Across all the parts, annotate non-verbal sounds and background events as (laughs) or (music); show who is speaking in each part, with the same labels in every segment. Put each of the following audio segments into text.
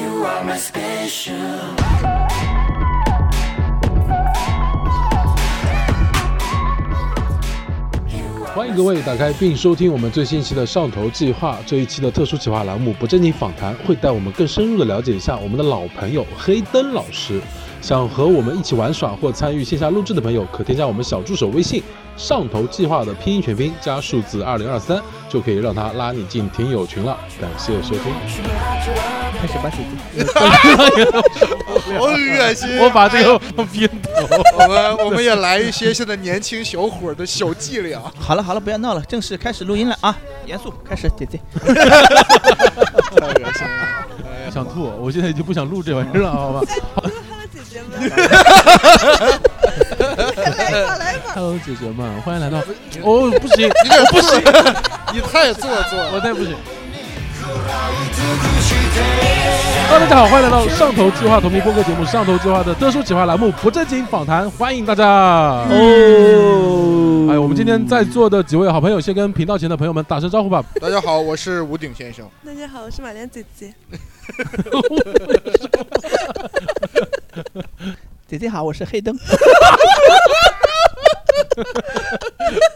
Speaker 1: are my special. You
Speaker 2: 欢迎各位打开并收听我们最新一期的《上头计划》。这一期的特殊企划栏目“不正经访谈”会带我们更深入的了解一下我们的老朋友黑灯老师。想和我们一起玩耍或参与线下录制的朋友，可添加我们小助手微信“上头计划”的拼音全拼加数字二零二三，就可以让他拉你进听友群了。感谢收听。
Speaker 3: 开始把手机。
Speaker 4: (laughs) 好恶心！
Speaker 2: 我把这个放边头。
Speaker 4: 我们我们也来一些现在年轻小伙儿的小伎俩。
Speaker 3: 好了好了，不要闹了，正式开始录音了啊！严肃，开始，姐姐。
Speaker 4: 太恶心了！
Speaker 2: 想吐，我现在已经不想录这玩意儿了，好吧？
Speaker 5: 他们姐姐们，来吧来吧，
Speaker 2: Hello，姐姐们，欢迎来到。哦，不行，
Speaker 4: 你这不行， (laughs) 你太做作
Speaker 2: 我
Speaker 4: 了。
Speaker 2: 再不行。哈喽，大家好，欢迎来到上头计划同名播客节目《上头计划》的特殊企划栏目“不正经访谈”，欢迎大家。哦，哎，我们今天在座的几位好朋友，先跟频道前的朋友们打声招呼吧。
Speaker 4: 大家好，我是吴鼎先生。
Speaker 5: 大家好，我是马莲姐姐。
Speaker 3: 姐姐好，我是黑灯。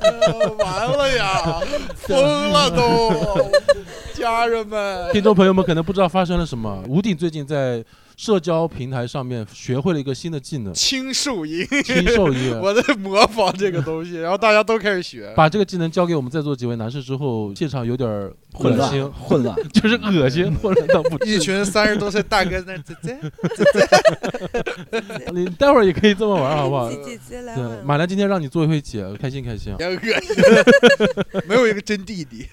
Speaker 4: 呃完了 (laughs) 呀，疯了都！ (laughs) 家人们，，
Speaker 2: 听众朋友们可能不知道发生了什么，吴鼎最近在社交平台上面学会了一个新的技能
Speaker 4: (laughs) 青树音，
Speaker 2: 听兽医。
Speaker 4: 我在模仿这个东西，然后大家都开始 (laughs) 学。
Speaker 2: 把这个技能交给我们在座几位男士之后，现场有点儿
Speaker 3: 混
Speaker 2: 混
Speaker 3: 乱，
Speaker 2: 心，
Speaker 3: (laughs) 混乱。
Speaker 2: (laughs)
Speaker 3: 嗯
Speaker 2: 就是恶心，混乱到不
Speaker 4: (laughs) 一群三十多岁大哥在那在 (laughs) 在，
Speaker 2: 你待会儿也可以这么玩，好不好？
Speaker 5: 姐哎姐姐来
Speaker 2: 啊对，
Speaker 5: (laughs) 玩，
Speaker 2: 马兰今天让你做一回姐，开心开心啊！
Speaker 4: 也恶心， (laughs) 没有一个真弟弟。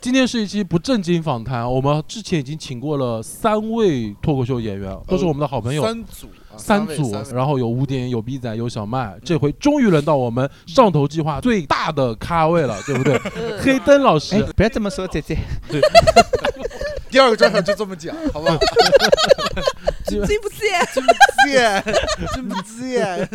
Speaker 2: 今天是一期不正经访谈，我们之前已经请过了三位脱口秀演员，都是我们的好朋友。
Speaker 4: 三组啊，
Speaker 2: 三
Speaker 4: 位
Speaker 2: 组
Speaker 4: 三，位嗯
Speaker 2: 然后有吴鼎、有 B 仔、有小麦，这回终于轮到我们上头计划最大的咖位
Speaker 4: (laughs)
Speaker 2: 了，对不对？黑灯老
Speaker 3: 哎
Speaker 2: 师，，
Speaker 3: 不要这么说，姐姐。
Speaker 4: 第二个专场就这么讲，好不好？(laughs)
Speaker 5: 进不进？
Speaker 4: 真不贱，真不
Speaker 2: (laughs)
Speaker 4: 贱。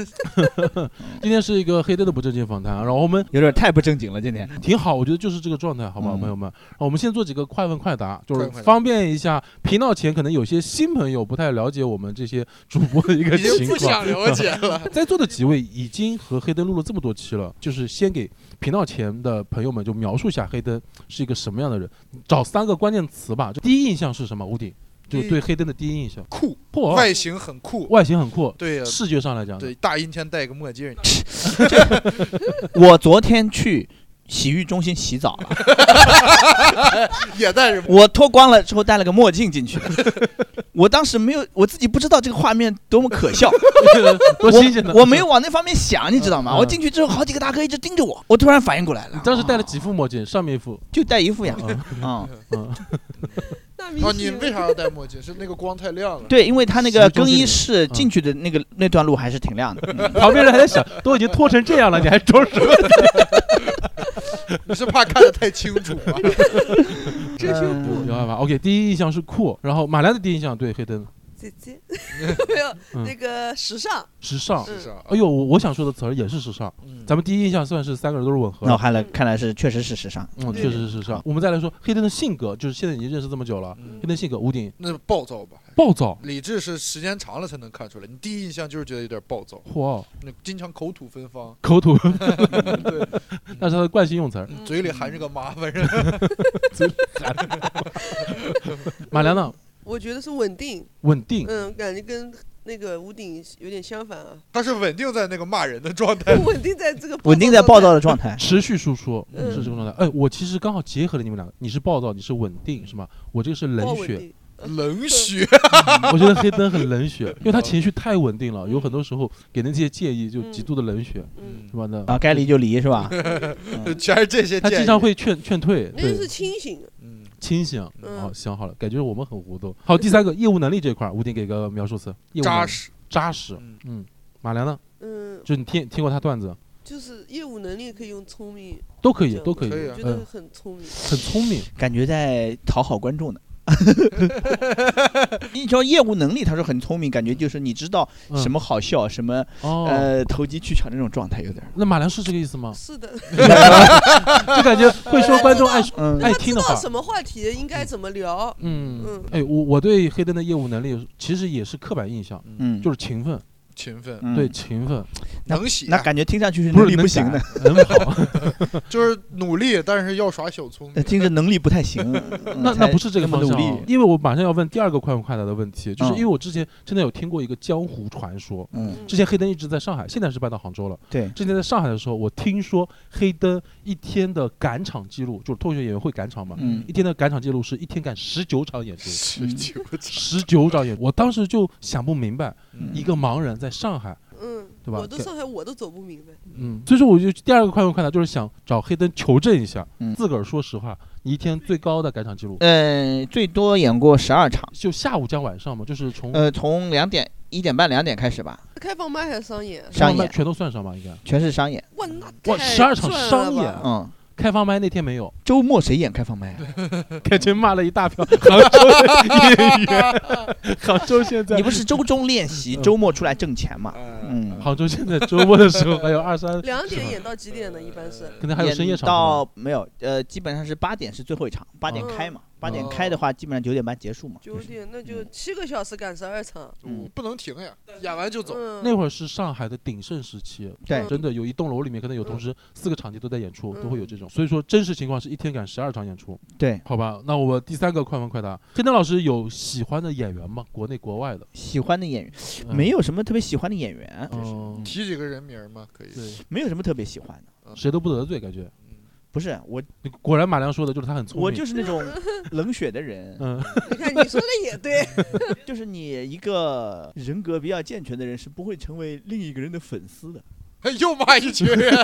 Speaker 2: 今天是一个黑灯的不正经访谈，然后我们
Speaker 3: 有点太不正经了，今天。
Speaker 2: 挺好，我觉得就是这个状态，好不好，
Speaker 3: 嗯
Speaker 2: 朋友们？然后我们先做几个快问快答，就是
Speaker 4: 嗯快问快答
Speaker 2: 方便一下频道前可能有些新朋友不太了解我们这些主播的一个
Speaker 4: 已经
Speaker 2: 情
Speaker 4: 不
Speaker 2: 况
Speaker 4: 想。了解了。
Speaker 2: 在座的几位已经和黑灯录了这么多期了，就是先给频道前的朋友们就描述一下黑灯是一个什么样的人，找三个关键词吧。就第一印象是什么？吴鼎，就
Speaker 4: 第一
Speaker 2: 对黑灯的第一印象，
Speaker 4: 酷，
Speaker 2: (laughs) 酷哦，
Speaker 4: (laughs) 外形很酷。
Speaker 2: 外形很酷，
Speaker 4: 对
Speaker 3: 呃
Speaker 4: 呀，
Speaker 2: 视觉上来讲，
Speaker 4: 对，大阴天戴个墨镜，
Speaker 3: (laughs)
Speaker 4: (laughs)
Speaker 3: 我昨天去洗浴中心洗澡 (laughs) 了，
Speaker 4: 也戴着。
Speaker 3: 我脱光了之后戴了个墨镜 (laughs) 进去的。我当时没有，我自己不知道这个画面多么可 (laughs) 笑，
Speaker 2: (laughs) 多新鲜的！
Speaker 3: 我我没有往那方面想，你知道吗？
Speaker 2: 嗯
Speaker 3: 我进去之后，好几个大哥一直盯着我，我突然反应过来了，哦
Speaker 2: 当时戴了几副墨镜，上面一
Speaker 3: (laughs)
Speaker 2: 副，
Speaker 3: 就戴一副呀，
Speaker 2: 嗯
Speaker 3: 嗯，
Speaker 2: 嗯，
Speaker 5: 大
Speaker 2: (laughs)
Speaker 5: 明
Speaker 4: 哦，你为啥要戴墨镜？是那个光太亮了。
Speaker 3: 对，因为他那
Speaker 2: 洗
Speaker 3: 个
Speaker 2: 浴中
Speaker 3: 更
Speaker 2: 心
Speaker 3: 衣
Speaker 2: 里
Speaker 3: 室
Speaker 2: 嗯
Speaker 3: 进去的那个那段路还是挺亮的，嗯
Speaker 2: 旁边人还在
Speaker 3: (laughs)
Speaker 2: 想，都已经脱成这样了，你还装什么？
Speaker 4: 你是怕看得太清楚
Speaker 2: (laughs)
Speaker 4: 吗？
Speaker 5: 这是
Speaker 3: 嗯
Speaker 5: 不
Speaker 2: 有办法。OK，第一印象是酷，然后马来的第一印象对黑灯
Speaker 5: 姐
Speaker 2: (laughs)
Speaker 5: 姐，没有
Speaker 2: 嗯
Speaker 5: 那个时尚，
Speaker 2: 时尚。
Speaker 3: 嗯
Speaker 4: 是啥？
Speaker 2: 哎呦，我我想说的词儿也是时尚。
Speaker 4: 嗯
Speaker 2: 咱们第一印象算是三个人都是吻合
Speaker 3: 那
Speaker 2: 的
Speaker 3: 我，看来看来是确实是时尚，
Speaker 2: 嗯，确实是时尚。我们再来说黑灯的性格，就是现在已经认识这么久了，
Speaker 4: 嗯
Speaker 2: 黑灯性格吴鼎
Speaker 4: 那暴躁吧，
Speaker 2: 暴躁，
Speaker 4: 理智是时间长了才能看出来。你第一印象就是觉得有点暴躁，
Speaker 2: 哇，
Speaker 4: 那经常口吐芬芳，
Speaker 2: (laughs) 口
Speaker 5: (laughs)
Speaker 2: 吐，
Speaker 4: 对，
Speaker 2: 那是他的惯性用词儿。
Speaker 5: 嗯
Speaker 4: 嘴里含着个妈，反正
Speaker 2: (laughs) 马良呢，
Speaker 5: 我觉得是稳定，
Speaker 2: 稳定，。
Speaker 5: 嗯，感觉跟那个屋顶有点相反
Speaker 4: (laughs)
Speaker 5: 啊，
Speaker 4: 他是稳定在那个骂人的状态。
Speaker 5: 不稳定在这个
Speaker 3: 稳定在暴躁，的状态
Speaker 2: (laughs) 持续输出
Speaker 5: 嗯
Speaker 2: 是这个状态。哎，我其实刚好结合了你们两个，你是暴躁，你是稳定，是吗？我这个是冷
Speaker 5: 暴
Speaker 2: 血
Speaker 5: 稳，定，
Speaker 4: 冷血，
Speaker 2: 我觉得黑灯很冷
Speaker 5: (laughs)
Speaker 2: 血，因为他情绪太稳定了，有很多时候给那些建议就极度的冷血，
Speaker 4: (laughs)
Speaker 5: 嗯，
Speaker 2: 是吧？那
Speaker 3: 啊，该离就离是
Speaker 2: (laughs)
Speaker 3: 吧？
Speaker 4: 全是这些
Speaker 2: 他
Speaker 4: 建
Speaker 2: 经
Speaker 4: 议。
Speaker 2: 常会劝劝退，
Speaker 5: 那就是
Speaker 2: 对，
Speaker 5: 清醒，
Speaker 4: 嗯，
Speaker 2: 清醒。
Speaker 5: 嗯
Speaker 2: 好，想好了，感觉我们很糊涂。好，第三个业务能力这块儿，吴鼎给个描述词：业务能力
Speaker 4: 扎，实。
Speaker 2: 扎实。
Speaker 4: 嗯
Speaker 2: 嗯，马良呢？
Speaker 5: 嗯，
Speaker 2: 就你听听过他段子，
Speaker 5: 就是业务能力可以用聪明，
Speaker 2: 都可以，
Speaker 5: 就
Speaker 2: 都可以，
Speaker 4: 可以啊
Speaker 5: 觉
Speaker 2: 嗯
Speaker 5: 得，很聪明，？
Speaker 2: 很聪明。 (laughs)
Speaker 3: 感觉在讨好观众呢。一条业务能力，他说很聪明，感觉就是你知道
Speaker 2: 嗯
Speaker 3: 什么好笑，什么
Speaker 2: 哦，
Speaker 3: 呃投机取巧那种状态，有点儿。
Speaker 2: 那马良是这个意思吗
Speaker 5: 是的，
Speaker 2: 就感觉会说观众爱说
Speaker 3: 嗯，
Speaker 2: 爱
Speaker 5: 他
Speaker 2: 哎听
Speaker 5: 知
Speaker 2: 的话
Speaker 5: 道。什么话题应该怎么聊。
Speaker 2: 嗯
Speaker 5: 嗯，
Speaker 2: 哎，我我对黑灯的业务能力其实也是刻板印象，
Speaker 3: 嗯，
Speaker 2: 就是是勤奋，
Speaker 4: 勤奋，
Speaker 2: 对勤奋，
Speaker 4: 能洗
Speaker 3: 那
Speaker 4: 啊，
Speaker 3: 感觉听上去是
Speaker 2: 不是
Speaker 3: 能力
Speaker 2: 能
Speaker 3: 不行的，
Speaker 2: 改，能跑，
Speaker 4: 就是努力，但是要耍小聪
Speaker 3: 呃
Speaker 4: 明。
Speaker 3: (laughs) 听着能力不
Speaker 2: (laughs)
Speaker 3: 太行。嗯
Speaker 2: 那
Speaker 3: 那
Speaker 2: 那不是这个方向
Speaker 3: 努
Speaker 2: 啊
Speaker 3: 力，。
Speaker 2: 因为我马上要问第二个快问快答的问题，就是
Speaker 3: 嗯
Speaker 2: 因为我之前真的有听过一个江湖传说，
Speaker 3: 嗯，
Speaker 2: 之前黑灯一直在上海，现在是搬到杭州了。
Speaker 3: 对，
Speaker 2: 之前在上海的时候，我听说黑灯一天的赶场记录，就是脱口秀演员会赶场嘛，
Speaker 3: 嗯
Speaker 2: 一天的赶场记录是一天赶十九场演出，
Speaker 4: 十九场
Speaker 2: 十九场演出，我当时就想不明白，
Speaker 4: 嗯
Speaker 2: 一个盲人在上海，
Speaker 5: 嗯，
Speaker 2: 对吧
Speaker 5: 我都上海我都走不明白，
Speaker 2: 嗯，所以说我就第二个快问快答就是想找黑灯求证一下，
Speaker 3: 嗯
Speaker 2: 自个儿说实话，你一天最高的赶场记录，嗯
Speaker 3: 呃，最多演过十二场，
Speaker 2: 就下午加晚上嘛，就是从
Speaker 3: 呃，从两点一点半两点开始吧，
Speaker 5: 开放麦还是商演？啊
Speaker 3: 商演
Speaker 2: 全都算上吧，应该。
Speaker 3: 全是商演。
Speaker 5: 哇，那
Speaker 2: 哇
Speaker 5: 太
Speaker 2: 12场
Speaker 5: 赚了
Speaker 2: 商
Speaker 5: 吧
Speaker 2: 演啊
Speaker 3: 嗯，
Speaker 2: 开放麦那天没有，
Speaker 3: 周末谁演开放麦啊？
Speaker 2: 感觉骂了一大票杭州的演员。杭州现在
Speaker 3: 你，不是周中练习，
Speaker 2: 嗯
Speaker 3: 周末出来挣钱
Speaker 4: 哎
Speaker 3: 嘛？嗯，
Speaker 2: 杭州现在周末的时候
Speaker 5: (laughs)
Speaker 2: 还有二三，
Speaker 5: 两点演到几点呢？一般是
Speaker 4: 嗯
Speaker 2: 可能还有深夜
Speaker 3: 演
Speaker 2: 场吧。
Speaker 3: 到没有，呃，基本上是八点是最后一场，八点
Speaker 5: 嗯
Speaker 3: 开嘛，八
Speaker 2: 哦
Speaker 3: 点开的话，基本上九点半结束嘛。
Speaker 5: 九点，那就
Speaker 3: 嗯
Speaker 5: 七个小时赶十二场。
Speaker 3: 嗯，
Speaker 4: 不能停呀，演完就走。
Speaker 5: 嗯，
Speaker 2: 那会儿是上海的鼎盛时期，
Speaker 3: 对，
Speaker 2: 真的有一栋楼里面可能有
Speaker 5: 嗯
Speaker 2: 同时四个场地都在演出，
Speaker 5: 嗯
Speaker 2: 都会有这种。所以说真实情况是一天赶十二场演出，
Speaker 3: 对，
Speaker 2: 好吧？那我第三个快问快答，黑灯老师有喜欢的演员吗？国内国外的？
Speaker 3: 喜欢的演员
Speaker 2: 嗯
Speaker 3: 没，有什么特别喜欢的演员，
Speaker 2: 嗯，
Speaker 4: 提几个人名吗？可以。
Speaker 2: 对，
Speaker 3: 没有什么特别喜欢的。
Speaker 2: 谁都不得罪，感觉。
Speaker 4: 嗯
Speaker 3: 不是我，
Speaker 2: 你果然马良说的就是他很聪明。
Speaker 3: 我就是那
Speaker 5: (laughs)
Speaker 3: 种冷血的人，
Speaker 2: 嗯，
Speaker 5: 你看你说的也对，
Speaker 3: (laughs) 就是你一个人格比较健全的人是不会成为另一个人的粉丝的。
Speaker 4: 哎又骂一群人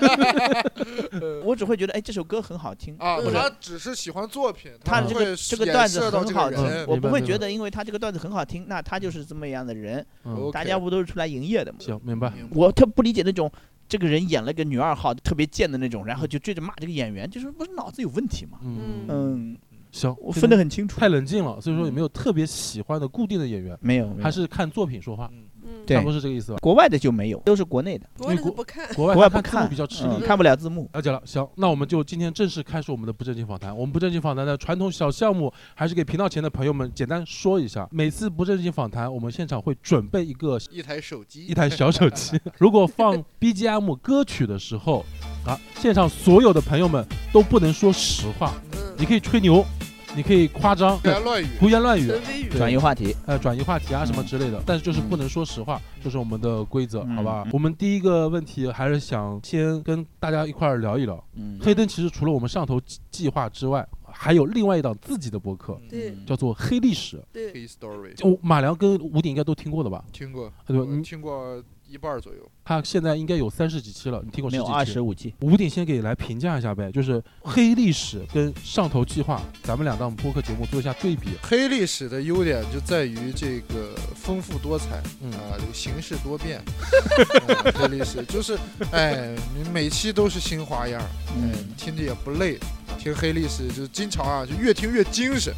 Speaker 5: 嗯
Speaker 3: 我只会觉得，哎，这首歌很好听
Speaker 5: 哦
Speaker 4: 啊！
Speaker 3: (laughs) 或者
Speaker 4: 他只是喜欢作品，
Speaker 3: 他
Speaker 4: 不
Speaker 3: 这
Speaker 4: 会
Speaker 3: 个这个
Speaker 4: 演
Speaker 3: 段
Speaker 4: 示
Speaker 3: 子
Speaker 4: 到
Speaker 3: 很
Speaker 4: 这个
Speaker 3: 好
Speaker 2: 这个
Speaker 3: 听
Speaker 4: 人，
Speaker 3: 我
Speaker 2: 明白
Speaker 3: 不会
Speaker 2: 明
Speaker 3: 觉
Speaker 2: 白
Speaker 3: 得，因为他这个段子很好听，那他就是这么样的人。
Speaker 2: 嗯
Speaker 4: OK
Speaker 3: 大家不都是出来营业的吗？
Speaker 2: 行，明
Speaker 3: 嗯
Speaker 2: 白。
Speaker 4: 明白
Speaker 3: 我特不理解那种这个人演了个女二号特别贱的那种，然后就追着骂这个演员，就是不是脑子有问题吗？
Speaker 2: 嗯
Speaker 5: 嗯
Speaker 3: 嗯，
Speaker 2: 行，
Speaker 3: 我
Speaker 2: 这
Speaker 3: 分得
Speaker 2: 个
Speaker 3: 很清楚
Speaker 2: 太。冷静了，所以说也没有特别喜欢的固定的演员，
Speaker 3: 没有，
Speaker 2: 还是看作品说话，
Speaker 4: 嗯
Speaker 5: 嗯，
Speaker 3: 对
Speaker 2: 差不多是这个意思吧。
Speaker 3: 国外的就没有，都是国内的，
Speaker 5: 国外的是
Speaker 2: 国
Speaker 5: 不看，
Speaker 2: 国
Speaker 3: 国
Speaker 2: 外
Speaker 3: 外
Speaker 2: 他
Speaker 3: 不
Speaker 2: 看字幕
Speaker 3: 看，
Speaker 2: 比较吃
Speaker 3: 嗯
Speaker 2: 力。
Speaker 3: 看不了字幕。
Speaker 2: 了解了，行，那我们就今天正式开始我们的不正经访谈。我们不正经访谈的传统小项目，还是给频道前的朋友们简单说一下。每次不正经访谈，我们现场会准备一个
Speaker 4: 一台手机，
Speaker 2: 一台小手
Speaker 3: (laughs)
Speaker 2: 机。如果放 BGM 歌曲的时候，啊，现场所有的朋友们都不能说实话，你
Speaker 5: 嗯，
Speaker 2: 可以吹牛，你可以夸张、
Speaker 4: 胡言乱语。
Speaker 2: 胡言乱语，
Speaker 5: 陈飞宇
Speaker 2: 对
Speaker 3: 转移话题，
Speaker 2: 呃，转移话题啊什么
Speaker 3: 嗯
Speaker 2: 之类的，但是就是不能说实话，这是我们的规则，
Speaker 3: 嗯
Speaker 2: 好吧
Speaker 3: 嗯？
Speaker 2: 我们第一个问题还是想先跟大家一块儿聊一聊，
Speaker 3: 嗯，
Speaker 2: 黑灯其实除了我们上头计计划之外，还有另外一档自己的博
Speaker 3: 嗯
Speaker 2: 客，
Speaker 5: 对
Speaker 2: 叫做黑历史。
Speaker 5: 对，
Speaker 4: Hey 嗯 Story，
Speaker 2: 我马良跟吴鼎应该都听过的吧？
Speaker 4: 听过，
Speaker 2: 对吧？
Speaker 4: 我
Speaker 2: 你
Speaker 4: 听过一半儿左右。
Speaker 2: 他现在应该有三十几期了，你听过十
Speaker 3: 没有二
Speaker 2: 几期
Speaker 3: 十？五 G，
Speaker 2: 吴鼎先给来评价一下呗，就是黑历史跟上头计划，咱们两档播客节目做一下对比。
Speaker 4: 黑历史的优点就在于这个丰富多彩
Speaker 2: 嗯
Speaker 4: 啊，这个形式多变。啊黑历史就是，哎，你每期都是新花样儿，哎
Speaker 3: 嗯，
Speaker 4: 听着也不累。听黑历史就经常啊，就越听越精神。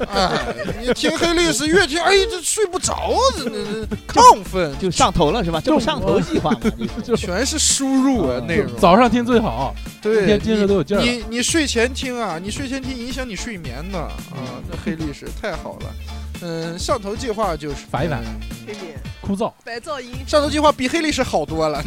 Speaker 3: 嗯
Speaker 4: 哎，你听黑历史越听，哎，这睡不着，这这这亢奋，
Speaker 3: 就上头了是 (laughs) 吧？这不上头计划嘛，
Speaker 2: 就
Speaker 4: 全是输入啊
Speaker 3: 嗯
Speaker 4: 内容。
Speaker 2: 早上听最好，
Speaker 4: 对，
Speaker 2: 一天精神都有劲儿了
Speaker 4: 你你睡前听啊，你睡前听影响你睡眠呢
Speaker 2: 嗯
Speaker 4: 啊，那黑历史太好了。嗯，上头计划就是
Speaker 2: 反一反
Speaker 4: 嗯
Speaker 5: 黑脸
Speaker 2: 枯燥。
Speaker 5: 白噪音，
Speaker 4: 上头计划比黑历史好多了。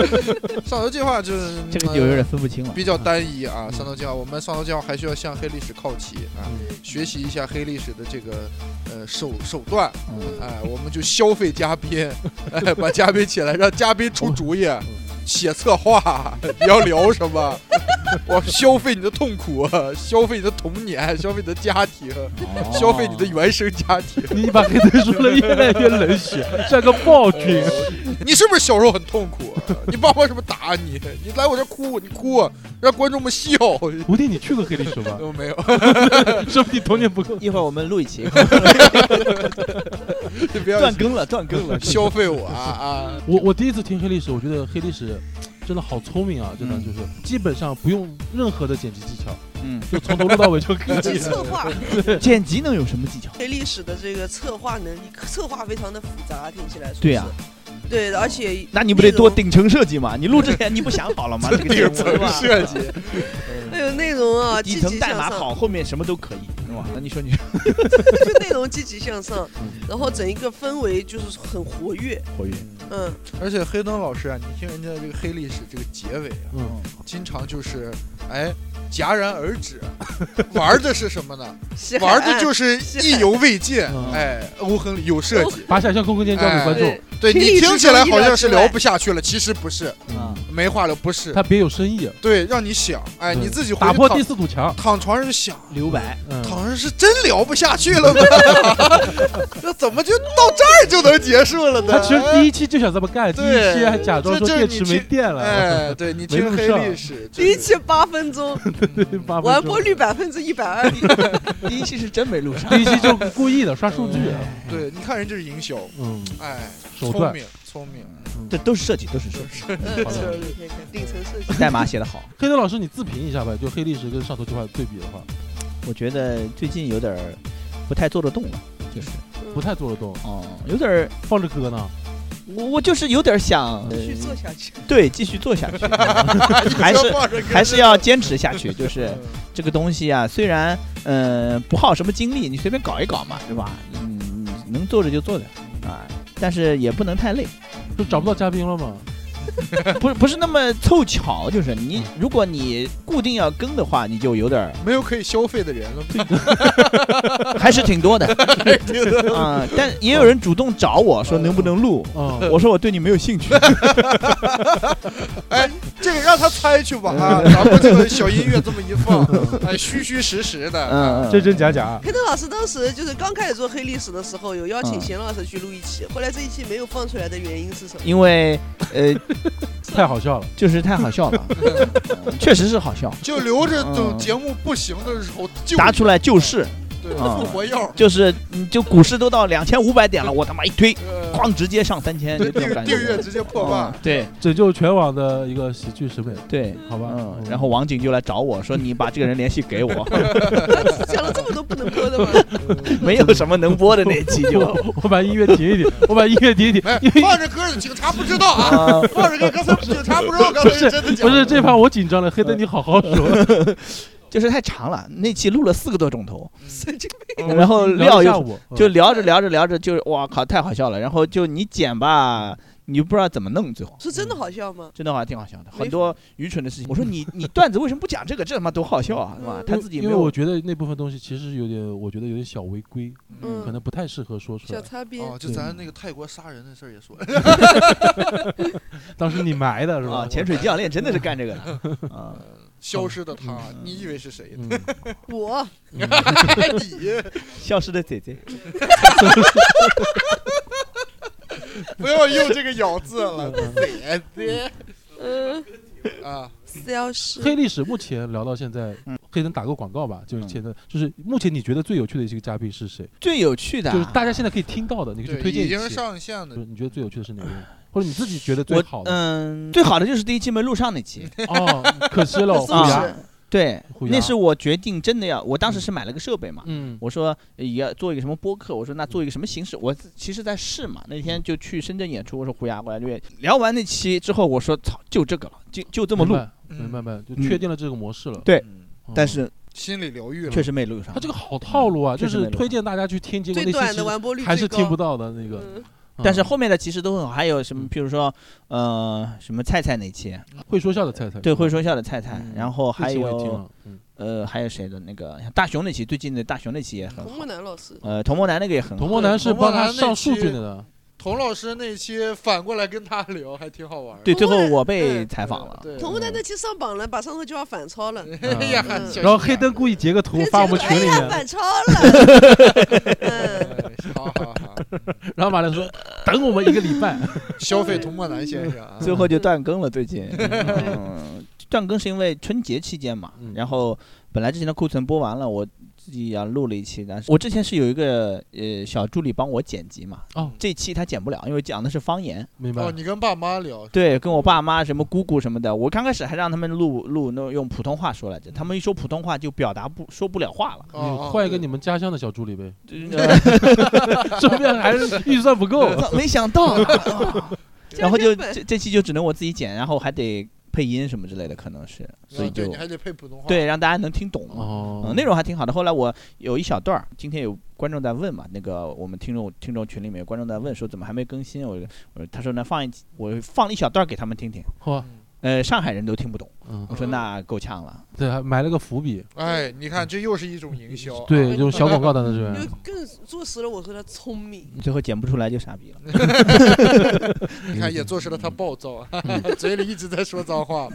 Speaker 4: (laughs) 上头计划就是
Speaker 3: 这个就有点分不清了。
Speaker 4: 比较单一啊。
Speaker 2: 嗯
Speaker 4: 上头计划，我们上头计划还需要向黑历史靠齐啊，
Speaker 3: 嗯
Speaker 4: 学习一下黑历史的这个呃手手段。
Speaker 3: 嗯
Speaker 4: 哎，我们就消费嘉宾， (laughs) 哎，把嘉宾起来，让嘉宾出主意，
Speaker 3: 嗯
Speaker 4: 写策划，你要聊什么？ (laughs) 我消费你的痛苦，消费你的童年，消费你的家庭，
Speaker 3: 哦
Speaker 4: 消费你的原生家庭。
Speaker 2: 你把黑灯说的越来越冷 (laughs) 血，像个暴君。
Speaker 4: 你是不是小时候很痛苦？啊 (laughs) 你爸妈是不是打你？你来我这哭，你哭，啊让观众们笑。 (laughs)
Speaker 2: 吴迪，你去过黑历史吗？
Speaker 4: 都没有， (laughs)
Speaker 2: 说不定童年不够。
Speaker 3: 一会儿我们录一期，
Speaker 4: 你不
Speaker 3: (laughs)
Speaker 4: 要
Speaker 3: 断更了，断更 (laughs) 了。
Speaker 4: (laughs) 消费我啊啊！
Speaker 2: 我我第一次听黑历史，我觉得黑历史真的好聪明啊！真的 (laughs)
Speaker 3: 嗯
Speaker 2: 就是基本上不用任何的剪辑技巧，
Speaker 3: 嗯，
Speaker 2: 就从头录到尾就可
Speaker 5: 你
Speaker 2: 以
Speaker 5: 这
Speaker 2: 了。
Speaker 5: 策划
Speaker 3: 剪辑能有什么技巧？
Speaker 5: 对历史的这个策划能力，策划非常的复杂，听起来是不是
Speaker 3: 对呀
Speaker 5: 对，而且
Speaker 3: 那你不得多
Speaker 5: 内容
Speaker 3: 顶层设计嘛？你录之前你不想好了吗？ (laughs) 这个节
Speaker 4: 顶
Speaker 3: 目是
Speaker 4: 层
Speaker 3: 吧
Speaker 4: 设计，
Speaker 5: 哎呦内容啊，积
Speaker 3: 底
Speaker 5: 极
Speaker 3: 层代
Speaker 5: 向
Speaker 3: 码
Speaker 5: 上，
Speaker 3: 好，后面什么都可以，是吧？那你 (laughs) 说你
Speaker 5: 就 (laughs) 内容积极向上，然后整一个氛围就是很活跃，
Speaker 3: 活跃，
Speaker 5: 嗯，
Speaker 4: 而且黑灯老师啊，你听人家这个黑历史这个结尾啊，
Speaker 2: 嗯，
Speaker 4: 经常就是哎戛然而止，玩的是什么呢？
Speaker 5: 西海
Speaker 4: 玩的
Speaker 5: 岸
Speaker 4: 就是
Speaker 5: 是
Speaker 4: 意犹未尽
Speaker 2: 嗯，
Speaker 4: 哎，欧亨里有设计。
Speaker 2: 把想象空间交给观众
Speaker 4: 对
Speaker 5: 对，听
Speaker 4: 你
Speaker 5: 力
Speaker 4: 听
Speaker 5: 之
Speaker 4: 起
Speaker 5: 中
Speaker 4: 来
Speaker 5: 意
Speaker 4: 好
Speaker 5: 料
Speaker 4: 像
Speaker 5: 之
Speaker 4: 是聊
Speaker 5: 外
Speaker 4: 不下去了，其实不是，
Speaker 3: 啊，
Speaker 4: 没话聊，不是。
Speaker 2: 他别有深意，
Speaker 4: 对，让你想，哎，
Speaker 2: 对
Speaker 3: 嗯
Speaker 4: 你自己回
Speaker 2: 打
Speaker 4: 去
Speaker 2: 破
Speaker 4: 躺
Speaker 2: 第四堵墙。
Speaker 4: 躺床上就想，
Speaker 3: 留白，
Speaker 2: 嗯，
Speaker 4: 躺上是真聊不下去了吗？这怎么就到这儿就能结束了呢？
Speaker 2: 他其实第一期就想这么干，第一期还假装说
Speaker 4: 哎这这
Speaker 2: 电池
Speaker 4: 你
Speaker 2: 没
Speaker 4: 听
Speaker 2: 电了。
Speaker 4: 哎，对你听
Speaker 2: 录
Speaker 4: 黑
Speaker 2: 上
Speaker 4: 历史，
Speaker 5: 第一期八分钟，
Speaker 4: 期
Speaker 2: 八分
Speaker 5: 完
Speaker 2: 钟
Speaker 5: 播率百分之一百二，
Speaker 3: 第一期是真没录上，
Speaker 2: (laughs)
Speaker 3: (laughs)
Speaker 2: 第一期就故意的刷数据，
Speaker 4: 对，你看人就是营销，
Speaker 2: 嗯，
Speaker 4: 哎，
Speaker 2: 手
Speaker 4: 聪
Speaker 2: 段
Speaker 4: 明聪明，
Speaker 3: 这都是设计，都是设计， (laughs)
Speaker 5: 嗯
Speaker 2: 好
Speaker 5: 这
Speaker 2: 的
Speaker 5: 你可以看顶层设计，
Speaker 3: 代码写的好。
Speaker 2: 黑灯老师，你自评一下呗，就黑历史跟上头计划对比的话，
Speaker 3: 我觉得最近有点儿不太做得动了，就是
Speaker 5: 嗯
Speaker 2: 不太做得动，
Speaker 3: 哦、有点儿，
Speaker 2: 放着歌呢，
Speaker 3: 我我就是有点儿想、呃
Speaker 5: 继续做下去，
Speaker 3: 对，继续做下 (laughs) 去，还是还是要坚持下去。就是这个东西啊，虽然嗯、呃不耗什么精力，你随便搞一搞嘛，对吧？嗯，能坐着就坐着啊，但是也不能太累，
Speaker 2: 就找不到嘉宾了嘛，
Speaker 3: 不是不是那么凑巧，就是你如果你固定要更的话，你就有点儿 (laughs)
Speaker 4: 没有可以消费的人了，
Speaker 3: 还是挺多的啊、但也有人主动找我说能不能录，
Speaker 2: 啊，
Speaker 3: (laughs) 我说我对你没有兴趣。
Speaker 4: 哎这个让他猜去吧啊，咱们这个小音乐这么一放，哎，虚虚实实
Speaker 3: (laughs)
Speaker 4: 的，
Speaker 3: 嗯，
Speaker 2: 真真假假，
Speaker 5: 黑灯老师当时就是刚开始做黑历史的时候，有邀请
Speaker 3: 嗯
Speaker 5: 贤老师去录一
Speaker 2: 嗯
Speaker 5: 期，后来这一期没有放出来的原因
Speaker 2: (laughs)
Speaker 5: 是什么？
Speaker 3: 因为呃，
Speaker 2: 太好笑了，
Speaker 3: 就是太好笑了， (laughs) 嗯确实是好笑，
Speaker 4: 就留着等
Speaker 3: 嗯
Speaker 4: 节目不行的时候就
Speaker 3: 答出来就是
Speaker 4: 对
Speaker 3: 啊
Speaker 4: 复活药，
Speaker 3: 就是，嗯就股市都到两千五百点了，我他妈一推，
Speaker 4: 呃
Speaker 3: 哐直接上三千，就
Speaker 4: 对
Speaker 3: 这种
Speaker 4: 订
Speaker 3: 感觉
Speaker 4: 订。阅直接破
Speaker 3: 嗯
Speaker 4: 万，
Speaker 3: 对
Speaker 2: 拯救全网的一个喜剧审美，
Speaker 3: 对，
Speaker 2: 好吧，
Speaker 3: 嗯，然后网警就来找我说：“你把这个人联系给 (laughs) 我。
Speaker 5: 讲了这么多不能播的吗？”
Speaker 3: 没有什么能播的那期就，
Speaker 2: 我 (laughs) 我把音乐停一停，我把音乐停一停，
Speaker 4: 哎
Speaker 2: 因，为
Speaker 4: 放着歌的警察不知
Speaker 2: (laughs)
Speaker 4: 道啊，
Speaker 3: 啊，
Speaker 4: 放着歌刚才警察不知道刚才是真的假
Speaker 2: 不
Speaker 4: 的，
Speaker 2: 是这盘我紧张了，黑
Speaker 3: 嗯
Speaker 2: 灯你好好说，
Speaker 3: 就是太长了，那期录了四个多钟头，
Speaker 5: 神经病！
Speaker 3: (laughs) 然后
Speaker 2: 聊
Speaker 3: 料
Speaker 2: 一下
Speaker 3: 又
Speaker 2: 午，嗯
Speaker 3: 就聊着聊着聊着就哇靠，太好笑了。然后就你剪吧，你又不知道怎么弄，最后。
Speaker 5: 是真的好笑吗？
Speaker 3: 真的话挺好笑的，
Speaker 5: 没
Speaker 3: 很多愚蠢的事情。我说你你段子为什么不讲这个？这他妈多好笑啊，是吧？
Speaker 5: 嗯
Speaker 3: 他自己
Speaker 2: 因
Speaker 3: 没
Speaker 2: 为
Speaker 3: 有
Speaker 2: 我觉得那部分东西其实有点，我觉得有点小违规，
Speaker 5: 嗯
Speaker 2: 可能不太适合说出
Speaker 5: 小
Speaker 2: 来。
Speaker 5: 擦边，
Speaker 4: 哦，就咱那个泰国杀人的事儿也 (laughs) 说，
Speaker 2: 当时你埋的是吧？
Speaker 3: 啊，潜水教练真的是干这个的啊。
Speaker 4: 消失的他，你以为是谁呢？
Speaker 2: 嗯，
Speaker 5: 我
Speaker 2: 嗯
Speaker 4: 你
Speaker 3: 消失的姐姐，
Speaker 4: 不要用这个咬字了，
Speaker 2: 嗯
Speaker 4: 姐姐
Speaker 5: 嗯
Speaker 4: 啊，
Speaker 5: 消失。
Speaker 2: 黑历史目前聊到现在
Speaker 3: 嗯，
Speaker 2: 黑灯打个广告吧，就是
Speaker 3: 嗯
Speaker 2: 现在，就是目前你觉得最有趣的一个嘉宾是谁？
Speaker 3: 最有趣的啊，
Speaker 2: 就是大家现在可以听到的，你可以去
Speaker 4: 对，
Speaker 2: 推荐
Speaker 4: 已
Speaker 2: 一
Speaker 4: 经
Speaker 2: 期。
Speaker 4: 上线
Speaker 2: 就是
Speaker 4: 的，
Speaker 2: 你觉得最有趣的是哪个人？或者你自己觉得最
Speaker 3: 我
Speaker 2: 好的？
Speaker 3: 嗯，最好的就是第一期没录上
Speaker 2: (laughs)
Speaker 3: 那期
Speaker 2: 哦，可惜
Speaker 3: (laughs)
Speaker 2: 了，
Speaker 5: 松
Speaker 2: 虎牙
Speaker 5: 弛
Speaker 3: 啊，对，
Speaker 2: 虎牙
Speaker 3: 那是我决定真的要，我当时是买了个设备嘛。
Speaker 2: 嗯
Speaker 3: 我说呃也要做一个什么播客，我说那做一个什么形式？我其实在试嘛，那天就去深圳演出，我说虎牙过来约。聊完那期之后，我说操，就这个了，就就这
Speaker 2: 这
Speaker 3: 么录。
Speaker 2: 明白明白，就
Speaker 3: 嗯
Speaker 2: 确定了这个模式了。
Speaker 3: 对
Speaker 4: 嗯
Speaker 2: 嗯
Speaker 3: 但是
Speaker 4: 心理疗愈了，
Speaker 3: 确实没录上。
Speaker 2: 他这个好套路啊，
Speaker 3: 确
Speaker 2: 就
Speaker 3: 实没
Speaker 2: 是
Speaker 3: 录上
Speaker 2: 推荐大家去听，结果
Speaker 5: 最
Speaker 2: 那
Speaker 5: 短
Speaker 2: 些
Speaker 5: 的完播率
Speaker 2: 还是听不
Speaker 5: 到。
Speaker 2: 到的那个。
Speaker 5: 嗯
Speaker 2: 嗯
Speaker 3: 但是后面的其实都很好，还有什么，
Speaker 2: 嗯
Speaker 3: 比如说，呃，什么菜菜那期，
Speaker 2: 会说笑的菜菜，
Speaker 3: 对，会
Speaker 2: 说，
Speaker 3: 说笑的菜菜，然后还
Speaker 2: 嗯这期我也听
Speaker 3: 有，
Speaker 2: 了，嗯
Speaker 3: 呃，还有谁的那个像大熊那期，最近的大熊那期也很
Speaker 5: 童
Speaker 3: 好
Speaker 5: 木，南老师，
Speaker 3: 呃，童梦男那个也很
Speaker 2: 童
Speaker 3: 好，
Speaker 2: 梦男是
Speaker 4: 童梦
Speaker 2: 帮他
Speaker 4: 男那
Speaker 2: 上数
Speaker 4: 期
Speaker 2: 据的呢。
Speaker 4: 童老师那期反过来跟他聊，还挺好玩儿。
Speaker 3: 对，
Speaker 5: 童
Speaker 3: 最
Speaker 5: 梦
Speaker 3: 后
Speaker 5: 男
Speaker 3: 我被
Speaker 5: 嗯
Speaker 3: 采访了，
Speaker 4: 对，
Speaker 5: 童木南那期上榜了，把上头就要反超了。
Speaker 4: 哎呀
Speaker 5: 嗯，
Speaker 4: 小心
Speaker 2: 然后黑
Speaker 4: 眼
Speaker 2: 灯故意截个图发我们群里面，
Speaker 5: 哎反超了。
Speaker 2: (laughs)
Speaker 5: 嗯，
Speaker 4: 哎好好好，
Speaker 2: 然后马亮说等我们一个礼拜，
Speaker 4: 消费童漠男先生啊，
Speaker 3: 最后就断更了。最近， (laughs) 嗯，断更是因为春节期间嘛
Speaker 2: 嗯，
Speaker 3: 然后本来之前的库存播完了，我自己也录了一期，但是我之前是有一个呃小助理帮我剪辑嘛，
Speaker 2: 哦，
Speaker 3: 这期他剪不了，因为讲的是方言。
Speaker 2: (laughs) 明白
Speaker 4: 哦，。你跟爸妈聊，
Speaker 3: 对，跟我爸妈什么姑姑什么的，我刚开始还让他们录录那用普通话说来着，他们一说普通话就表达不说不了话了。
Speaker 2: 你
Speaker 4: 哦，
Speaker 2: 换一个
Speaker 4: 对
Speaker 2: 你们家乡的小助理 (laughs) 呗，
Speaker 3: 呃
Speaker 2: 说不定还是预算不 (laughs) 够。
Speaker 3: 没想到啊， (laughs) 然后就
Speaker 5: 这样
Speaker 3: 这这期就只能我自己剪，然后还得配音什么之类的，可能是，所以
Speaker 4: 啊对
Speaker 3: 就
Speaker 4: 你还得配普通话。
Speaker 3: 对让大家能听懂嘛。
Speaker 2: 哦
Speaker 4: 啊
Speaker 3: 嗯，，内容还挺好的。后来我有一小段儿，今天有观众在问嘛，那个我们听众听众群里面有观众在问说怎么还没更新，我我说他说那放一我放了一小段儿给他们听听，
Speaker 2: 嚯，
Speaker 3: 呃，上海人都听不懂，
Speaker 2: 嗯，
Speaker 3: 我说
Speaker 4: 嗯
Speaker 3: 那够呛 (laughs) 了。
Speaker 2: 对，还埋了个伏笔，
Speaker 4: 哎，你看这又是一种营销。
Speaker 2: 嗯
Speaker 4: 啊
Speaker 2: 对，这种小广告的那，
Speaker 5: 就是
Speaker 3: 嗯
Speaker 5: 就更坐实了我说他聪明。
Speaker 3: 最后剪不出来就傻逼了。
Speaker 4: 你看也坐实了
Speaker 2: 嗯
Speaker 4: 他暴 (laughs) 躁，啊嘴里一直在说
Speaker 2: (laughs)
Speaker 4: 脏话。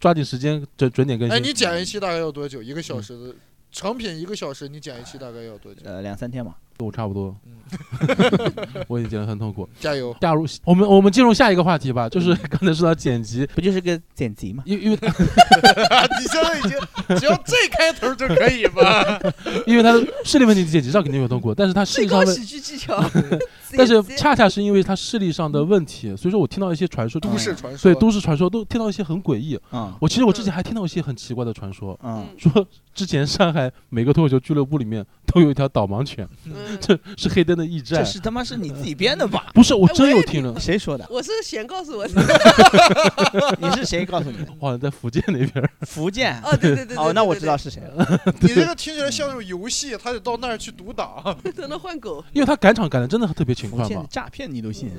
Speaker 2: 抓紧时间准准点更
Speaker 4: 哎，
Speaker 2: 新。
Speaker 4: 你剪一期大概要多久？一个
Speaker 2: 嗯
Speaker 4: 小时的成品，一个小时，你剪一期大概要多久？
Speaker 3: 呃，两三天嘛，
Speaker 2: 我差不多
Speaker 4: 嗯，
Speaker 2: (laughs) 我已经剪得很痛苦。
Speaker 4: 加油！ (laughs)
Speaker 2: 假如我们我们进入下一个话题吧，就是 (laughs) 刚才说到剪辑，
Speaker 3: 不就是个剪辑嘛？
Speaker 2: 因为因为它
Speaker 4: 你现在已经只要这开头就可以吧？
Speaker 2: 嗯因为它的视力问题剪辑上肯定有痛苦，但是它视
Speaker 5: 最
Speaker 2: 力上
Speaker 5: 高
Speaker 2: 的，
Speaker 5: 喜剧技巧
Speaker 3: 嗯
Speaker 5: (laughs)
Speaker 2: 但是
Speaker 5: 直接
Speaker 2: 恰恰是因为它视力上的问题，所以说我听到一些传说，
Speaker 4: 都市传说，
Speaker 2: 对都市传说都听到一些很诡异。
Speaker 3: 嗯
Speaker 2: 我其实我之前还听到一些很奇怪的传说，
Speaker 3: 嗯，
Speaker 2: 说之前上海每个脱口秀俱乐部里面都有一条导盲犬， (laughs)
Speaker 5: 嗯，
Speaker 2: 这是黑灯的驿站
Speaker 3: 这。是他妈是你自己编的吧？
Speaker 2: 不是，我
Speaker 5: 哎
Speaker 2: 真
Speaker 5: 我也
Speaker 2: 有
Speaker 5: 听
Speaker 2: 听了，
Speaker 3: (laughs) 谁说的？
Speaker 5: 我是贤告诉我
Speaker 3: 嗯
Speaker 5: 的。
Speaker 3: (laughs) 你是谁告诉你的？
Speaker 2: 好像在福建那边儿。
Speaker 3: (laughs)
Speaker 2: (laughs)
Speaker 3: 福建。
Speaker 5: 哦，对对对，
Speaker 3: 哦，那我知道
Speaker 5: 是
Speaker 3: 是谁 (laughs) 了。
Speaker 4: 你这个听起来像那种游戏，他得到那儿去读档。
Speaker 2: 嗯
Speaker 5: 等他换狗，
Speaker 3: 嗯
Speaker 2: 因为他赶场赶的真的特别勤
Speaker 3: 福
Speaker 2: 快
Speaker 3: 建
Speaker 2: 嘛
Speaker 3: 的。诈骗你都信？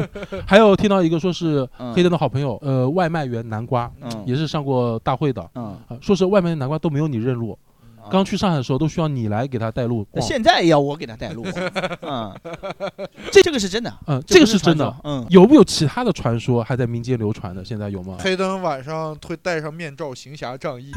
Speaker 5: (laughs)
Speaker 2: 还有听到一个说是
Speaker 3: 嗯
Speaker 2: 黑灯的好朋友，呃，外卖员南瓜
Speaker 3: 嗯
Speaker 2: 也是上过大会的，
Speaker 3: 嗯，
Speaker 2: 啊说是外卖员南瓜都没有你认路，刚去上海的时候都需要你来给他带路
Speaker 3: 那
Speaker 2: 逛。
Speaker 3: 现在也要我给他带路，
Speaker 2: (laughs)
Speaker 3: 嗯，这这个是真的，
Speaker 2: 嗯，这个是真
Speaker 3: 不
Speaker 2: 的
Speaker 3: 传。说，嗯，
Speaker 2: 有没有其他的传说还在民间流传的？现在有
Speaker 3: (laughs)
Speaker 2: 吗？
Speaker 4: (laughs) 黑灯晚上会戴上面罩，行侠仗义，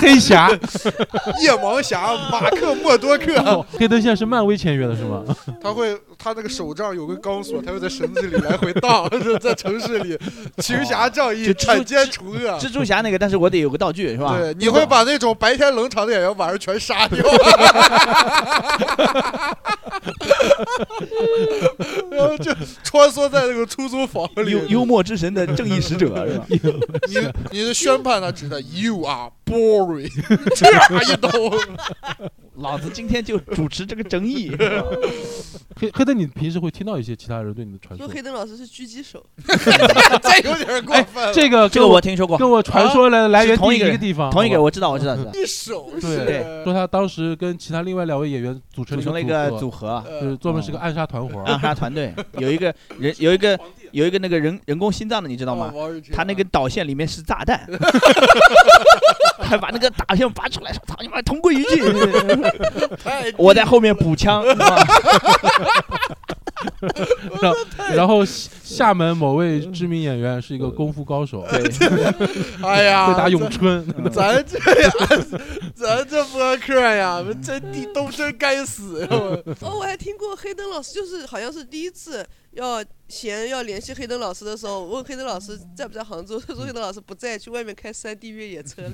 Speaker 2: 黑侠， (laughs)
Speaker 4: 夜盲侠马克莫多克，啊
Speaker 2: 哦黑灯现在是漫威签约的是吗？
Speaker 4: 他会他那个手杖有根钢索，他会在绳子里来回荡， (laughs) 是在城市里行侠仗义，
Speaker 3: 就蜘蛛
Speaker 4: 铲奸除
Speaker 2: 啊
Speaker 4: 恶。
Speaker 3: 蜘蛛侠那个，但是我得有个道具是吧？
Speaker 4: 对，你会把那种白天冷场的演员晚上全杀掉。然后就穿梭在那个出租房里
Speaker 3: (laughs) 幽，幽默之神的正义
Speaker 2: (laughs)
Speaker 3: 使者是吧？
Speaker 4: 你你的宣判他指的 you are
Speaker 3: (laughs)
Speaker 4: boring，这一刀，
Speaker 3: 老子今天就主持这个争
Speaker 4: (laughs)
Speaker 3: 议，是吧
Speaker 2: 黑黑灯，你平时会听到一些其他人对你的传
Speaker 5: 说
Speaker 2: 说？
Speaker 5: 黑灯老师是狙击手，
Speaker 4: 这有点过分了。
Speaker 2: 这个
Speaker 3: (laughs) 哎呃这个我听说过，
Speaker 2: 跟我传说来来源
Speaker 3: 是同
Speaker 2: 地
Speaker 3: 一个
Speaker 2: 一个
Speaker 3: 人
Speaker 2: 地方，啊
Speaker 3: 同一个
Speaker 2: 好吧
Speaker 3: 我知道，我知道，
Speaker 2: (laughs)
Speaker 3: 知道，
Speaker 4: 一手
Speaker 2: 对
Speaker 4: 是
Speaker 3: 对
Speaker 2: 说他呃当时跟其他另外两位演员组成
Speaker 3: 组
Speaker 2: 了
Speaker 3: 成了一
Speaker 2: 个
Speaker 3: 个组嗯啊合，
Speaker 4: 呃
Speaker 2: 就是专门是个暗杀团伙儿。
Speaker 3: 暗杀团队，有一个人，有一个
Speaker 2: 啊
Speaker 3: 有一个那个人人工心脏的，你知道吗
Speaker 4: 哦？王日之
Speaker 3: 他那个导线里面是
Speaker 2: (laughs)
Speaker 3: 炸弹，还把那个导线拔出来，说操你妈，同归于尽！
Speaker 4: 啊太低
Speaker 3: 我在后面补
Speaker 4: (laughs)
Speaker 3: 枪，是吧啊
Speaker 2: 然后， (laughs) 然后厦厦门某位知名演员是一个功夫高手，会
Speaker 4: 哎呀，
Speaker 2: 打咏春。
Speaker 3: 啊
Speaker 4: (laughs) 咱咱这呀，咱这播客呀，真地都真该死呀！我
Speaker 3: 嗯
Speaker 5: 哦，我还听过黑灯老师，就是好像是第一次要闲要联系黑灯老师的时候，问黑灯老师在不在杭州，他说黑灯老师不在，去外面开山地越野
Speaker 3: (laughs)
Speaker 5: 车了。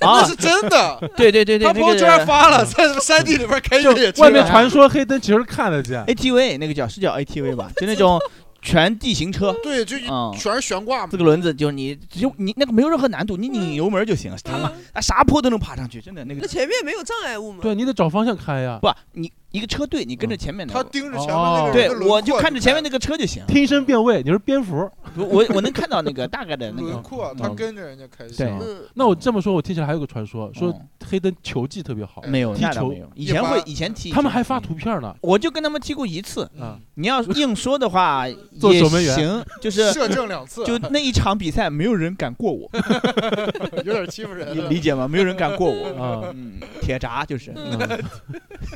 Speaker 4: 那
Speaker 3: 啊
Speaker 4: 是，真的，
Speaker 3: 对对对对，
Speaker 4: 他
Speaker 3: 那
Speaker 4: 朋友
Speaker 3: 个
Speaker 4: 圈发了，在山地里边开越野
Speaker 2: (laughs)
Speaker 4: 车，
Speaker 2: 外面传说黑灯其实看得
Speaker 3: 哎
Speaker 2: 见，
Speaker 3: ATV 那个叫是叫 ATV 吧，就那种全地形
Speaker 4: (laughs)
Speaker 3: 车，
Speaker 4: 对，就一
Speaker 3: 嗯。
Speaker 4: 全是悬挂
Speaker 3: 四
Speaker 4: 嘛。
Speaker 3: 个轮子，就是你，只有你那个没有任何难度，你
Speaker 4: 嗯
Speaker 3: 拧油门就行了。他妈，那啥坡都能爬上去，真的那
Speaker 5: 那
Speaker 3: 个
Speaker 5: 前面没有障碍物吗？
Speaker 2: 对你得找方向开呀。
Speaker 3: (laughs) 不，你一个车队，你跟着前面的。
Speaker 4: 他盯着前面那个人
Speaker 3: 对
Speaker 4: 的，嗯轮廓
Speaker 3: 我就看着前面那个车就行。
Speaker 2: 听声辨位，你是蝙蝠。
Speaker 3: 我我我能看到那
Speaker 4: (laughs)
Speaker 3: 个大概的那
Speaker 4: 轮
Speaker 3: 个，嗯
Speaker 4: 廓，他跟着人家开
Speaker 3: 对
Speaker 4: 车
Speaker 2: 嗯。
Speaker 5: 嗯，
Speaker 2: 那我这么说，我听起来还有个传说，说
Speaker 3: 嗯
Speaker 2: 黑灯球技特别好，
Speaker 3: 没有，
Speaker 2: 踢
Speaker 3: 那倒
Speaker 2: 球
Speaker 3: 没有。以
Speaker 4: 一
Speaker 3: 前会，
Speaker 4: 般
Speaker 3: 以前踢，嗯
Speaker 2: 他们还发图。片呢。
Speaker 3: 我就跟他们踢过一次。
Speaker 2: 啊，
Speaker 3: 你
Speaker 4: (laughs)
Speaker 3: 要硬说的话
Speaker 2: 做
Speaker 3: 也
Speaker 2: 守门员
Speaker 3: 行，就是
Speaker 4: 射正两次，
Speaker 3: 就那一场比赛，没有人敢过我，
Speaker 4: 有点欺负人
Speaker 3: 你
Speaker 4: 了。
Speaker 3: 理解吗？没有人敢过我。
Speaker 2: 啊，
Speaker 3: 嗯，铁闸就是。
Speaker 2: 嗯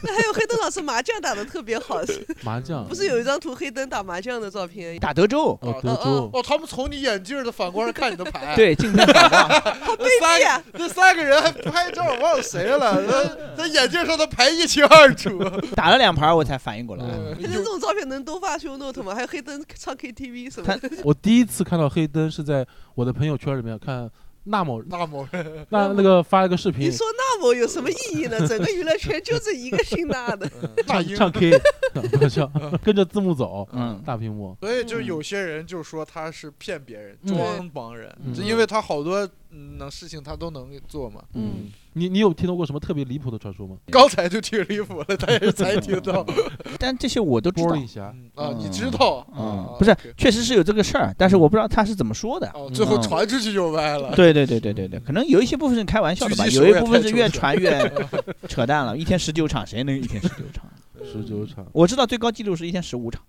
Speaker 5: 那还有黑灯老师麻将打的特别好，是
Speaker 2: 麻将
Speaker 5: 不，是有一张图黑灯打麻将的照片？
Speaker 3: 打德州，
Speaker 2: 哦，德州，
Speaker 4: 哦，他们从你眼镜的反光上看你的牌。，
Speaker 3: 对，竞争很大。
Speaker 5: 好卑
Speaker 4: 三
Speaker 5: 鄙啊！
Speaker 4: 个那三个人还拍照，忘了谁了。他他眼镜上的牌一清二楚。 (laughs)
Speaker 3: 打了两盘，我才反应过来。
Speaker 2: (laughs) 嗯
Speaker 5: 黑灯哎这种照片能多发修 note 吗？还有黑灯唱 KTV 什么的，
Speaker 2: 我第一次看到黑灯是在我的朋友圈里面看那某
Speaker 4: 那么
Speaker 2: 那那个发了个视
Speaker 5: 你
Speaker 2: 频，
Speaker 5: 说那某有什么意义呢？整个娱乐圈就这一个姓那的，
Speaker 4: 那
Speaker 2: 唱
Speaker 4: 英，
Speaker 2: 唱 K，不 (laughs) 是跟着字幕走，
Speaker 3: 嗯，
Speaker 2: 大屏幕，
Speaker 4: 所以就有些人就说他是骗别人，
Speaker 2: 嗯
Speaker 4: 装盲人，
Speaker 2: 嗯
Speaker 4: 就因为他好多嗯能事情他都能做嘛。
Speaker 3: 嗯，
Speaker 2: 你你有听到过什么特别离谱的传说吗？
Speaker 4: 刚才就挺离谱了，他也
Speaker 3: (laughs)
Speaker 4: 是才听到
Speaker 3: 嗯但这些我都知
Speaker 2: 玻
Speaker 3: 道，
Speaker 2: 璃侠，
Speaker 4: 嗯啊，你知道
Speaker 3: 嗯
Speaker 4: 啊，？
Speaker 3: 不是
Speaker 4: OK，
Speaker 3: 确实是有这个事儿，但是我不知道他是怎么说的。
Speaker 4: 哦，最后
Speaker 3: 嗯
Speaker 4: 传出去就
Speaker 3: (laughs)
Speaker 4: 歪了。
Speaker 3: 对对对对对对，可能有一些部分是开玩笑的吧，
Speaker 4: 狙击手
Speaker 3: 有一
Speaker 4: 也
Speaker 3: 部分
Speaker 4: 太
Speaker 3: 是越
Speaker 4: 抽象
Speaker 3: 传越扯淡了。一天十九场，谁能一天十九场？ (laughs)
Speaker 2: 十九场，
Speaker 3: 我知道最高纪录是一天十五场，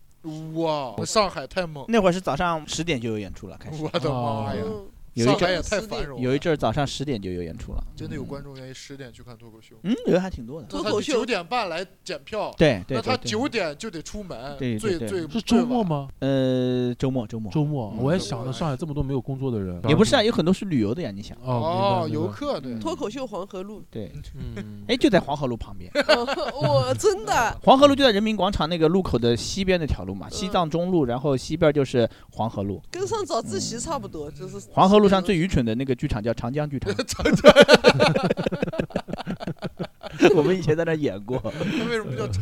Speaker 4: 哇，上海太猛，
Speaker 3: 那会儿是早上十点就有演出了，开始
Speaker 4: 我的
Speaker 3: 哎
Speaker 4: 妈呀！
Speaker 5: 嗯，
Speaker 3: 哦有一
Speaker 4: 上
Speaker 3: 阵
Speaker 4: 海也太繁荣了，
Speaker 3: 有一阵儿嗯早上十点就有演出了，
Speaker 4: 真的有观众愿意十点去看脱口秀，
Speaker 3: 嗯，人还挺多的。
Speaker 5: 脱口秀
Speaker 4: 九点半来检票，
Speaker 3: 对对
Speaker 4: 那他
Speaker 3: 对对，
Speaker 4: 九点就得出门，
Speaker 3: 对对
Speaker 4: 最
Speaker 3: 对
Speaker 4: 最
Speaker 2: 是周末
Speaker 4: 最晚
Speaker 2: 吗？
Speaker 3: 呃，周末周末
Speaker 2: 周末，
Speaker 3: 嗯
Speaker 2: 我也
Speaker 4: 周末
Speaker 2: 想
Speaker 4: 来
Speaker 2: 着上海这么多没有工作的人，
Speaker 3: 也不是啊，有很多是旅游的呀，你想，
Speaker 2: 哦
Speaker 4: 哦，，
Speaker 2: 明白嗯
Speaker 4: 游，客对，
Speaker 5: 脱口秀黄河路，嗯
Speaker 3: 对，
Speaker 2: 明白嗯，
Speaker 3: 哎，就在黄河路旁边，
Speaker 5: 我真的
Speaker 3: 黄河路就在人民广场那个路口的西边那条路嘛，西藏中路，然后西边就是黄河路。
Speaker 5: 跟上早自习差不多，就是
Speaker 3: 嗯
Speaker 5: 嗯
Speaker 3: 黄河路上最愚蠢的那个剧场叫 (laughs) 长江剧场，我们以前在那儿演 (laughs) 过，
Speaker 4: 那为什么叫黄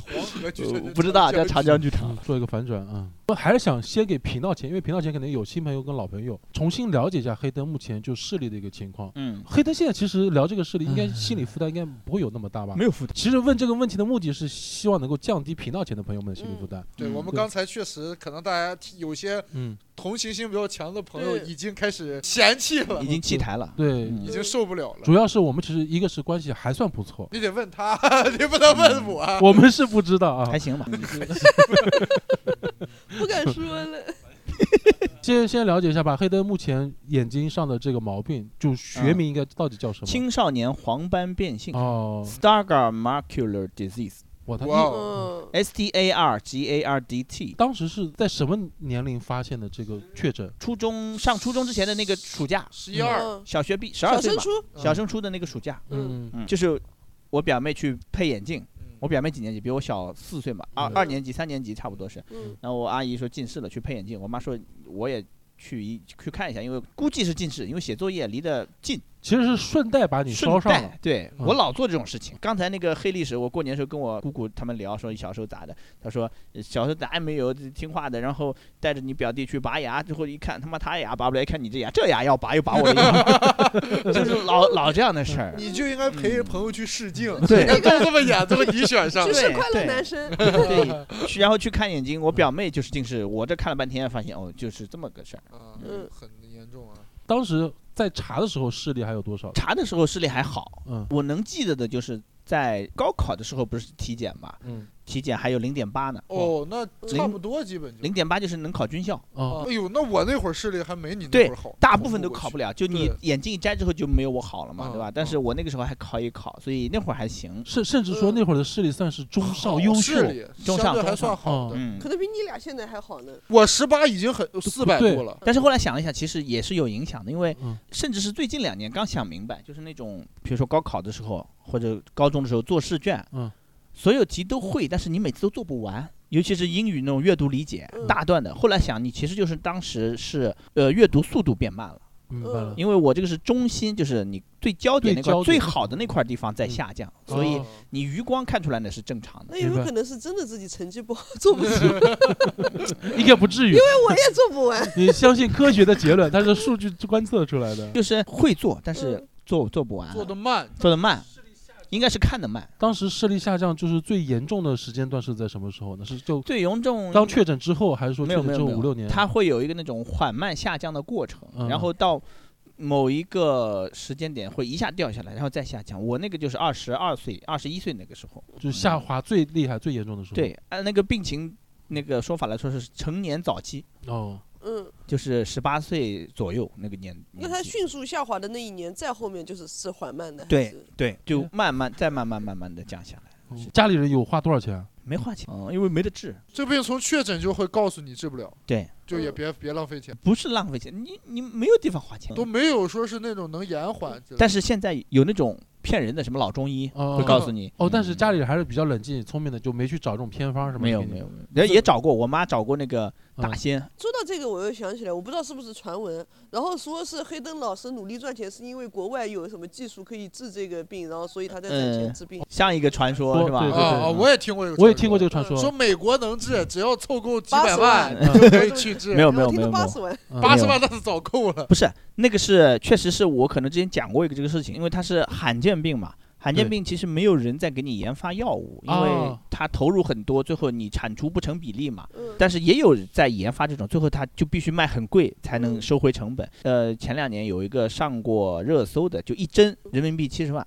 Speaker 4: 河剧
Speaker 3: 呃
Speaker 4: 场？
Speaker 3: 不知道叫长
Speaker 4: 长
Speaker 3: 江剧
Speaker 2: 嗯
Speaker 3: 场。
Speaker 2: 做一个反转啊！我还是想先给频道前，因为频道前肯定有新朋友跟老朋友，重新了解一下黑灯目前就势力的一个情况。
Speaker 3: 嗯，
Speaker 2: 黑灯现在其实聊这个势力，应该心理负担应该不会有那么大吧？
Speaker 3: 没有负担。
Speaker 2: 其实问这个问题的目的是希望能够降低频道前的朋友们的心理负担。
Speaker 3: 嗯
Speaker 4: 对我们
Speaker 2: 对
Speaker 4: 刚才确实可能大家听有些
Speaker 2: 嗯，
Speaker 4: 同情心比较强的朋友
Speaker 5: 对
Speaker 4: 已经开始嫌弃了
Speaker 3: 已，经弃台了。
Speaker 2: 对，
Speaker 4: 已
Speaker 3: 嗯
Speaker 4: 经受不了了。
Speaker 2: 主要是我们其实一个是关系还算不错，
Speaker 4: 你得问他， (laughs) 你不能问我。
Speaker 2: 我们是不知道啊
Speaker 3: 还。行吧，
Speaker 5: 不敢说
Speaker 3: (laughs)
Speaker 5: 了。嗯
Speaker 2: 先先了解一下吧，黑灯目前眼睛上的这个毛病，就
Speaker 3: 嗯
Speaker 2: 学名应该到底叫什么？
Speaker 3: 青少年黄斑变性
Speaker 2: 哦，
Speaker 3: （Stargardt macular disease，S
Speaker 2: 我他
Speaker 4: 哇哦，
Speaker 5: 嗯，
Speaker 3: T A R G A R D T）。
Speaker 2: 当时是在什么年龄发现的这个确诊？
Speaker 3: 初中上初中之前的那个暑假，
Speaker 4: 十一二，
Speaker 5: 嗯
Speaker 3: 小学毕十二
Speaker 5: 小
Speaker 3: 岁
Speaker 5: 升
Speaker 3: 吧，
Speaker 5: 初，
Speaker 3: 小升初的那个暑假，
Speaker 2: 嗯
Speaker 5: 嗯，
Speaker 3: 嗯就是我表妹去配眼镜。我
Speaker 4: 嗯
Speaker 3: 表妹几年级，比我小四岁嘛，二
Speaker 2: 嗯
Speaker 3: 二年级、三年级差不多是。
Speaker 5: 嗯
Speaker 3: 然后我阿姨说近视了，去配眼镜。我妈说我也去一去看一下，因为估计是近视，因为写作业离得近，
Speaker 2: 其实是顺带把你
Speaker 3: 顺
Speaker 2: 捎上了
Speaker 3: 带。。对
Speaker 2: 嗯
Speaker 3: 我老做这种事情。刚才那个黑历史，我过年时候跟我姑姑他们聊，说小时候咋的，她说呃小时候咋也没有听话的，然后带着你表弟去拔牙，最后一看他妈他牙拔不了，一看你这牙，这牙要拔又拔我的牙， (laughs) 就是老老这样的
Speaker 4: (laughs)
Speaker 3: 事儿。
Speaker 4: 你就应该陪朋友去试镜，
Speaker 3: 嗯对
Speaker 4: (laughs) 都这么演，最后你选上
Speaker 5: 就
Speaker 4: 了。
Speaker 5: 是快乐
Speaker 3: 对
Speaker 5: 男
Speaker 3: (laughs)
Speaker 5: 生，
Speaker 3: 对，去然后去看眼睛，我表妹就是近视，我这看了半天发现哦，就是这么个事儿。
Speaker 4: 啊
Speaker 5: 嗯，
Speaker 4: 很严重啊。
Speaker 2: 当时在查的时候视力还有多少？
Speaker 3: 查的时候视力还好，
Speaker 2: 嗯
Speaker 3: 我能记得的就是在高考的时候不是体检嘛，
Speaker 2: 嗯
Speaker 3: 体检还有零点八呢，
Speaker 4: 哦，那差不多基本就
Speaker 3: 零。点八就是能考军校，
Speaker 2: 啊，
Speaker 4: 哎呦，那我那会儿视力还没你那
Speaker 3: 对
Speaker 4: 会儿好，
Speaker 3: 大部分都考不
Speaker 4: 了。
Speaker 3: 了，就你
Speaker 4: 对
Speaker 3: 眼镜一摘之后就没有我好了嘛，
Speaker 4: 嗯
Speaker 3: 对吧？但是我那个时候还考一考，所以那会儿还行，
Speaker 2: 甚甚至说那会儿的视力算是中上优秀
Speaker 4: 视。力
Speaker 3: 中
Speaker 4: 相
Speaker 3: 上
Speaker 4: 对还
Speaker 3: 中
Speaker 4: 算
Speaker 3: 上
Speaker 4: 好的。
Speaker 3: 嗯
Speaker 5: 可。能比你俩现在还好呢。
Speaker 4: 我十八已经很四百
Speaker 2: 对
Speaker 4: 多了，
Speaker 3: 但是后来想了一下，其实也是有影响的，因为
Speaker 2: 嗯
Speaker 3: 甚至是最近两年刚想明白，就是那种比如说高考的时候或者高中的时候做试卷，
Speaker 2: 嗯，
Speaker 3: 所有题都会，但是你每次都做不完，尤其是英语那种阅读理解
Speaker 5: 嗯
Speaker 3: 大段的。后来想，你其实就是当时是呃阅读速度变慢了，
Speaker 2: 明白了。
Speaker 3: 因为我这个是中心，就是你最焦点那块
Speaker 2: 最焦点
Speaker 3: 最好的那块地方在下降，所以
Speaker 4: 嗯
Speaker 2: 哦
Speaker 3: 你余光看出来那是正常的。
Speaker 5: 那有没
Speaker 2: 明白
Speaker 5: 有可能是真的自己成绩不好， (laughs) 做不出，
Speaker 2: (laughs)
Speaker 3: 嗯
Speaker 2: 应该不至于。
Speaker 5: 我也做不完。
Speaker 2: 你相信科学的结论，它是数据观测出来的。
Speaker 3: 就是会做，但是做嗯做不完，
Speaker 4: 做的慢，
Speaker 3: 做得慢，应该是看得慢。
Speaker 2: 当时视力下降就是最严重的时间段是在什么时候呢？是就
Speaker 3: 最严重
Speaker 2: 刚确诊之后，还是说
Speaker 3: 嗯
Speaker 2: 确
Speaker 3: 没有
Speaker 2: 诊
Speaker 3: 没
Speaker 2: 之
Speaker 3: 有
Speaker 2: 后
Speaker 3: 没
Speaker 2: 五六
Speaker 3: 有，
Speaker 2: 年？
Speaker 3: 它会有一个那种缓慢下降的过程，
Speaker 2: 嗯
Speaker 3: 然后到某一个时间点会一下掉下来，然后再下降。我那个就是二十二岁、二十一岁那个时候，
Speaker 2: 就下滑最厉害、最严重的时候。，
Speaker 3: 对，按那个病情那个说法来说是成年早期，
Speaker 2: 哦，
Speaker 5: 嗯，
Speaker 3: 就是十八岁左右那个年
Speaker 5: 那
Speaker 3: 年
Speaker 5: 他
Speaker 3: 纪。
Speaker 5: 迅速下滑的那一年，再后面就是是缓慢的，还
Speaker 3: 对
Speaker 5: 是
Speaker 3: 对，就慢慢再慢慢慢慢的降下来，
Speaker 2: 哦家里人有花多少钱啊？
Speaker 3: 没花钱，嗯，因为没得治，
Speaker 4: 这病从确诊就会告诉你治不了，
Speaker 3: 对，嗯
Speaker 4: 就也别别浪费钱，
Speaker 3: 不是浪费钱，你你没有地方花钱。啊
Speaker 4: 都没有说是那种能延缓之类的。
Speaker 3: 但是现在有那种骗人的什么老中医
Speaker 2: 哦
Speaker 3: 会告诉你
Speaker 2: 哦，但是
Speaker 3: 嗯
Speaker 2: 家里人还是比较冷静、聪明的，就没去找这种偏方什么的。
Speaker 3: 没有
Speaker 2: 给你嗯
Speaker 3: 没有，没有，也也找过，我妈找过那个大仙，
Speaker 5: 说到这个，我又想起来，我不知道是不是传闻，然后说是黑灯老师努力赚钱，是因为国外有什么技术可以治这个病，然后所以他在攒
Speaker 3: 嗯
Speaker 5: 钱治病。
Speaker 3: 像一个传说
Speaker 2: 哦
Speaker 3: 是吧？
Speaker 2: 对对
Speaker 4: 啊啊！
Speaker 2: 嗯
Speaker 4: 我也听过这个，
Speaker 2: 我也听过这个传
Speaker 5: 个
Speaker 4: 说
Speaker 2: 说，
Speaker 4: 美国能治，只要凑够几百
Speaker 5: 80万
Speaker 4: 万你就可以去
Speaker 3: 嗯
Speaker 4: 治。
Speaker 3: 没有没有
Speaker 5: 然后哎听
Speaker 3: 没
Speaker 5: 到
Speaker 3: 有没
Speaker 5: 八
Speaker 3: 有
Speaker 5: 十，万，
Speaker 2: 嗯
Speaker 4: 八十万那是早够了。
Speaker 3: 不是那个是确实是我可能之前讲过一个这个事情，因为它是罕见病嘛。罕见
Speaker 2: 对
Speaker 3: 病其实没有人在给你研发药物，因为
Speaker 2: 啊
Speaker 3: 它投入很多，最后你产出不成比例嘛。
Speaker 5: 嗯，
Speaker 3: 但是也有在研发这种，最后它就必须卖很贵才能
Speaker 5: 嗯
Speaker 3: 收回成本。呃，前两年有一个上过热搜的，就一针人民币七十万，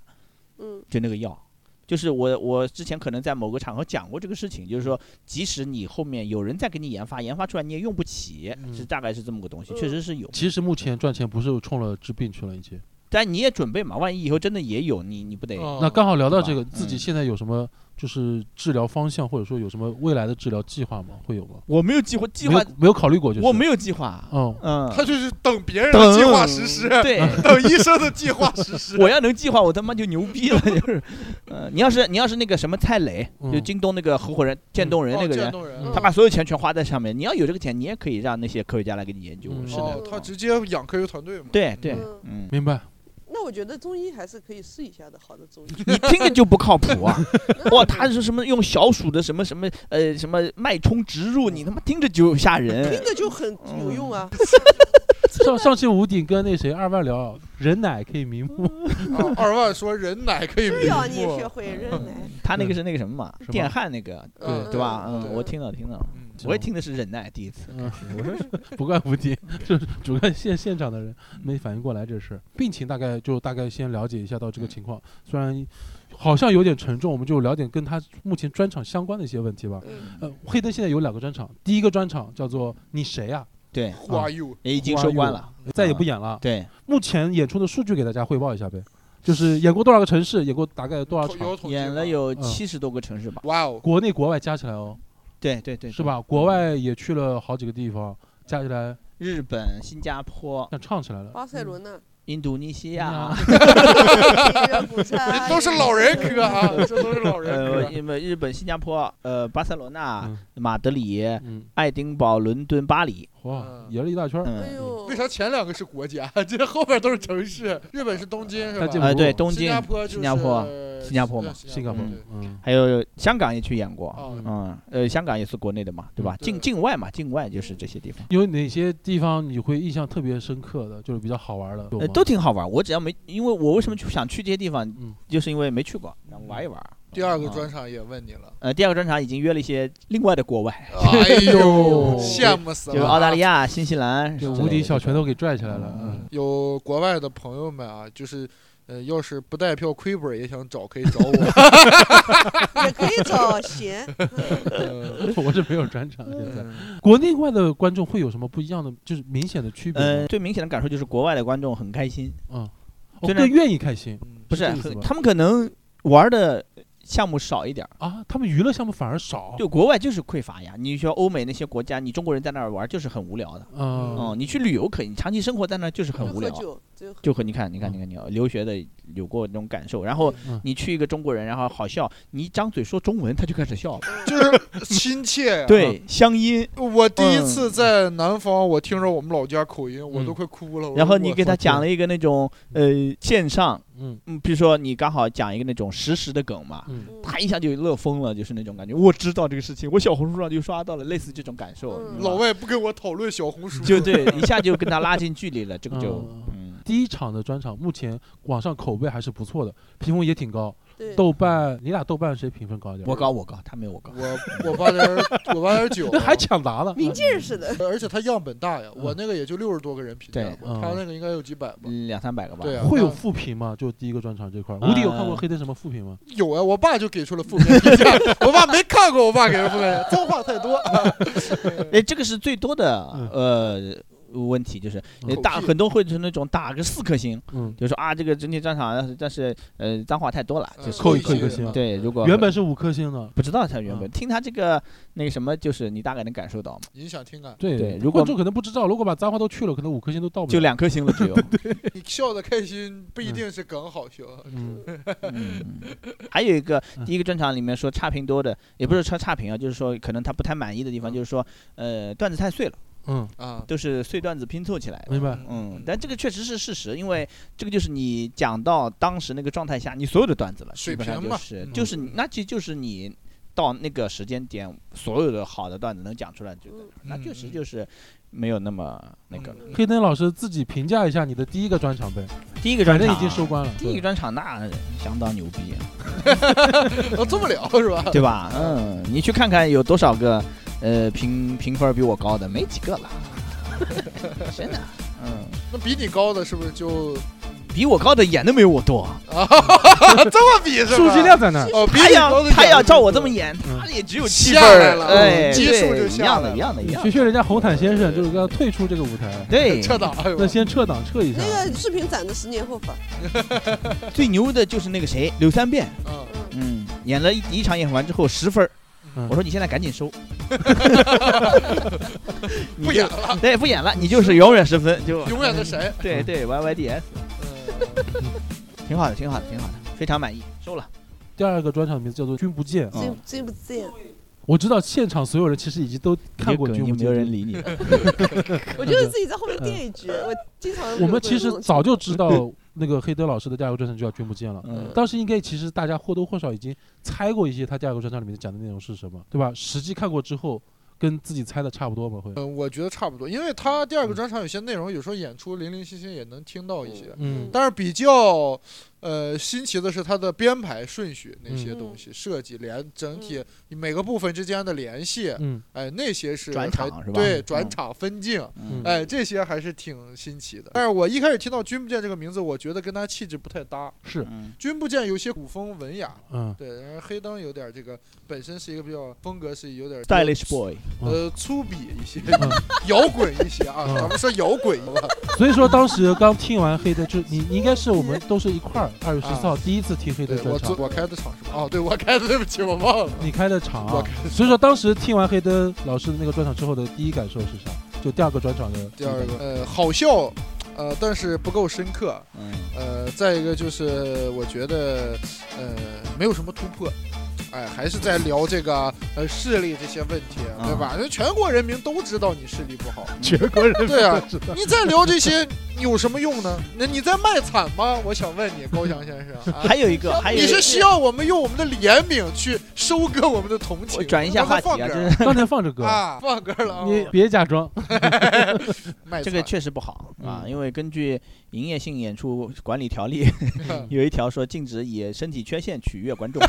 Speaker 5: 嗯
Speaker 3: 就那个药。就是我，我之前可能在某个场合讲过这个事情，就是说，即使你后面有人在给你研发，研发出来你也用不起，
Speaker 2: 嗯
Speaker 3: 是大概是这么个东西，
Speaker 5: 嗯
Speaker 3: 确实是有。
Speaker 2: 其实目前赚钱不是冲了治病去了，已经。
Speaker 3: 但你也准备嘛，万一以后真的也有，你你不得？
Speaker 4: 哦
Speaker 2: 那刚好聊到这个，
Speaker 3: 对吧
Speaker 2: 自己
Speaker 3: 嗯
Speaker 2: 现在有什么就是治疗方向，或者说有什么未来的治疗计划吗？会有吗？
Speaker 3: 我没有计划，计
Speaker 2: 没
Speaker 3: 划
Speaker 2: 有没有考虑过，就是
Speaker 3: 我没有计划。
Speaker 2: 嗯，
Speaker 3: 嗯，
Speaker 4: 他就是等别人的计划实施，
Speaker 2: (laughs)
Speaker 3: 对，
Speaker 4: (laughs) 等医生的计划实
Speaker 3: (laughs)
Speaker 4: 施。
Speaker 3: 我要能计划，我他妈就牛逼了，就是， (laughs) 呃，你要是你要是那个什么蔡磊，就
Speaker 2: 嗯
Speaker 3: 京东那个合伙人渐冻人那个
Speaker 4: 哦渐
Speaker 3: 人，
Speaker 4: 冻人
Speaker 5: 嗯
Speaker 3: 他把所有钱全花在上面，你要有这个钱，你也可以让那些科学家来给你研究，
Speaker 2: 嗯
Speaker 3: 是
Speaker 4: 哦
Speaker 3: 的，，
Speaker 4: 他直接养科学团队嘛。
Speaker 3: 对对
Speaker 5: 嗯，
Speaker 3: 嗯，
Speaker 2: 明白。
Speaker 5: 那我觉得中医还是可以试一下的，好的中医。
Speaker 3: 你听着就不靠谱
Speaker 4: (laughs)
Speaker 3: 啊！哇，他是什么用小鼠的什么什么呃什么脉冲植入，你他妈听着就吓
Speaker 5: 听
Speaker 4: (laughs)
Speaker 3: 人。
Speaker 5: 着就很有用啊！
Speaker 2: 上上期吴鼎跟那谁二万聊，人奶可以瞑目，
Speaker 4: 啊二万说人奶可以
Speaker 3: 嗯
Speaker 5: 这要你
Speaker 4: 瞑目
Speaker 5: 学会忍耐。
Speaker 3: 他那个是那个什么嘛
Speaker 2: 是，吗
Speaker 3: 电焊那个
Speaker 4: 嗯
Speaker 3: (laughs) 对吧？
Speaker 4: 对
Speaker 3: 嗯，我听到听到，
Speaker 4: 嗯
Speaker 3: 我也听的是忍耐，第一次。
Speaker 2: (laughs) 嗯，不怪吴迪， (laughs) 就是主干现现场的人没反应过来这事儿。病情大概就大概先了解一下到这个情况，虽然好像有点沉重，我们就聊点跟他目前专场相关的一些问题吧。
Speaker 5: 嗯，
Speaker 2: 呃，黑灯现在有两个专场，第一个专场叫做“你谁啊呀、
Speaker 3: 对，
Speaker 4: Who are you？
Speaker 3: 也已经收官了，
Speaker 2: 再也不演了。
Speaker 3: 对，
Speaker 2: 目前演出的数据给大家汇报一下呗，就是演过多少个城市，演过大概多少场
Speaker 4: 有，统计
Speaker 3: 演
Speaker 4: 吗
Speaker 3: 了。有
Speaker 2: 嗯
Speaker 3: 七十多个城市吧？
Speaker 4: 哇哦，
Speaker 2: 国内国外加起来哦，
Speaker 3: 对对
Speaker 4: 嗯
Speaker 3: 对，
Speaker 2: 是吧？国外也去了好几个地方，加起来
Speaker 3: 日本、新加坡、
Speaker 2: 像唱起来了。
Speaker 5: 嗯巴塞罗那，
Speaker 3: 印度尼西
Speaker 4: 嗯啊
Speaker 3: 亚，
Speaker 4: (laughs) 都是老人科啊，
Speaker 5: 哎
Speaker 4: 这 (laughs) 都是老
Speaker 3: 呃，
Speaker 4: 人科。
Speaker 3: 因为日本、新加坡、呃，巴塞罗那
Speaker 2: 嗯、
Speaker 3: 马德里、
Speaker 2: 嗯，
Speaker 3: 爱丁堡、伦敦、巴黎，
Speaker 2: 哇，
Speaker 4: 嗯
Speaker 2: 演了一大圈儿。
Speaker 5: 哎
Speaker 3: 嗯， (laughs)
Speaker 5: 呦
Speaker 4: 为，啥前两个是国家，这后边都是城市？日本是东京是吧
Speaker 2: 他？进
Speaker 3: 呃，
Speaker 2: 不
Speaker 3: 对，
Speaker 2: 住
Speaker 3: 东
Speaker 4: 新
Speaker 3: 京
Speaker 4: 加坡、就是、
Speaker 3: 新加坡啊新加坡嘛啊
Speaker 4: 对
Speaker 2: 新加坡
Speaker 4: 对，
Speaker 2: 嗯，
Speaker 3: 还有香港也去演过，
Speaker 4: 哦嗯
Speaker 3: 嗯，呃，香港也是国内的嘛，对吧？
Speaker 4: 对
Speaker 3: 境境外嘛，境外就是这些地方，
Speaker 2: 有哪些地方你会印象特别深刻的，就是比较好玩的？有
Speaker 3: 呃，
Speaker 2: 吗
Speaker 3: 都挺好玩。我只要没，因为我为什么去想去这些地方
Speaker 2: 嗯，
Speaker 3: 就是因为没去过，想玩一玩。
Speaker 4: 第二个
Speaker 3: 嗯
Speaker 4: 专场也问你了，
Speaker 3: 呃，第二个专场已经约了一些另外的国外，
Speaker 4: 哎呦，
Speaker 2: (laughs) 呦
Speaker 4: 羡慕死
Speaker 3: (laughs)
Speaker 4: 了！
Speaker 3: 哦就澳大利亚、新西兰之
Speaker 2: 这
Speaker 3: 类的，
Speaker 2: 无敌小拳头给拽起来了。嗯
Speaker 4: 嗯，有国外的朋友们啊，就是。呃，要是不带票亏本儿也想找，可以找
Speaker 3: (laughs)
Speaker 4: 我。
Speaker 5: 也可以找贤，
Speaker 4: 嗯
Speaker 2: (laughs) 我这没有专场现在。
Speaker 4: 嗯
Speaker 2: 国内外的观众会有什么不一样的，就是明显的区别
Speaker 3: 呃，
Speaker 2: 吗？
Speaker 3: 最明显的感受就是国外的观众很开心，
Speaker 2: 嗯，我
Speaker 3: 虽然
Speaker 2: 更愿意开心
Speaker 4: 嗯
Speaker 3: 不是
Speaker 2: 是这意思吧
Speaker 3: 他们可能玩的项目少一点儿，
Speaker 2: 啊，他们娱乐项目反而少。
Speaker 3: 就国外就是匮乏呀。你说欧美那些国家，你中国人在那儿玩就是很无聊的。
Speaker 2: 嗯，
Speaker 3: 哦、你去旅游可以，你长期生活在那儿就是很
Speaker 5: 就
Speaker 3: 无
Speaker 5: 喝
Speaker 3: 聊。
Speaker 5: 酒，只有喝
Speaker 3: 就和你看，你看，你看，你留学的有过那种感受，然后
Speaker 2: 嗯
Speaker 3: 你去一个中国人，然后好笑，你一张嘴说中文，他就开始笑了。
Speaker 4: 就是亲切呀、
Speaker 3: 对，嗯乡音，
Speaker 4: 我第一次在南方，我听着我们老家口音，我
Speaker 2: 嗯
Speaker 4: 都快哭了。我
Speaker 3: 然后
Speaker 4: 说
Speaker 3: 你
Speaker 4: 我
Speaker 3: 给他
Speaker 2: 我
Speaker 3: 讲了一个那种呃线上，
Speaker 2: 嗯
Speaker 3: 嗯，比如说你刚好讲一个那种实时的梗嘛，
Speaker 2: 嗯，
Speaker 5: 嗯
Speaker 3: 他一下就乐疯了，就是那种感觉。我知道这个事情，我小红书上就刷到了，类似这种感受。
Speaker 5: 嗯
Speaker 3: 你知道
Speaker 4: 老
Speaker 3: 吧
Speaker 4: 外不跟我讨论小红书，
Speaker 3: 就对，一下就跟他拉近距离了，这个就
Speaker 2: 嗯
Speaker 3: 嗯，
Speaker 2: 第一场的专场目前网上口碑还是不错的，评分也挺高。
Speaker 5: 对，
Speaker 2: 豆瓣，你俩豆瓣谁评分高一点？
Speaker 3: 我高我高，他没有我高。
Speaker 4: 我 (laughs) 我八点我八点九，
Speaker 2: (laughs) 那还抢答呢。
Speaker 5: 明镜似
Speaker 3: 嗯
Speaker 5: 的，
Speaker 4: 而且他样本大呀，我
Speaker 2: 嗯
Speaker 4: 那个也就六十多个人评价
Speaker 3: 对
Speaker 4: 过，
Speaker 2: 嗯
Speaker 4: 他那个应该有几百吧。
Speaker 3: 两三百个吧，
Speaker 2: (laughs)
Speaker 4: 对啊，
Speaker 2: 会有
Speaker 4: 那
Speaker 2: 复评吗？就第一个专场这块儿，吴迪有看过
Speaker 3: 嗯
Speaker 2: 黑灯什么复评吗？
Speaker 4: 有啊，我爸就给出了负面评价，我爸没看过，我爸给了负面，脏话太多。
Speaker 3: 哎，这个是最多的
Speaker 2: 嗯，
Speaker 3: 呃，问题，就是
Speaker 2: 嗯
Speaker 3: 大
Speaker 4: 口技
Speaker 3: 很多会是那种打个四颗星，
Speaker 2: 嗯，
Speaker 3: 就说啊这个整体战场，但是呃脏话太多了，就是
Speaker 2: 扣一
Speaker 4: 个
Speaker 2: 扣一颗星啊
Speaker 3: 对，如果
Speaker 2: 原本是五颗星的，
Speaker 3: 不知道他原本
Speaker 2: 嗯
Speaker 3: 听他这个那个什么，就是你大概能感受到嘛，
Speaker 4: 影响听感。
Speaker 2: 对
Speaker 3: 对如果
Speaker 2: 观众可能不知道，如果把脏话都去了，可能五颗星都到不了。
Speaker 3: 就两颗星了只有。
Speaker 4: 你笑的开心不一定是梗好笑，
Speaker 2: 嗯
Speaker 3: 嗯，还有一个
Speaker 2: 嗯
Speaker 3: 第一个专场里面说差评多的，也不是说差评啊，就是说可能他不太满意的地方，
Speaker 4: 嗯
Speaker 3: 就是说呃段子太碎了，
Speaker 2: 嗯，
Speaker 4: 啊，
Speaker 3: 都是碎段子拼凑起来的。
Speaker 2: 明白。
Speaker 3: 嗯，但这个确实是事实，因为这个就是你讲到当时那个状态下，你所有的段子了，
Speaker 4: 水
Speaker 3: 基本上
Speaker 4: 平
Speaker 3: 就
Speaker 4: 嘛
Speaker 3: 是
Speaker 4: 嗯
Speaker 3: 就是你那就就是你到那个时间点所有的好的段子能讲出来，就在那儿那确实
Speaker 4: 嗯
Speaker 3: 就是没有那么那个了。
Speaker 4: 嗯
Speaker 2: 黑灯老师自己评价一下你的第一个专场呗，
Speaker 3: 第一个专
Speaker 2: 反
Speaker 3: 场
Speaker 2: 正已经收官了。
Speaker 3: 第一个
Speaker 2: 对
Speaker 3: 专场那相当牛逼，啊
Speaker 4: 哦这么聊是
Speaker 3: (laughs)
Speaker 4: 吧？
Speaker 3: 对吧？嗯，你去看看有多少个呃评评分比我高的，没几个了， (laughs) 真的。嗯，
Speaker 4: 那比你高的是不是就
Speaker 3: 比我高的演都没有我多。
Speaker 4: 啊这么比是吧？
Speaker 2: 数据量在那儿，
Speaker 4: 哦，比
Speaker 3: 他
Speaker 4: 你高
Speaker 3: 要
Speaker 4: 的
Speaker 3: 他
Speaker 4: 演
Speaker 3: 要
Speaker 4: 的
Speaker 3: 照
Speaker 4: 更
Speaker 3: 我这
Speaker 4: 多
Speaker 3: 么演，
Speaker 2: 嗯
Speaker 3: 他也只有七
Speaker 4: 下
Speaker 3: 分儿
Speaker 4: 来了
Speaker 3: 哎，
Speaker 4: 基
Speaker 3: 对
Speaker 4: 数就
Speaker 3: 一
Speaker 4: 下
Speaker 3: 样的，
Speaker 4: 来了
Speaker 3: 一样的，一
Speaker 2: 你
Speaker 3: 样
Speaker 2: 学
Speaker 3: 的。
Speaker 2: 学人家红毯先生，就是要退出这个舞台，
Speaker 3: 对， (laughs)
Speaker 4: 撤档，哎呦
Speaker 2: 那先撤档撤一下
Speaker 5: 那。个视频攒着十年后发，
Speaker 3: 最牛的就是那个谁，刘三变，
Speaker 4: 嗯
Speaker 5: 嗯，
Speaker 3: 嗯，演了一第一场演完之后十分儿
Speaker 2: 嗯
Speaker 3: 我说你现在赶紧收，你就
Speaker 4: 不演，了，
Speaker 3: (laughs) 对，不演了，你就是永远十分， (laughs) 就
Speaker 4: 永远的神。
Speaker 3: 对对，Y Y D S，
Speaker 4: 嗯
Speaker 3: 挺好的，挺好的，挺好的，非常满意，收了。
Speaker 2: 第二个专场名字叫做《君不见》，
Speaker 3: 嗯
Speaker 5: 真真不这样。
Speaker 2: 我知道现场所有人其实已经都看过《
Speaker 3: 你
Speaker 2: 君
Speaker 3: 就
Speaker 2: 不
Speaker 3: 没
Speaker 2: 见
Speaker 3: 有》人。理你 (laughs) 了。
Speaker 5: 我就是自己在后面垫一句，我经常
Speaker 2: 我们其实早就知道 (laughs) 那个黑德老师的第二个专场就叫《君不见》了。
Speaker 3: 嗯，
Speaker 2: 当时应该其实大家或多或少已经猜过一些他第二个专场里面讲的内容是什么，对吧？实际看过之后，跟自己猜的差不多嘛，会。
Speaker 4: 嗯，我觉得差不多，因为他第二个专场有些内容，有时候演出零零星星也能听到一些，
Speaker 2: 嗯
Speaker 4: 但是比较呃新奇的是它的编排顺序那些东西、设计连整体每个部分之间的联系，
Speaker 2: 嗯，
Speaker 4: 哎，那些是
Speaker 3: 转场
Speaker 4: 还
Speaker 3: 是吧
Speaker 4: 对，
Speaker 3: 嗯
Speaker 4: 转场分镜。
Speaker 3: 嗯
Speaker 4: 哎，这些还是挺新奇的。但是我一开始听到“君不见”这个名字，我觉得跟他气质不太搭。
Speaker 2: 是，
Speaker 3: 嗯
Speaker 4: 君不见有些古风文雅，
Speaker 2: 嗯，
Speaker 4: 对，然后黑灯有点这个，本身是一个比较风格是有点
Speaker 3: ，Stylish Boy，
Speaker 4: 呃粗鄙一些
Speaker 2: 嗯，
Speaker 4: 摇滚一些啊，
Speaker 2: 嗯
Speaker 4: 咱们说摇滚一
Speaker 2: (laughs)
Speaker 4: 吧。
Speaker 2: 所以说当时刚听完黑的，就你你应该是我们都是一块儿，二月十四号第一次听黑的
Speaker 4: 对我
Speaker 2: 专
Speaker 4: 昨
Speaker 2: 场，
Speaker 4: 我开的场是吧？哦，对我开的，对不起，我忘了。
Speaker 2: 你开的场
Speaker 4: 我
Speaker 2: 啊
Speaker 4: 开。
Speaker 2: 所以说当时听完黑灯老师的那个专场之后的第一感受是啥？就第二个专场的
Speaker 4: 第二个，呃，好笑，呃，但是不够深刻，
Speaker 3: 嗯，
Speaker 4: 呃，再一个就是我觉得，呃，没有什么突破，哎，还是在聊这个呃视力这些问题，
Speaker 3: 啊
Speaker 4: 对
Speaker 2: 嗯
Speaker 4: 吧？那全国人民都知道你视力
Speaker 2: (laughs)
Speaker 4: 不好，
Speaker 2: 全国人民
Speaker 4: 对啊
Speaker 2: 都知
Speaker 4: (laughs)
Speaker 2: 道。
Speaker 4: 你再聊这些有什么用呢？那你在卖惨吗？我想问你，高翔先生，啊
Speaker 3: 还、有一个，还有
Speaker 4: 你
Speaker 3: 一
Speaker 4: 是
Speaker 3: 个。
Speaker 4: 需要我们用我们的怜悯去收割我们的同情
Speaker 3: 我
Speaker 4: 吗？
Speaker 3: 转移一下话
Speaker 4: 刚
Speaker 3: 题啊，
Speaker 4: 才放歌
Speaker 3: 就
Speaker 4: 儿
Speaker 3: 是
Speaker 2: 刚才放着歌，
Speaker 4: 啊，放歌了啊，
Speaker 2: 你别假装。
Speaker 4: 卖
Speaker 3: 这个确实不好啊，
Speaker 2: 嗯
Speaker 3: 因为根据营业性演出管理条例，
Speaker 4: (laughs) 惨
Speaker 3: 有一条说禁止以身体缺陷取悦观
Speaker 4: (laughs)
Speaker 3: 众。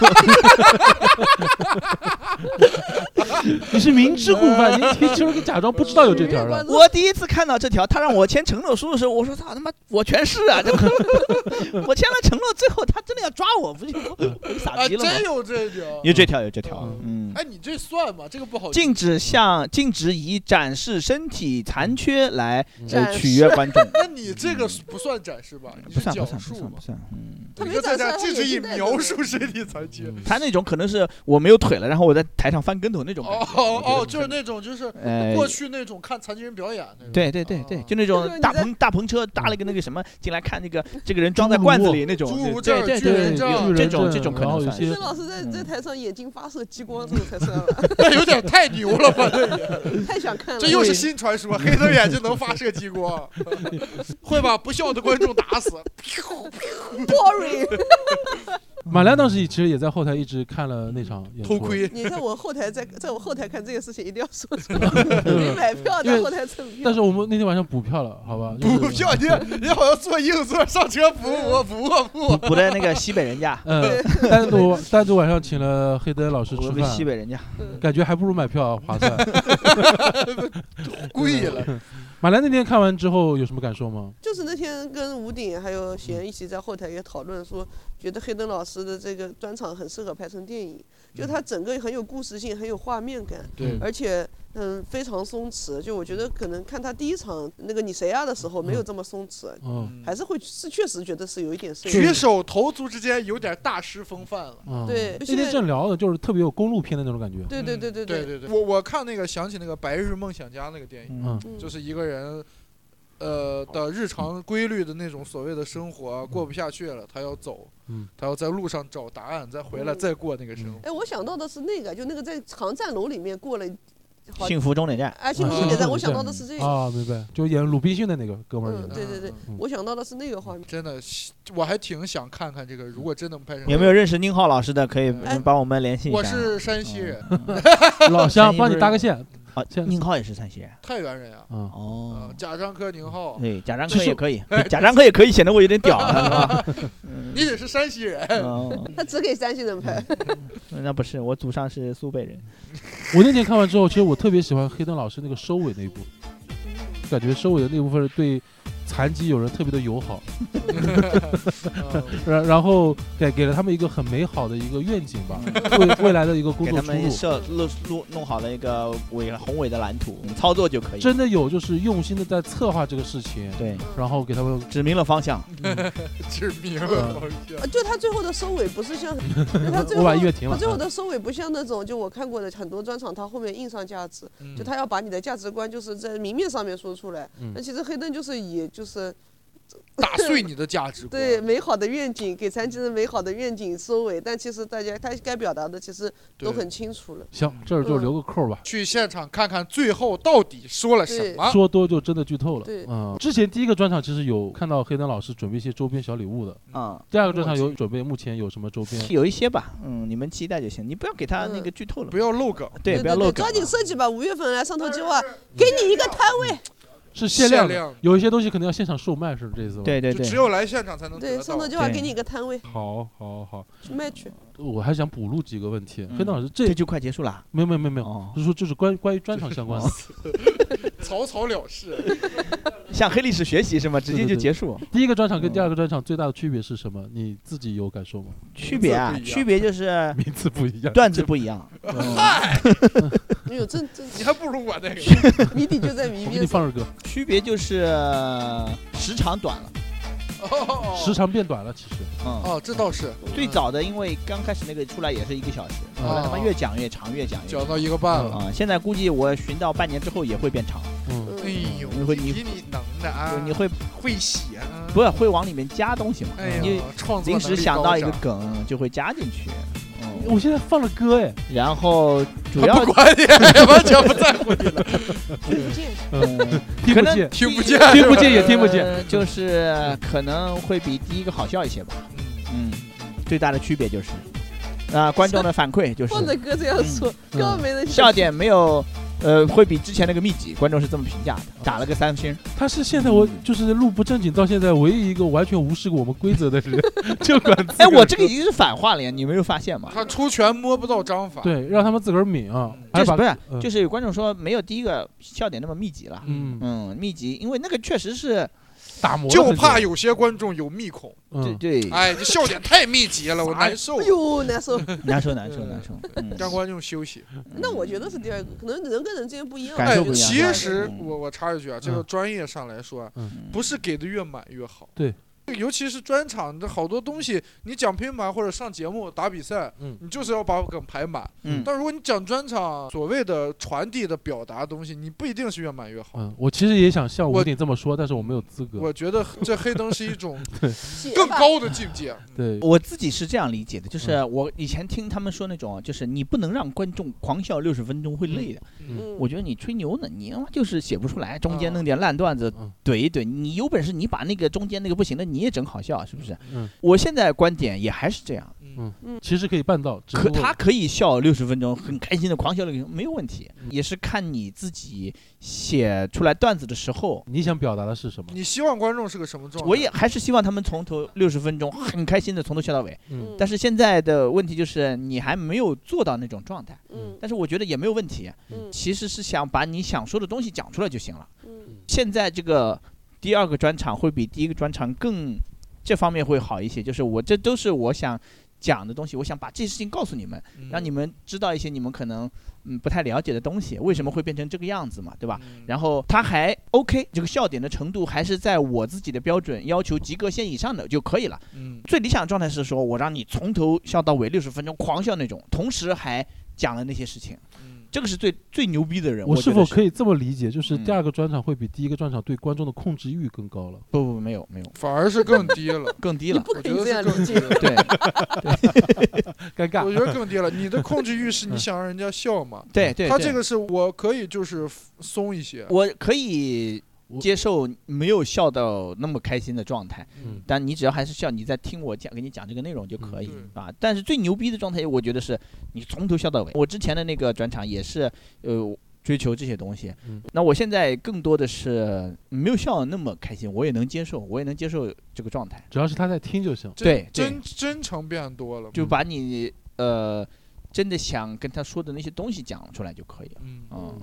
Speaker 2: 你是明知故犯，你你就是个假装不知道有这条的。
Speaker 3: 我第一次看到这条，他让我签承诺书的时候，我说操他妈，我全是啊！这 (laughs) 我签了承诺，最后他真的要抓我，不就我我傻
Speaker 4: 啊，
Speaker 3: 逼了吗？
Speaker 4: 真有这条。
Speaker 3: 有这条，有这条
Speaker 4: 嗯，
Speaker 3: 嗯。
Speaker 4: 哎，你这算吗？这个不好。
Speaker 3: 禁止向禁止以展示身体残缺来
Speaker 5: 展
Speaker 3: 呃
Speaker 5: 示
Speaker 3: 取悦观
Speaker 4: (laughs)
Speaker 3: 众，
Speaker 4: 那你这个不算展示吧？你
Speaker 3: 嗯不
Speaker 4: 是
Speaker 3: 算不
Speaker 4: 讲
Speaker 3: 算不
Speaker 4: 述
Speaker 3: 算不
Speaker 4: 嘛？
Speaker 3: 算，嗯，
Speaker 5: 他
Speaker 4: 你
Speaker 5: 没
Speaker 4: 就在
Speaker 5: 展
Speaker 4: 这儿
Speaker 5: 示他
Speaker 4: 禁
Speaker 5: 也
Speaker 4: 止以
Speaker 5: 是在
Speaker 4: 描
Speaker 5: 的
Speaker 4: 述身
Speaker 3: (laughs)
Speaker 4: 体残缺。
Speaker 3: 他那种可能是我没有腿了，然后我在台上翻跟头那种感
Speaker 4: 哦
Speaker 3: 觉，
Speaker 4: 哦
Speaker 3: 我
Speaker 4: 哦，
Speaker 3: 觉
Speaker 4: 就是
Speaker 3: 得
Speaker 4: 那种就是
Speaker 3: 哎
Speaker 4: 过去那种看残疾人表演
Speaker 3: (laughs)
Speaker 4: 那种。
Speaker 3: 对对对对，
Speaker 4: 哦
Speaker 3: 就那
Speaker 5: 就是
Speaker 3: 种
Speaker 5: 你
Speaker 3: 大
Speaker 5: 在
Speaker 3: 篷大篷车搭了一个那个什么进来看那个这个人装在罐子里那种
Speaker 4: 侏儒，
Speaker 3: 对对对
Speaker 4: 巨人
Speaker 3: 对，
Speaker 4: 症
Speaker 3: 有这种这种可
Speaker 2: 然后
Speaker 3: 能
Speaker 2: 有
Speaker 3: 算
Speaker 2: 些
Speaker 5: 黑灯老师在在台上眼睛发射激光，这种才算了，
Speaker 4: 那有点太牛了吧？这
Speaker 3: (laughs)
Speaker 4: 也
Speaker 5: 太想看了。
Speaker 4: 这又是新传说，黑灯眼睛能发射
Speaker 3: (laughs)
Speaker 4: 激光，会把不笑的观众打死。
Speaker 5: boring。
Speaker 2: 马良当时其实也在后台一直看了那场演出
Speaker 4: 偷，窥，
Speaker 5: 你在我后台在在我后台看这个事情，一定要说出来。没买票在后台蹭票
Speaker 2: 但。是我们那天晚上补票了，好吧？就是，
Speaker 4: 补票你你好像坐硬座上车补我啊补我补
Speaker 3: 补
Speaker 4: 我。
Speaker 3: 补在那个西北人家
Speaker 2: (laughs) 嗯，单独单独晚上请了黑灯老师
Speaker 3: 我
Speaker 2: 吃
Speaker 3: 们
Speaker 2: 饭，
Speaker 3: 西北人家，
Speaker 2: 感觉还不如买票、啊、划算。
Speaker 4: 贵了，
Speaker 2: 马良那天看完之后有什么感受吗？
Speaker 5: 就是那天跟吴鼎还有贤一起在后台也讨论说，觉得黑灯老师的这个专场很适合拍成电影，就他整个很有故事性，很有画面感，
Speaker 2: 对
Speaker 5: 而且嗯，非常松弛。就我觉得可能看他第一场那个你谁啊呀的时候没有这么松弛，
Speaker 2: 嗯
Speaker 5: 还是会是确实觉得是有一点碎
Speaker 4: 举
Speaker 5: 裂。
Speaker 4: 手投足之间有点大师风范了。
Speaker 2: 嗯，
Speaker 5: 对
Speaker 2: 那
Speaker 5: 现
Speaker 2: 天
Speaker 5: 在
Speaker 2: 正聊的就是特别有公路片的那种感觉，
Speaker 5: 对对对对
Speaker 4: 对
Speaker 5: 对，
Speaker 4: 对，我我看那个想起那个《白日梦想家》那个电影，
Speaker 2: 嗯，
Speaker 5: 嗯
Speaker 4: 就是一个人，呃的日常规律的那种所谓的生
Speaker 5: 嗯
Speaker 4: 活啊过不下去了，他要走
Speaker 2: 嗯，
Speaker 4: 他要在路上找答案，再回来
Speaker 5: 嗯
Speaker 4: 再过那个生活。
Speaker 5: 哎，我想到的是那个，就那个在航站楼里面过了好
Speaker 3: 幸福终点站，
Speaker 5: 哎，幸福
Speaker 4: 啊
Speaker 5: 终点
Speaker 2: 是
Speaker 5: 站，我
Speaker 2: 是
Speaker 5: 想到的是这个，
Speaker 2: 啊，明白，就演鲁滨逊的那个哥们儿演
Speaker 5: 嗯，
Speaker 2: 的，
Speaker 5: 对对对
Speaker 4: 嗯，
Speaker 2: 嗯
Speaker 5: 我想到的是那个画面。
Speaker 4: 真的，我还挺想看看这个，如果真能拍成，
Speaker 3: 有没有认识宁浩老师的？可以
Speaker 4: 嗯哎
Speaker 3: 帮我们联系一下。
Speaker 4: 我是山西
Speaker 5: 嗯
Speaker 4: 人，
Speaker 3: (laughs)
Speaker 2: 老乡帮你搭个线，
Speaker 3: 啊，
Speaker 2: 嗯这样
Speaker 3: 宁浩也是山西人。
Speaker 4: 太原人呀，
Speaker 2: 嗯，
Speaker 3: 哦
Speaker 4: 啊，，贾樟柯、宁浩，
Speaker 3: 对，贾樟
Speaker 2: 这
Speaker 3: 柯
Speaker 2: 是
Speaker 3: 也可以，贾樟柯也可以，显得我有点屌了，是吧？
Speaker 4: 你得是山西人，
Speaker 3: 哦，
Speaker 5: 他只给山西人拍，
Speaker 3: 那不是，我祖上是苏北人。
Speaker 2: 我那天看完之后，其实我特别喜欢黑灯老师那个收尾那一部，感觉收尾的那部分对残疾友人特别的友好，
Speaker 3: 嗯
Speaker 4: 啊 (laughs)
Speaker 2: 然然后给给了他们一个很美好的一个愿景吧，未未来的一个工
Speaker 3: 给
Speaker 2: 作
Speaker 3: 他
Speaker 2: 出
Speaker 3: 们
Speaker 2: 路。
Speaker 3: 设路路弄好了一个伟宏伟的蓝图，你操作就可以。
Speaker 2: 真的有就是用心的在策划这个事情，
Speaker 3: 对，
Speaker 2: 然后给他们
Speaker 3: 指明了方向。
Speaker 4: 指明
Speaker 3: 嗯
Speaker 4: 了方向。
Speaker 5: 呃就他最后的收尾不是
Speaker 2: (laughs)
Speaker 5: 像，就他最
Speaker 2: 我
Speaker 5: 后
Speaker 2: 把音乐停了啊
Speaker 5: 他最后的收尾不像那种，就我看过的很多专场，他后面硬上价值，
Speaker 4: 嗯
Speaker 5: 就他要把你的价值观就是在明面上面说出来
Speaker 2: 嗯。
Speaker 5: 那其实黑灯就是以就是
Speaker 4: 打碎你的价值观，
Speaker 5: 对美好的愿景，给残疾人美好的愿景收尾，但其实大家他该表达的其实
Speaker 4: 对
Speaker 5: 都很清楚了。
Speaker 2: 行，这儿就留个扣儿吧。
Speaker 4: 去现场看看最后到底说了什
Speaker 3: 啊
Speaker 4: 么。
Speaker 2: 说多就真的剧透了。
Speaker 5: 对
Speaker 2: 嗯，之前第一个专场其实有看到黑灯老师准备一些周边小礼物的，
Speaker 3: 嗯，
Speaker 2: 第二个专场有准备，目前有什么周边？
Speaker 3: 有一些吧，嗯，你们期待就行，你不要给他那个剧透了
Speaker 4: 不。要漏梗，
Speaker 3: 对，不要漏梗啊
Speaker 5: 抓。紧设计吧，五月份啊来上头计划，给你一个摊位。
Speaker 2: 是限量
Speaker 4: 限
Speaker 2: 的
Speaker 4: 量，
Speaker 2: 有一些东西可能要现场售卖，是这意思吗？，
Speaker 3: 对对
Speaker 4: 就
Speaker 3: 对
Speaker 4: 只，有来现场才能
Speaker 5: 对，
Speaker 4: 得
Speaker 5: 上
Speaker 4: 到
Speaker 5: 头。计划
Speaker 3: 对
Speaker 5: 给你一个摊位
Speaker 2: 好，好，好，
Speaker 5: 去卖去。
Speaker 2: 我还想补录几个问题。
Speaker 3: 嗯
Speaker 2: 黑灯老师，这
Speaker 3: 这就快结束了。
Speaker 2: 没有没有没有没有
Speaker 3: 哦，
Speaker 2: 就是说就是关关于专场相
Speaker 3: (laughs)
Speaker 2: 关的。
Speaker 4: 草草了事，
Speaker 5: (laughs)
Speaker 3: 向黑历史学习是吗？直接
Speaker 2: 对
Speaker 3: 就
Speaker 2: 对
Speaker 3: 结束。
Speaker 2: 第一个专场跟第二个专场最大的区别是什么？你自己有感受吗？ (laughs)
Speaker 3: 区别啊，
Speaker 4: 名字
Speaker 3: 区
Speaker 4: 不一样
Speaker 3: 别就是
Speaker 2: 名字不一样，
Speaker 3: 段子不一样。嗯
Speaker 5: 哎
Speaker 3: (laughs)
Speaker 5: 呦，真真
Speaker 4: 你还不如我那个。
Speaker 5: 谜底就在谜
Speaker 2: 我给
Speaker 5: 边
Speaker 2: 你
Speaker 5: 上。
Speaker 2: 放首歌，
Speaker 3: 区别就是呃时长短了。
Speaker 4: 哦
Speaker 2: 时长变短了，其实。
Speaker 3: 嗯，
Speaker 4: 哦，这倒是
Speaker 3: 最早的因为刚开始那个出来也是一个小时，
Speaker 2: 嗯
Speaker 4: 哦
Speaker 3: 后来他妈越讲越长，越讲越
Speaker 4: 讲
Speaker 3: 长。
Speaker 4: 到一个半了。
Speaker 3: 啊、现在估计我寻到半年之后也会变长，
Speaker 2: 嗯，
Speaker 4: 哎
Speaker 5: 嗯，
Speaker 4: 呦，
Speaker 3: 你会你
Speaker 4: 比你能的啊
Speaker 3: 就，你会
Speaker 4: 会写啊。
Speaker 3: 不是会往里面加东西嘛？
Speaker 4: 哎
Speaker 3: 你
Speaker 4: 呀，创作
Speaker 3: 临时想到一个
Speaker 4: 能力
Speaker 3: 梗就会加进去，嗯，
Speaker 2: 我现在放了歌哎，
Speaker 3: 然后主要
Speaker 4: 高 (laughs) 涨，他啊不管你，哎完全不在乎你了，
Speaker 5: 听不见。
Speaker 3: 嗯
Speaker 2: 听不
Speaker 3: 可能
Speaker 2: 见，
Speaker 4: 听不见。
Speaker 2: 听不见也听不见。
Speaker 3: 呃就是可能会比第一个好笑一些吧。嗯，最大的区别就是，啊、观众的反馈就是
Speaker 5: 放着歌这样说，
Speaker 2: 嗯
Speaker 5: 根本没人
Speaker 3: 笑点没有，呃，会比之前那个密集，观众是这么评价的，打了个三星。
Speaker 2: 他是现在我就是录不正经到现在唯一一个完全无视过我们规则的人，就管自
Speaker 3: 哎，
Speaker 2: 儿
Speaker 3: 我这个
Speaker 2: 说
Speaker 3: 已经是反话了呀，你没有发现吗？
Speaker 4: 他出拳摸不到章法，
Speaker 2: 对，让他们自个儿抿啊，还
Speaker 3: 就是
Speaker 2: 把
Speaker 3: 不是，
Speaker 2: 嗯
Speaker 3: 就是有观众说没有第一个笑点那么密集了。
Speaker 2: 嗯
Speaker 3: 嗯，密集，因为那个确实是
Speaker 2: 打磨了
Speaker 4: 就
Speaker 2: 很久，
Speaker 4: 怕有些观众有密恐，
Speaker 3: 对
Speaker 2: 嗯
Speaker 3: 对，
Speaker 4: 哎，这笑点太密集了，我难受
Speaker 5: 哎。呦，难受。
Speaker 3: (laughs) 难受难受
Speaker 4: 嗯
Speaker 3: 难 (laughs) 受。嗯
Speaker 4: 让观众休息。
Speaker 5: 那我觉得是第二个，可能人跟人之间不一样。
Speaker 3: 感受不一样
Speaker 4: 哎其实
Speaker 3: 嗯
Speaker 4: 我我插一句啊，这个专业上来说，啊
Speaker 3: 嗯
Speaker 4: 不是给的越满越好。
Speaker 2: 对。
Speaker 4: 尤其是专场，这好多东西，你讲拼盘或者上节目打比赛，
Speaker 2: 嗯
Speaker 4: 你就是要把梗排满。
Speaker 3: 嗯，
Speaker 4: 但如果你讲专场，所谓的传递的表达东西，你不一定是越满越
Speaker 3: 啊
Speaker 4: 好。
Speaker 2: 嗯，我其实也想像吴
Speaker 4: 我
Speaker 2: 鼎这么说，但是我没有资格。
Speaker 4: 我觉得 (laughs) 这黑灯是
Speaker 3: (laughs)
Speaker 4: 一种
Speaker 5: 写
Speaker 4: 更
Speaker 5: 法
Speaker 4: 高的境界。
Speaker 2: 对，
Speaker 3: 我自己是这样理解的，就是我以前听他们说那种，就是你不能让观众狂笑六十分钟会累的。
Speaker 5: 嗯，
Speaker 3: 我觉得你吹牛呢，你他妈就是写不出来，中间
Speaker 4: 嗯
Speaker 3: 弄点烂段子
Speaker 2: 嗯
Speaker 3: 怼一怼。你有本事你把那个中间那个不行的你也整好笑，是不是？
Speaker 2: 嗯
Speaker 3: 我现在观点也还是这样，
Speaker 2: 嗯其实可以办到，只
Speaker 3: 可
Speaker 2: 不过
Speaker 3: 他可以笑六十分钟，很开心的狂笑六十分钟没有问题，
Speaker 2: 嗯
Speaker 3: 也是看你自己写出来段子的时候。
Speaker 2: 你想表达的是什么？
Speaker 4: 你希望观众是个什么状态？
Speaker 3: 我也还是希望他们从头六十分钟很开心的从头笑到尾，
Speaker 2: 嗯
Speaker 3: 但是现在的问题就是你还没有做到那种状态，
Speaker 5: 嗯
Speaker 3: 但是我觉得也没有问题，
Speaker 5: 嗯
Speaker 3: 其实是想把你想说的东西讲出来就行了。
Speaker 5: 嗯
Speaker 3: 现在这个第二个专场会比第一个专场更这方面会好一些，就是我这都是我想讲的东西，我想把这些事情告诉你们，
Speaker 4: 嗯
Speaker 3: 让你们知道一些你们可能嗯不太了解的东西，为什么会变成这个样子嘛，对吧？
Speaker 4: 嗯
Speaker 3: 然后他还 OK，这个笑点的程度还是在我自己的标准要求及格线以上的就可以了。
Speaker 4: 嗯
Speaker 3: 最理想的状态是说我让你从头笑到尾，六十分钟狂笑那种，同时还讲了那些事情，
Speaker 4: 嗯
Speaker 3: 这个是最最牛逼的人。我
Speaker 2: 我
Speaker 3: 觉
Speaker 2: 是
Speaker 3: 得
Speaker 2: 否
Speaker 3: 是
Speaker 2: 可以这么理解，就是
Speaker 3: 嗯
Speaker 2: 第二个专场会比第一个专场对观众的控制欲更高了？
Speaker 3: 不不不没有没有，
Speaker 4: 反而是更低了
Speaker 3: 更低
Speaker 5: 你
Speaker 3: 了？
Speaker 5: (laughs) 不可
Speaker 4: 我觉得
Speaker 5: 以这
Speaker 4: 是
Speaker 5: 样
Speaker 4: 更
Speaker 5: 理
Speaker 4: 低
Speaker 5: 解。
Speaker 4: 了。
Speaker 3: 对
Speaker 2: 尴尬
Speaker 4: 我。觉得更低了。你的控制欲是
Speaker 2: 嗯
Speaker 4: 你想让人家笑嘛？
Speaker 3: 对对，
Speaker 4: 他
Speaker 3: 对
Speaker 4: 这个是我可以就是松一些，
Speaker 3: 我可以接受没有笑到那么开心的状态，
Speaker 2: 嗯
Speaker 3: 但你只要还是笑，你在听我讲给你讲这个内容就可以、
Speaker 4: 嗯
Speaker 3: 啊。但是最牛逼的状态，我觉得是你从头笑到尾。我之前的那个转场也是呃追求这些东西，
Speaker 2: 嗯
Speaker 3: 那我现在更多的是没有笑得那么开心，我也能接受，我也能接受这个状态，
Speaker 2: 主要是他在听就行。
Speaker 4: 真
Speaker 3: 对对
Speaker 4: 真真诚变多了嘛。
Speaker 2: 嗯
Speaker 3: 就把你呃真的想跟他说的那些东西讲出来就可以了。
Speaker 4: 嗯
Speaker 2: 啊
Speaker 3: 嗯，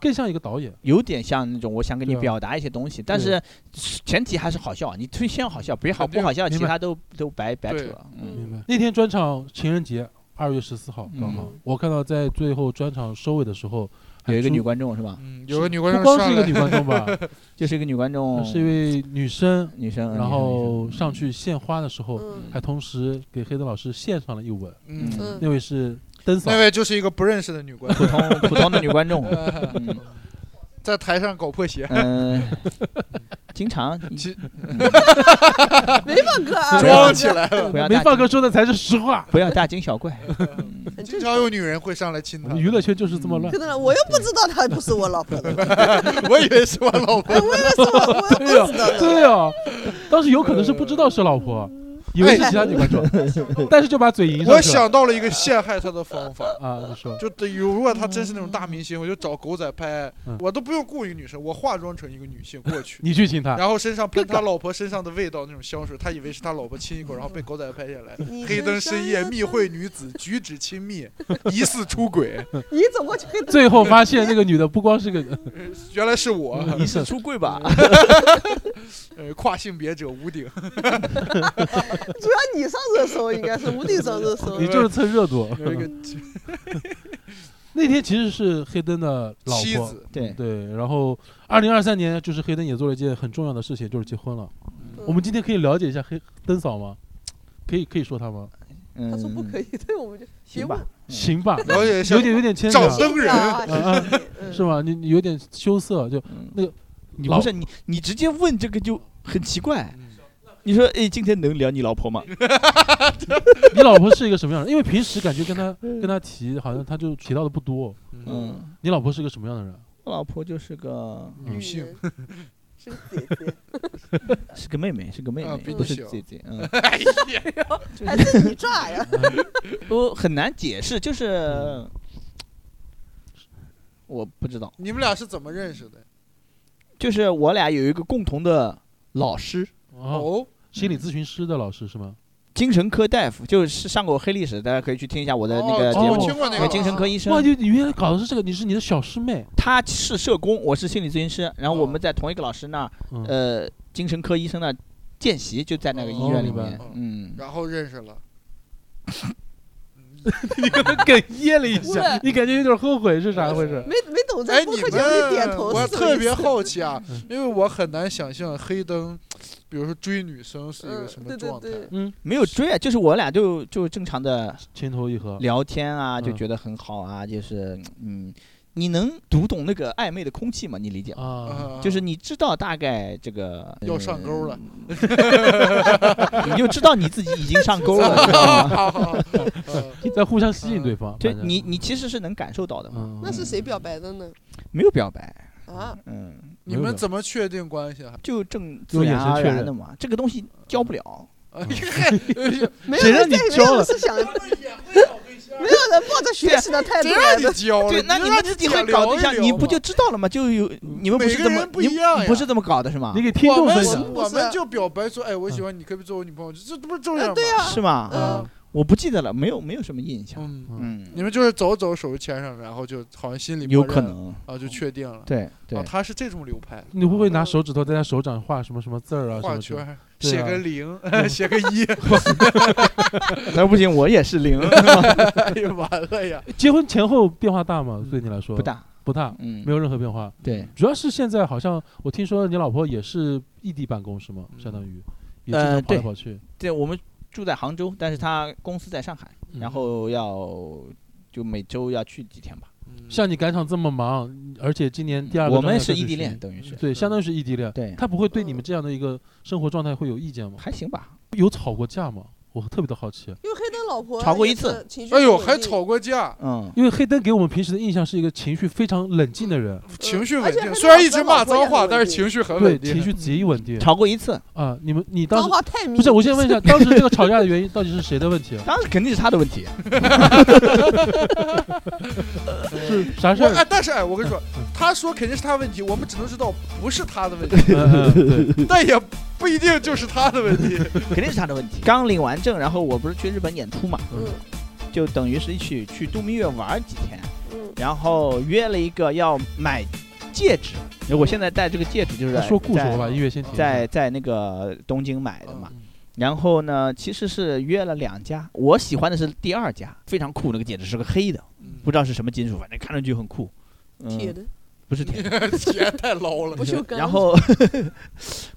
Speaker 2: 更像一个导演，
Speaker 3: 有点像那种我想跟你
Speaker 2: 对啊
Speaker 3: 表达一些东西，但
Speaker 2: 对
Speaker 3: 是前提还是好笑，你推先好笑，别好
Speaker 4: 肯
Speaker 3: 不
Speaker 4: 定
Speaker 3: 好笑，其
Speaker 2: 明白
Speaker 3: 他都都白白扯
Speaker 4: 对。
Speaker 3: 嗯，
Speaker 2: 明白？那天专场情人节，二月十四号刚好
Speaker 3: 嗯，
Speaker 2: 我看到在最后专场收尾的时候，
Speaker 3: 有一个女
Speaker 2: 观，
Speaker 3: 观众是吧？
Speaker 4: 嗯，有个女观
Speaker 2: 不
Speaker 4: 众
Speaker 2: 光
Speaker 4: 上
Speaker 2: 是一个
Speaker 4: 来，
Speaker 2: 女观众吧，
Speaker 3: 就是一个女观众，
Speaker 2: 呃是一位女生，
Speaker 3: 女生，呃
Speaker 2: 然
Speaker 3: 嗯女
Speaker 2: 后
Speaker 3: 生
Speaker 2: 上去献花的时候，
Speaker 5: 嗯
Speaker 2: 还同时给黑灯老师献上了一吻。
Speaker 4: 嗯，
Speaker 5: 嗯
Speaker 2: 那位是灯嫂
Speaker 4: 那，位就是一个不认识的女观
Speaker 3: 普
Speaker 4: 众，
Speaker 3: 通普通的女观众，
Speaker 2: (laughs)
Speaker 4: 呃
Speaker 3: 嗯
Speaker 4: 在台上搞破鞋。
Speaker 3: 嗯，经常
Speaker 4: 其
Speaker 3: 嗯
Speaker 5: 没放歌
Speaker 3: (laughs)
Speaker 5: 啊，
Speaker 4: 装起来了，
Speaker 3: 不要
Speaker 2: 没
Speaker 3: 大
Speaker 2: 放歌
Speaker 3: 惊
Speaker 2: 说的才是实话。
Speaker 3: 不要大惊小怪，嗯
Speaker 5: 很
Speaker 4: 经
Speaker 5: 正
Speaker 4: 常
Speaker 5: 常。
Speaker 4: 有女人会上来亲
Speaker 2: 我
Speaker 4: 他
Speaker 2: 们。娱乐圈就是这么
Speaker 3: 嗯
Speaker 2: 乱
Speaker 5: 黑。灯老，我又不知道她不是我老婆的，
Speaker 4: 我以为是我老
Speaker 2: (laughs)
Speaker 4: 婆
Speaker 5: 哎，， (laughs) 我以为是我，我又 (laughs) 不
Speaker 2: 对呀
Speaker 5: 知道，的。
Speaker 2: 对呀，当时有可能是不知道是老婆，以为是其他女观众，但是就把嘴迎上
Speaker 4: 哎我
Speaker 2: 去了。
Speaker 4: 想到了一个陷害他的方法。
Speaker 2: 啊，你说
Speaker 4: 就得有如果他真是那种大
Speaker 3: 嗯
Speaker 4: 明星，我就找狗仔拍
Speaker 2: 嗯，
Speaker 4: 我都不用雇一个女生，我化妆成一个女性过
Speaker 2: (laughs)
Speaker 4: 去，
Speaker 2: 你去亲她，
Speaker 4: 然后身上喷他老婆身上的味道那种香水，他以为是他老婆亲一口，然后被狗仔拍下来。
Speaker 5: 你
Speaker 4: 黑灯深夜密会女子，举止
Speaker 3: (laughs)
Speaker 4: 亲密，疑似出轨，
Speaker 5: 你走过去黑灯，
Speaker 2: 最后发现那个女的不光是个
Speaker 4: 原哦来是我，
Speaker 2: 医生，
Speaker 3: 出柜吧？
Speaker 4: 呃，跨性别者屋顶。
Speaker 5: 主要你上热搜，应该是无敌上热
Speaker 4: (laughs)
Speaker 5: 搜
Speaker 4: 嗯
Speaker 2: 你。就是蹭热度。
Speaker 4: 有一个
Speaker 2: (laughs) 那天其实是黑灯的老
Speaker 4: 妻
Speaker 2: 婆，
Speaker 4: 子，
Speaker 3: 对，
Speaker 2: 对。然后，二零二三年就是黑灯也做了一件很重要的事情，就是结婚了。
Speaker 5: 嗯
Speaker 2: 我们今天可以了解一下黑灯嫂吗？可以可以说她吗？
Speaker 3: 嗯，
Speaker 5: 他说不可以，对，我们就
Speaker 3: 行吧？嗯
Speaker 2: 行吧，
Speaker 4: 了解一下
Speaker 2: 有点有点牵
Speaker 4: 照
Speaker 2: 强，
Speaker 4: 灯
Speaker 5: 别问啊
Speaker 2: 人啊
Speaker 5: 嗯
Speaker 2: 是吗？你你有点羞涩，就
Speaker 3: 嗯
Speaker 2: 那个
Speaker 3: 你
Speaker 2: 老
Speaker 3: 不是
Speaker 4: (laughs)
Speaker 3: 你，你直接问这个就很奇怪。你说，哎，今天能聊你老婆吗？
Speaker 2: 你老婆是一个什么样的？因为平时感觉跟她跟她提，好像她就提到的不多。
Speaker 4: 嗯，
Speaker 3: 嗯，
Speaker 2: 你老婆是个什么样的人？
Speaker 3: 我老婆就是个
Speaker 4: 女 (laughs) 性，
Speaker 5: 人是个姐姐，
Speaker 3: 是个妹妹，是个妹
Speaker 4: 啊
Speaker 3: 妹，
Speaker 4: 比
Speaker 3: 不
Speaker 4: 你
Speaker 3: 是
Speaker 4: 小
Speaker 3: 姐姐。嗯，
Speaker 4: 哎
Speaker 5: 还是你炸呀？
Speaker 3: 我很难解释，就是我不知道，
Speaker 4: 你们俩是怎么认识的？
Speaker 3: 就是我俩有一个共同的老师，
Speaker 2: 哦，
Speaker 4: 哦，
Speaker 2: 心理咨询师的老师是吗？
Speaker 3: 精神科大夫，就是上过黑历史，大家可以去听一下我的那个节
Speaker 4: 哦我
Speaker 3: 目。
Speaker 4: 听过
Speaker 3: 对
Speaker 4: 那个
Speaker 3: 哎精神科医生
Speaker 2: 哇，，你你原来搞的是这个，你是你的小师妹，
Speaker 3: 他是社工，我是心理咨询师，然后我
Speaker 4: 哦
Speaker 3: 们在同一个老师那儿，
Speaker 2: 嗯，
Speaker 3: 呃，精神科医生那儿见习，就在那个医院里
Speaker 2: 哦
Speaker 3: 面
Speaker 2: 明
Speaker 4: 白，
Speaker 3: 嗯，
Speaker 4: 然后认识了。
Speaker 2: 你可能 (laughs) 哽咽了一下
Speaker 5: 下，
Speaker 2: 你感觉有点后悔是啥回事？
Speaker 5: 没没懂
Speaker 4: (laughs) 哎，
Speaker 5: 在播
Speaker 4: 你
Speaker 5: 客
Speaker 4: 们
Speaker 5: 节目里点头
Speaker 4: 我
Speaker 5: 是什么
Speaker 4: 特
Speaker 5: 意
Speaker 4: 别
Speaker 5: 思，
Speaker 4: 好奇啊
Speaker 2: 嗯，
Speaker 4: 因为我很难想象黑灯，比如说追女生是一个
Speaker 5: 嗯
Speaker 4: 什么
Speaker 5: 对对
Speaker 4: 状态。
Speaker 5: 对
Speaker 2: 嗯，
Speaker 3: 没有追啊，就是我俩就就正常的
Speaker 2: (laughs) 情投意合，
Speaker 3: 聊天啊，
Speaker 2: 嗯
Speaker 3: 就觉得很好啊，就是嗯，你能读懂那个暧昧的空气吗？你理解吗？
Speaker 2: 啊，
Speaker 4: 啊
Speaker 3: 就是你知道大概这个
Speaker 4: 要上钩了，
Speaker 3: 呃你就知道你自己已经上钩
Speaker 4: (laughs)
Speaker 3: 了，你知道吗？
Speaker 4: 啊
Speaker 3: (laughs)
Speaker 2: 在互相吸引对方。
Speaker 3: 就
Speaker 2: 反正
Speaker 3: 你，你其实是能感受到的嘛，
Speaker 2: 嗯，
Speaker 5: 那是谁表白的呢？
Speaker 3: 没有表白，
Speaker 5: 啊，
Speaker 3: 嗯，
Speaker 4: 你们怎么确定关
Speaker 3: (laughs)
Speaker 4: 系啊？
Speaker 3: 就正
Speaker 2: 用
Speaker 3: 自然
Speaker 2: 眼神
Speaker 3: 而
Speaker 2: 确
Speaker 3: 然
Speaker 2: 认
Speaker 3: 的嘛，这个东西教不了。
Speaker 4: 哎
Speaker 5: 没有
Speaker 2: 谁让
Speaker 5: 人
Speaker 2: 你
Speaker 5: 在
Speaker 2: 教
Speaker 5: 没有
Speaker 2: 了
Speaker 5: 人是想，没 (laughs) 有人抱着学习的态度
Speaker 4: 谁
Speaker 5: 来
Speaker 4: 让你
Speaker 5: 的。
Speaker 4: 教
Speaker 3: 对
Speaker 4: 了？，
Speaker 3: 那你们自己会搞对象，你不就知道了吗？就有你们不
Speaker 4: 每
Speaker 3: 是
Speaker 4: 个
Speaker 3: 这么
Speaker 4: 人不
Speaker 3: 你
Speaker 4: 一样呀？
Speaker 3: 你不是这么搞的是吗
Speaker 2: 嗯你？给听
Speaker 4: 我
Speaker 2: 众
Speaker 4: 们
Speaker 2: 分
Speaker 5: 是
Speaker 2: 享
Speaker 5: 不
Speaker 4: 我
Speaker 3: 嗯
Speaker 5: 是
Speaker 3: 啊
Speaker 4: 们就表白说，哎，我喜欢你，可不可以做我女朋友？这这不是重要吗？
Speaker 5: 对呀，
Speaker 3: 是吗？
Speaker 5: 嗯，
Speaker 3: 我不记得了，没有没有什么印象。
Speaker 4: 嗯，
Speaker 3: 嗯，
Speaker 4: 你们就是走着走着手就牵上，然后就好像心里
Speaker 3: 有
Speaker 4: 默认
Speaker 3: 可
Speaker 4: 了，
Speaker 3: 能，
Speaker 4: 然后就确定了。
Speaker 3: 对对
Speaker 4: 哦，，他是这种流派的，
Speaker 2: 你会不会拿手指头在他手掌画什么什么字儿啊？什
Speaker 4: 画
Speaker 2: 么之
Speaker 4: 圈
Speaker 2: 类的？
Speaker 4: 儿，
Speaker 2: 对
Speaker 4: 写
Speaker 2: 啊
Speaker 4: 个
Speaker 2: (laughs)
Speaker 4: 零，写个一，
Speaker 3: 那不行，我也是零，
Speaker 4: 哎呀，完了呀！
Speaker 2: 结婚前后变化大吗？对你来说
Speaker 3: 不，大。
Speaker 2: 不大，
Speaker 3: 嗯
Speaker 2: (laughs) 没，有任嗯何变化。
Speaker 3: 对，
Speaker 2: 主要是现在好像我听说你老婆也是异地办公是吗？
Speaker 4: 嗯
Speaker 2: 相当于也经常
Speaker 3: 呃
Speaker 2: 跑
Speaker 3: 对
Speaker 2: 来跑去。
Speaker 3: 对我们住在杭州，但是他公司在上海，
Speaker 2: 嗯
Speaker 3: 然后要就每周要去几天吧。
Speaker 4: 嗯
Speaker 2: 像你赶场这么忙，而且今年第二个
Speaker 3: 我
Speaker 2: 状态
Speaker 3: 们是
Speaker 2: 就是
Speaker 3: 异地
Speaker 2: 学
Speaker 3: 恋，，等于是
Speaker 2: 对，相当于是异地恋。
Speaker 3: 对，
Speaker 2: 他不会对你们这样的一个生活状态会有意见吗？
Speaker 3: 还行吧。
Speaker 2: 有吵过架吗？我特别的好奇，
Speaker 5: 因为黑灯老婆
Speaker 3: 吵过
Speaker 5: 也
Speaker 3: 一次
Speaker 5: 是情绪
Speaker 4: 哎呦，
Speaker 5: 不稳
Speaker 4: 还
Speaker 5: 定
Speaker 4: 吵过架，
Speaker 3: 嗯，
Speaker 2: 因为黑灯给我们平时的印象是一个情绪非常冷静的人，
Speaker 4: 情绪
Speaker 5: 而
Speaker 4: 稳
Speaker 5: 且
Speaker 4: 定，
Speaker 5: 他
Speaker 4: 虽然
Speaker 5: 老
Speaker 4: 一直
Speaker 5: 婆
Speaker 4: 骂
Speaker 5: 老婆也
Speaker 4: 脏话，
Speaker 5: 很
Speaker 4: 但是
Speaker 5: 稳定
Speaker 4: 情绪很
Speaker 2: 对，
Speaker 4: 稳定，
Speaker 2: 情绪极稳定
Speaker 3: 吵过一次，
Speaker 2: 啊！你们你当
Speaker 5: 脏
Speaker 2: 时
Speaker 5: 话太密。
Speaker 2: 不是？我先问一下，当时这个吵架的原因到底是谁的问
Speaker 3: (laughs)
Speaker 2: 题？
Speaker 3: 当然肯定是他的问题。
Speaker 2: 是
Speaker 3: 嗯
Speaker 2: 嗯啥事
Speaker 4: 我
Speaker 2: 儿？
Speaker 4: 哎，但是哎，我跟你说，他说肯定是他问题，我们只能知道不是他的问题，
Speaker 2: 嗯嗯对，
Speaker 4: 但也不一定就是他的问题。
Speaker 3: (laughs) 肯定是他的问题。刚领完证，然后我不是去日本演出嘛，
Speaker 5: 嗯
Speaker 3: 就等于是一起去度蜜月玩几天，
Speaker 5: 嗯，
Speaker 3: 然后约了一个要买戒指。我现在戴这个戒指就是
Speaker 2: 说故事我
Speaker 3: 在
Speaker 2: 把音乐先停一下。
Speaker 3: 在在那个东京买的嘛
Speaker 2: 嗯。
Speaker 3: 然后呢，其实是约了两家，我喜欢的是第二家，非常酷，那个戒指是个黑的，不知道是什么金属，反正看上去很酷。
Speaker 5: 铁
Speaker 3: 嗯，
Speaker 5: 的
Speaker 3: 不是铁的，
Speaker 4: (laughs) 钱太捞了
Speaker 5: 不，锈钢。
Speaker 3: 然后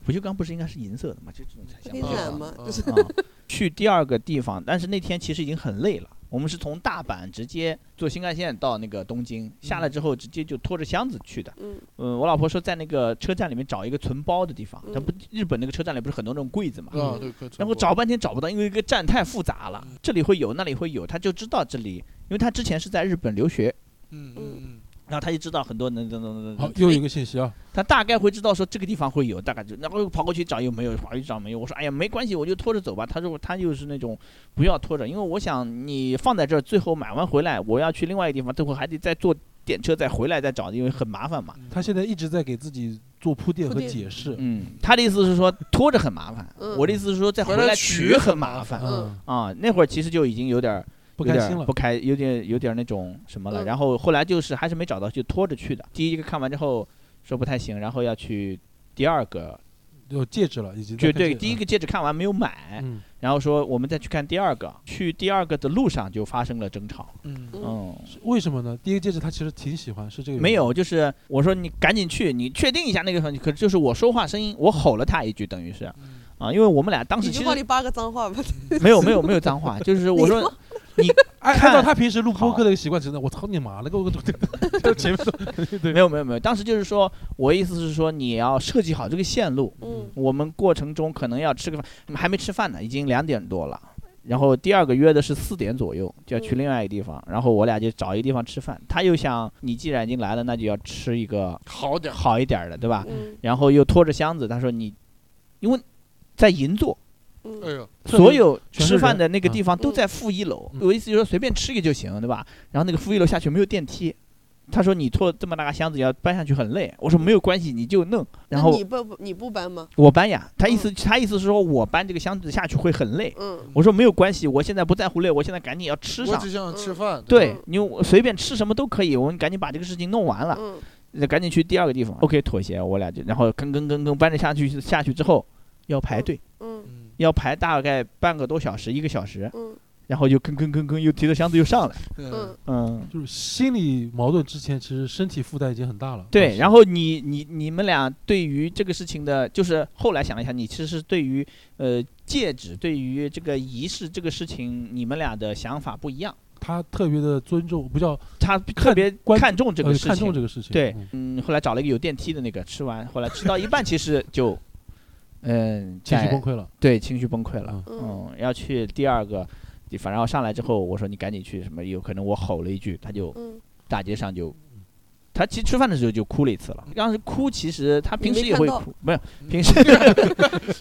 Speaker 3: 不锈钢不是应该是银色的吗？就这种才像
Speaker 5: 黑
Speaker 3: 不锈
Speaker 5: 染
Speaker 3: 钢。
Speaker 5: 嘛，
Speaker 4: 嗯
Speaker 5: 就是
Speaker 3: 啊， (laughs) 去第二个地方，但是那天其实已经很累了。我们是从大阪直接坐新干线到那个东京，下来之后直接就拖着箱子去的。
Speaker 5: 嗯
Speaker 3: 嗯，我老婆说在那个车站里面找一个存包的地方，
Speaker 5: 嗯
Speaker 3: 它不日本那个车站里不是很多那种柜子嘛，
Speaker 2: 嗯
Speaker 4: 啊，对，可以
Speaker 3: 然后找半天找不到，因为一个站太复杂了
Speaker 4: 嗯，
Speaker 3: 这里会有那里会有，她就知道这里，因为她之前是在日本留学，
Speaker 4: 嗯嗯
Speaker 3: 然后她就知道很多能能能能
Speaker 2: 好
Speaker 3: 能，，
Speaker 2: 又有一个信息啊，
Speaker 3: 他大概会知道说这个地方会有，大概就然后又跑过去找有没有，跑过去找没有。我说哎呀没关系，我就拖着走吧。他说他又是那种不要拖着，因为我想你放在这儿，最后买完回来我要去另外一个地方，最后还得再坐电车再回来再找，因为很麻烦嘛。
Speaker 4: 嗯
Speaker 2: 他现在一直在给自己做铺垫和
Speaker 5: 铺垫
Speaker 2: 解释。
Speaker 3: 嗯，他的意思是说拖着很麻烦，
Speaker 5: 嗯
Speaker 3: 我的意思是说再回
Speaker 4: 回来
Speaker 3: 来
Speaker 4: 取
Speaker 3: 取很麻烦
Speaker 2: 嗯，
Speaker 3: 啊、那会儿其实就已经有点儿
Speaker 2: 不
Speaker 3: 有
Speaker 2: 开
Speaker 3: 点
Speaker 2: 心了
Speaker 3: 不。开，有点有点那种什么了。
Speaker 5: 嗯
Speaker 3: 然后后来就是还是没找到，就拖着去的。第一个看完之后说不太行，然后要去第二个
Speaker 2: 有戒指了，已经在 (laughs)
Speaker 3: 就
Speaker 2: 看
Speaker 3: (laughs) 对，
Speaker 2: 戒
Speaker 3: 第一
Speaker 2: 指
Speaker 3: 个戒指看完没有买，
Speaker 2: 嗯，
Speaker 3: 然后说我们再去看第二个，去第二个的路上就发生了争吵。
Speaker 4: 嗯嗯，
Speaker 5: 嗯
Speaker 3: 嗯，
Speaker 2: 是为什么呢？第一个戒指他其实挺喜欢，是这个原因
Speaker 3: 没有，就是我说你赶紧去，你确定一下那个时候，可就是我说话声音，我吼了他一句，等于是啊，因为我们俩当
Speaker 5: 一
Speaker 3: 时
Speaker 5: 句
Speaker 3: 其
Speaker 5: 话里
Speaker 3: 实
Speaker 5: 八个脏话吧。
Speaker 3: (laughs) 没有没有没有脏话，就是我
Speaker 5: 你
Speaker 3: 说
Speaker 5: 说
Speaker 2: 按
Speaker 3: 看
Speaker 2: 按哎照他平时录播客的一个习惯，真的，我操你妈了，给我 (laughs) 个就前面都
Speaker 3: 没有没有没有，当时就是说我意思是说你要设计好这个线路，
Speaker 5: 嗯
Speaker 3: 我们过程中可能要吃个饭，还没吃饭呢，已经两点多了。然后第二个约的是四点左右，就要去
Speaker 5: 嗯
Speaker 3: 另外一个地方。然后我俩就找一个地方吃饭。他又想，你既然已经来了，那就要吃一个
Speaker 4: 好点儿，
Speaker 3: 好一点儿的，对吧？
Speaker 5: 嗯
Speaker 3: 然后又拖着箱子，他说你，因为在银座，
Speaker 4: 哎
Speaker 5: 嗯，
Speaker 4: 呦，
Speaker 2: 对
Speaker 3: 所有
Speaker 2: 全是
Speaker 3: 吃饭
Speaker 2: 人
Speaker 3: 的那个
Speaker 2: 嗯
Speaker 3: 地方都在负一楼。
Speaker 2: 嗯
Speaker 3: 我意思就是说随便吃一个就行，对吧？然后那个负一楼下去没有电梯。他说：“你拖这么大个箱子要搬上去很累。”我说：“没有关系，你就弄。”然
Speaker 5: 那
Speaker 3: 后
Speaker 5: 你不你不搬吗？
Speaker 3: 我搬呀，他意思他意思是说我搬这个箱子下去会很累。
Speaker 5: 嗯
Speaker 3: 我说没有关系，我现在不在乎累，我现在赶紧要吃
Speaker 4: 我
Speaker 3: 上
Speaker 4: 只。想吃饭。
Speaker 3: 对
Speaker 5: 嗯
Speaker 3: 你我随便吃什么都可以，我们赶紧把这个事情弄完了，
Speaker 5: 嗯
Speaker 3: 赶紧去第二个地方。OK，妥协，我俩就然后跟跟跟跟搬着下去下去之后要排队，
Speaker 5: 嗯
Speaker 4: 嗯，
Speaker 3: 要排大概半个多小时一个小时，
Speaker 5: 嗯
Speaker 3: 然后又跟跟跟跟又提着箱子又上来，
Speaker 5: 嗯
Speaker 4: 嗯，
Speaker 3: 嗯。
Speaker 2: 就是心理矛盾之前，其实身体负担已经很大了。
Speaker 3: 对，然后你你你们俩对于这个事情的，就是后来想了一下，你其实是对于呃戒指，对于这个仪式这个事情，你们俩的想法不一样。
Speaker 2: 他特别的尊重，不叫
Speaker 3: 他特别
Speaker 2: 关
Speaker 3: 看重这个
Speaker 2: 呃
Speaker 3: 事情，
Speaker 2: 看重这个事情。
Speaker 3: 对
Speaker 2: 嗯，
Speaker 3: 嗯，后来找了一个有电梯的那个，吃完后来吃到一半，其实就，嗯，
Speaker 2: (laughs) 情绪
Speaker 3: 在
Speaker 2: 崩溃了。
Speaker 3: 对，情绪崩溃了，
Speaker 2: 嗯
Speaker 5: 嗯
Speaker 3: 嗯，要去第二个地方，然后上来之后，我说你赶紧去什么，有可能我吼了一句，他就
Speaker 5: 嗯
Speaker 3: 大街上就他其实吃饭的时候就哭了一次了。当时哭，其实他平时也会
Speaker 5: 你没看
Speaker 3: 哭，没有
Speaker 2: 嗯
Speaker 3: 平时。 (laughs)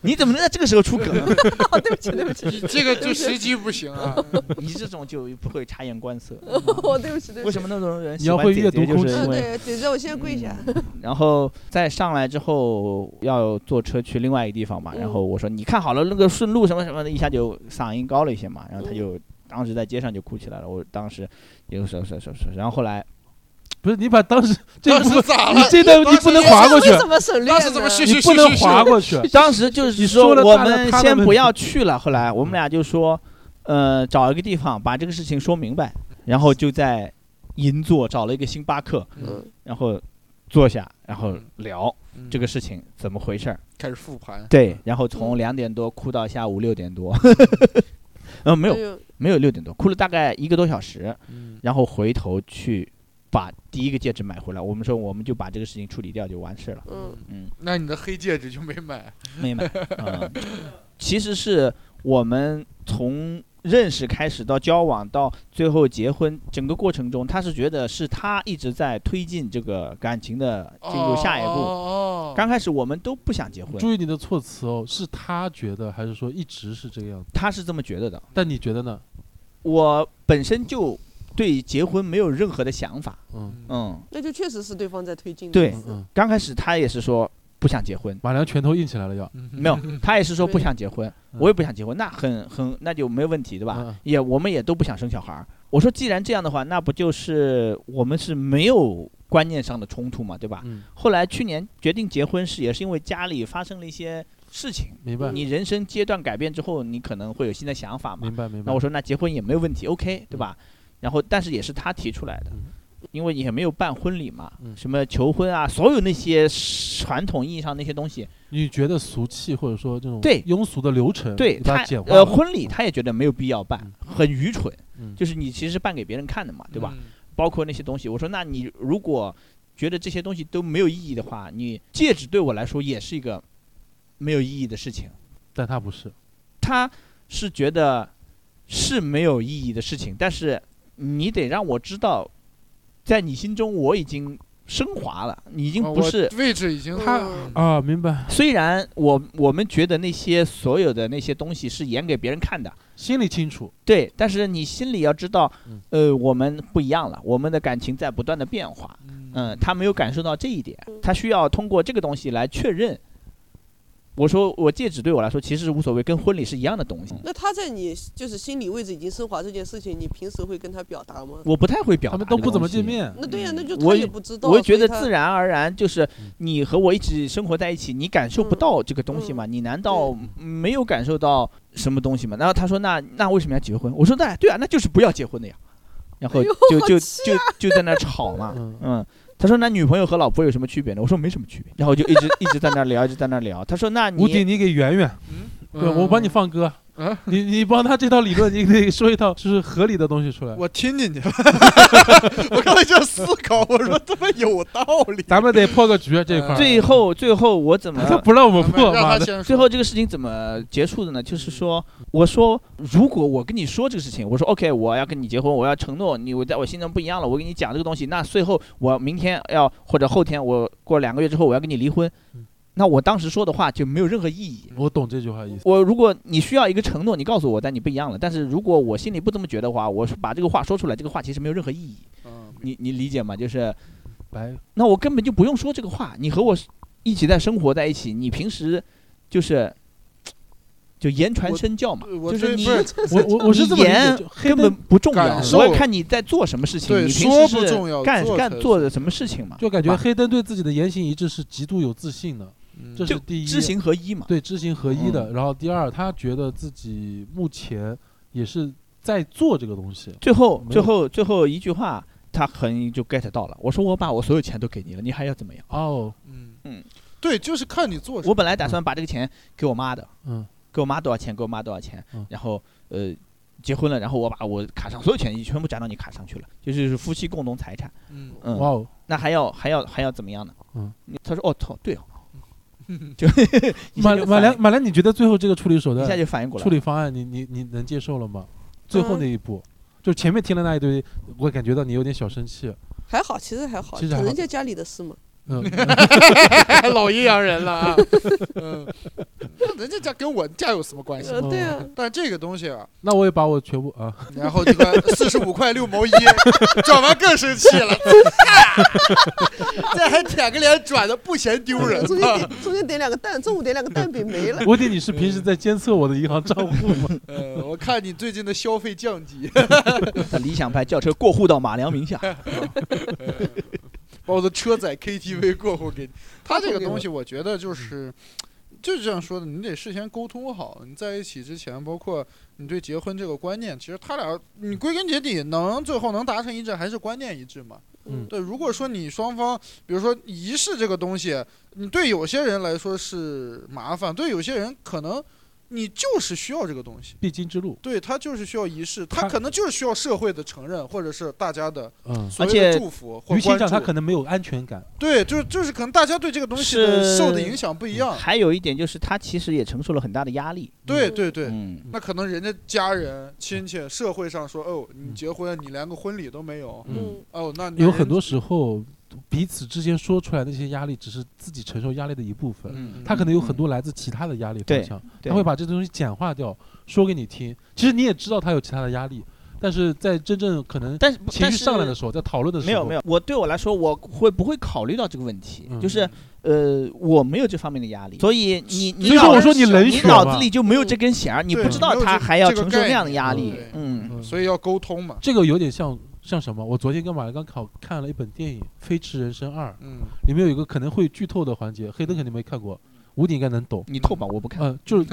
Speaker 3: 你怎么能在这个时候出梗啊呢？
Speaker 5: 哦，对不起， (laughs) 对不起，
Speaker 4: 你这个就时机不行啊，
Speaker 3: (laughs) 你这种就不会察言观色。
Speaker 5: 哦，对不起，对不
Speaker 3: 为
Speaker 5: 起
Speaker 3: 什。么那种人
Speaker 2: 你
Speaker 3: 喜
Speaker 2: 要
Speaker 3: 欢
Speaker 2: 会
Speaker 3: 姐
Speaker 2: 阅
Speaker 3: 姐
Speaker 2: 读
Speaker 3: 就
Speaker 2: 空
Speaker 3: 是
Speaker 2: 气
Speaker 5: 嗯，
Speaker 3: 因为嗯
Speaker 5: 对对，让我现在跪下。 (laughs)
Speaker 3: 然后再上来之后要坐车去另外一个地方嘛，
Speaker 5: 嗯
Speaker 3: 然后我说你看好了那个顺路什么什么的，一下就嗓音高了一些嘛，然后他就当时在街上就哭起来了，我当时就说说说说，然后后来
Speaker 2: 不是你把当
Speaker 4: (laughs)
Speaker 2: 时 (laughs) 这
Speaker 4: 当
Speaker 2: 一
Speaker 4: 时
Speaker 2: 部分
Speaker 4: 咋
Speaker 2: 你
Speaker 4: 了？
Speaker 2: 这段你不能划过去
Speaker 5: 为，什么省略呢？
Speaker 4: 当时怎么是
Speaker 2: 你不能划过
Speaker 3: (laughs)
Speaker 2: 去。
Speaker 3: 当时就
Speaker 2: 你
Speaker 3: 是说
Speaker 2: 说了
Speaker 3: 我
Speaker 2: 大量
Speaker 3: 们
Speaker 2: 他的
Speaker 3: 先
Speaker 2: 问
Speaker 3: 不
Speaker 2: 题
Speaker 3: 要去了，后来我们俩就说，呃，找一个地方把这个事情说明白，然后就在银座找了一个星巴克，
Speaker 5: 嗯
Speaker 3: 然后坐下，然后
Speaker 4: 嗯
Speaker 3: 聊
Speaker 4: 嗯
Speaker 3: 这个事情怎么回事儿。
Speaker 4: 开始复盘，
Speaker 3: 对，然后
Speaker 5: 嗯
Speaker 3: 从两点多哭到下午六点
Speaker 5: (laughs)
Speaker 3: 多，嗯，没有
Speaker 5: 哎呦
Speaker 3: 没有六点多，哭了大概一个多小时，
Speaker 4: 嗯
Speaker 3: 然后回头去把第一个戒指买回来。我们说我们就把这个事情处理掉就完事了，
Speaker 5: 嗯，
Speaker 3: 嗯，
Speaker 4: 那你的黑戒指就没
Speaker 3: (laughs)
Speaker 4: 买，
Speaker 3: 没买。嗯，其实是我们从认识开始到交往到最后结婚整个过程中，他是觉得是他一直在推进这个感情的进
Speaker 5: 哦
Speaker 3: 入下一步。
Speaker 4: 步
Speaker 3: 刚开始我们都不想结婚，
Speaker 2: 注意你的措辞哦，是他觉得还是说一直是这个样子？
Speaker 3: 他是这么觉得的。
Speaker 2: 但你觉得呢？
Speaker 3: 我本身就对结婚没有任何的想法。
Speaker 2: 嗯
Speaker 3: 嗯，
Speaker 5: 那就确实是对方在推进的
Speaker 3: 对
Speaker 5: 意思。
Speaker 2: 嗯嗯，
Speaker 3: 刚开始他也是说不想结婚，
Speaker 2: 马良拳头硬起来了要。(laughs)
Speaker 3: 没有，他也是说不想结婚，
Speaker 2: 嗯
Speaker 3: 我也不想结婚，那很很那就没有问题，对吧？
Speaker 2: 嗯
Speaker 3: 也我们也都不想生小孩儿。我说既然这样的话，那不就是我们是没有观念上的冲突嘛，对吧？
Speaker 2: 嗯，
Speaker 3: 后来去年决定结婚是也是因为家里发生了一些事情，
Speaker 2: 明白
Speaker 3: 你人生阶段改变之后，你可能会有新的想法嘛
Speaker 2: 明。白明白。
Speaker 3: 那我说那结婚也没有问题，OK，对吧？然后但是也是他提出来的
Speaker 2: 嗯，
Speaker 3: 因为也没有办婚礼嘛，
Speaker 2: 嗯
Speaker 3: 什么求婚啊，所有那些传统意义上那些东西，
Speaker 2: 你觉得俗气或者说这种
Speaker 3: 对
Speaker 2: 庸俗的流程，
Speaker 3: 对
Speaker 2: 你把
Speaker 3: 他
Speaker 2: 它简化
Speaker 3: 呃
Speaker 2: 了
Speaker 3: 婚礼他也觉得没有必要办，很愚蠢，
Speaker 2: 嗯
Speaker 3: 就是你其实是办给别人看的嘛，对吧？？
Speaker 4: 嗯
Speaker 3: 包括那些东西，我说那你如果觉得这些东西都没有意义的话，你戒指对我来说也是一个没有意义的事情。
Speaker 2: 但他不是，
Speaker 3: 他是觉得是没有意义的事情，但是你得让我知道，在你心中我已经升华了，你已经
Speaker 4: 哦
Speaker 3: 不
Speaker 4: 我
Speaker 3: 是。
Speaker 4: 位置已经
Speaker 5: 他
Speaker 4: 嗯
Speaker 2: 啊，明白，
Speaker 3: 虽然我我们觉得那些所有的那些东西是演给别人看的，
Speaker 2: 心里清楚，
Speaker 3: 对，但是你心里要知道
Speaker 2: 嗯，
Speaker 3: 呃，我们不一样了，我们的感情在不断的变化。
Speaker 4: 嗯
Speaker 3: 嗯，他没有感受到这一点，他需要通过这个东西来确认。我说我戒指对我来说其实无所谓，跟婚礼是一样的东
Speaker 2: 嗯
Speaker 3: 西。
Speaker 5: 那他在你就是心理位置已经升华这件事情，你平时会跟他表达吗？
Speaker 3: 我不太会表
Speaker 2: 他
Speaker 3: 达，
Speaker 2: 们都不怎么见。面，
Speaker 5: 那对呀、
Speaker 3: 嗯
Speaker 5: 那就
Speaker 3: 我
Speaker 5: 他也不知道。
Speaker 3: 我觉得
Speaker 5: 所以他
Speaker 3: 自然而然就是
Speaker 2: 嗯
Speaker 3: 你和我一起生活在一起，你感受
Speaker 5: 嗯
Speaker 3: 不到这个东西吗？你难道没有感受到什么东西吗？然后他说那那为什么要结婚？我说那对啊，那就是不要结婚的呀。然后
Speaker 5: 哎呦
Speaker 3: 就
Speaker 5: 好
Speaker 3: 就
Speaker 5: 气
Speaker 3: 就就在那儿吵嘛，
Speaker 4: 啊
Speaker 5: (laughs)
Speaker 2: 嗯
Speaker 3: 嗯。他说：“那女朋友和老婆有什么区别呢？”我说：“没什么区别。”然后就一直一直在那儿聊，一直在那儿聊。他说：“那你
Speaker 2: 吴迪，你给圆圆，对我帮你。放歌
Speaker 4: 嗯，
Speaker 2: 你你帮他这套理论，你得说一套就是合理的东西出来。
Speaker 4: 我听进去了， (laughs) 我刚才就思考，我说他妈有道理。
Speaker 2: 咱们得破个局啊这一块儿，
Speaker 3: 最后最后 (laughs) 我怎么
Speaker 2: 他不让我们破，
Speaker 4: 嗯让
Speaker 2: 妈
Speaker 4: 他
Speaker 2: 的，
Speaker 4: 先说
Speaker 3: 最后这个事情怎么结束的呢？就是说，我说如果我跟你说这个事情，我说 OK，我要跟你结婚，我要承诺你，我在我心中不一样了，我跟你讲这个东西，那最后我明天要或者后天我过两个月之后我要跟你离婚
Speaker 2: 嗯，
Speaker 3: 那我当时说的话就没有任何意义。
Speaker 2: 我懂这句话意思。
Speaker 3: 我如果你需要一个承诺，你告诉我，但你不一样了。但是如果我心里不这么觉得的话，我是把这个话说出来，这个话其实没有任何意义。
Speaker 4: 嗯
Speaker 3: 你你理解吗？就是
Speaker 2: 白，
Speaker 3: 那我根本就不用说这个话，你和我是一起在生活在一起，你平时就是就言传
Speaker 4: 我
Speaker 3: 身教嘛，
Speaker 4: 我
Speaker 3: 就是
Speaker 4: 对
Speaker 3: 你
Speaker 4: 不是
Speaker 2: 我我我是这么理解，
Speaker 3: 言
Speaker 2: 就黑
Speaker 3: 根本
Speaker 2: 灯
Speaker 3: 不重要，
Speaker 4: 感
Speaker 3: 我要
Speaker 4: 受
Speaker 3: 看你在做什么事情，
Speaker 4: 对
Speaker 3: 你平
Speaker 4: 说
Speaker 3: 时
Speaker 4: 不
Speaker 3: 是
Speaker 4: 重要
Speaker 3: 干
Speaker 4: 做
Speaker 3: 干
Speaker 4: 才
Speaker 3: 做的什么事情嘛，
Speaker 2: 就感觉
Speaker 3: 对吧
Speaker 2: 黑灯对自己的言行一致是极度有自信的，
Speaker 4: 嗯
Speaker 2: 这是
Speaker 3: (laughs) 就
Speaker 2: 第一。
Speaker 3: 知行合一嗯嘛，
Speaker 2: 对知行合一的。然后第二，他觉得自己目前也是在做这个东西，
Speaker 3: 最后
Speaker 2: 没有
Speaker 3: 最后最后一句话，他很就 get 到了。我说我把我所有钱都给你了，你还要怎么样？
Speaker 2: 哦，
Speaker 4: 嗯
Speaker 3: 嗯
Speaker 4: 嗯，对，就是看你做什
Speaker 3: 我
Speaker 4: 么。
Speaker 3: 本来打算把这个钱给我妈的，
Speaker 2: 嗯，
Speaker 3: 给我妈多少钱，给我妈多少钱
Speaker 2: 嗯，
Speaker 3: 然后呃结婚了，然后我把我卡上所有钱全部转到你卡上去了，就是夫妻共同财产。
Speaker 4: 嗯 (laughs)
Speaker 3: 嗯，
Speaker 2: 哇哦，
Speaker 3: 那还要还要还要怎么样呢？
Speaker 2: 嗯
Speaker 3: 你，他说哦操，对哦，
Speaker 2: (laughs)
Speaker 3: (laughs) 一下
Speaker 2: 马
Speaker 3: 就
Speaker 2: 马
Speaker 3: 反
Speaker 2: 良马良，你觉得最后这个处理手
Speaker 3: 一下
Speaker 2: 段、
Speaker 3: 就反应过来
Speaker 2: 处
Speaker 3: 了。
Speaker 2: 理方案你，你你能接受了吗？最后
Speaker 5: 嗯
Speaker 2: 那一步，就前面听了那一堆，我感觉到你有点小生气，
Speaker 5: 还好，其实还好，
Speaker 2: 其实还
Speaker 5: 可
Speaker 2: 好
Speaker 5: 能在家里的事嘛。
Speaker 3: (laughs)
Speaker 2: 嗯，
Speaker 4: 老阴阳人了啊。嗯，那人家家跟我家有什么关系？
Speaker 5: 呃，对啊，
Speaker 4: 但这个东西啊，
Speaker 2: 那我也把我全部啊，。
Speaker 4: 然后这个四十五块六毛一，转完更生气了，哎这还舔个脸转的不嫌丢人
Speaker 5: 中间
Speaker 4: 吗？
Speaker 5: 点中间点两个蛋，中午点两个蛋饼没了
Speaker 2: 我得你是平
Speaker 3: 嗯
Speaker 2: 时在监测我的银行账
Speaker 3: (laughs)
Speaker 2: 户吗？
Speaker 4: 呃，我看你最近的消费降级，
Speaker 2: 呃
Speaker 3: 他理想派轿车过户到马良
Speaker 4: (laughs)
Speaker 3: 名下，
Speaker 2: 嗯
Speaker 4: 把我的车载 KTV 过户给你。他这个东西，我觉得就是。就是这样说的，你得事先沟通好。你在一起之前，包括你对结婚这个观念，其实他俩，你归根结底能最后能达成一致，还是观念一致嘛。
Speaker 2: 嗯
Speaker 4: 对，如果说你双方，比如说仪式这个东西，你对有些人来说是麻烦，对有些人可能你就是需要这个东西，
Speaker 2: 必经之
Speaker 3: (laughs)
Speaker 2: 路，
Speaker 4: 对他就是需要仪式，他
Speaker 2: 他
Speaker 4: 可能就是需要社会的承认，或者是大家的
Speaker 2: 嗯，
Speaker 4: 所谓
Speaker 3: 而
Speaker 4: 的
Speaker 3: 且
Speaker 4: 祝福或
Speaker 2: 于心
Speaker 4: 关
Speaker 2: 讲
Speaker 4: 注。
Speaker 2: 他可能没有安全感，
Speaker 4: 对，就是就是可能大家对这个东西的
Speaker 3: 是
Speaker 4: 受的影响不一样。
Speaker 3: 还有一点就是他其实也承受了很大的压力。
Speaker 4: 对对对，
Speaker 3: 嗯，
Speaker 4: 那可能人家家人、
Speaker 2: 嗯
Speaker 4: 亲戚、社会上说，哦，你结婚你连个婚礼都没有，
Speaker 2: 嗯，
Speaker 5: 嗯，
Speaker 4: 哦，那你
Speaker 2: 有
Speaker 4: 人
Speaker 2: 很多时候彼此之间说出来的一些压力，只是自己承受压力的一部分，
Speaker 4: 嗯，
Speaker 2: 他可能有很多来自其他的压力方
Speaker 3: 对
Speaker 2: 向，
Speaker 3: 对
Speaker 2: 他会把这东西简化掉，说给你听。其实你也知道他有其他的压力，但是在真正可能
Speaker 3: 但是
Speaker 2: 情绪上来的
Speaker 3: 时
Speaker 2: 时候，在讨论的时候，
Speaker 3: 没有没有，我对我来说，我会不会考虑到这个问题？
Speaker 2: 嗯
Speaker 3: 就是呃，我没有这方面的压力，所以你你
Speaker 2: 所以说
Speaker 3: 脑
Speaker 2: 我说你冷
Speaker 3: 你
Speaker 2: 血
Speaker 3: 脑
Speaker 2: 嘛
Speaker 3: 子里就没有这根弦儿，你
Speaker 4: 对
Speaker 3: 不知道
Speaker 4: 没有
Speaker 3: 他
Speaker 4: 这
Speaker 3: 还要
Speaker 4: 这个
Speaker 3: 承受
Speaker 4: 概
Speaker 3: 那样的
Speaker 4: 念
Speaker 3: 压
Speaker 4: 嗯
Speaker 3: 力
Speaker 4: 对。
Speaker 3: 嗯，
Speaker 2: 嗯
Speaker 4: 所以要沟通嘛。
Speaker 2: 这个有点像像什么？我昨天跟马来刚考看了一本电影《飞驰人生二》，
Speaker 4: 嗯，
Speaker 2: 里面有一个可能会剧透的环节，黑灯肯定没看过，吴迪应该能懂。
Speaker 3: 你透吧，我不看。
Speaker 2: 嗯，就是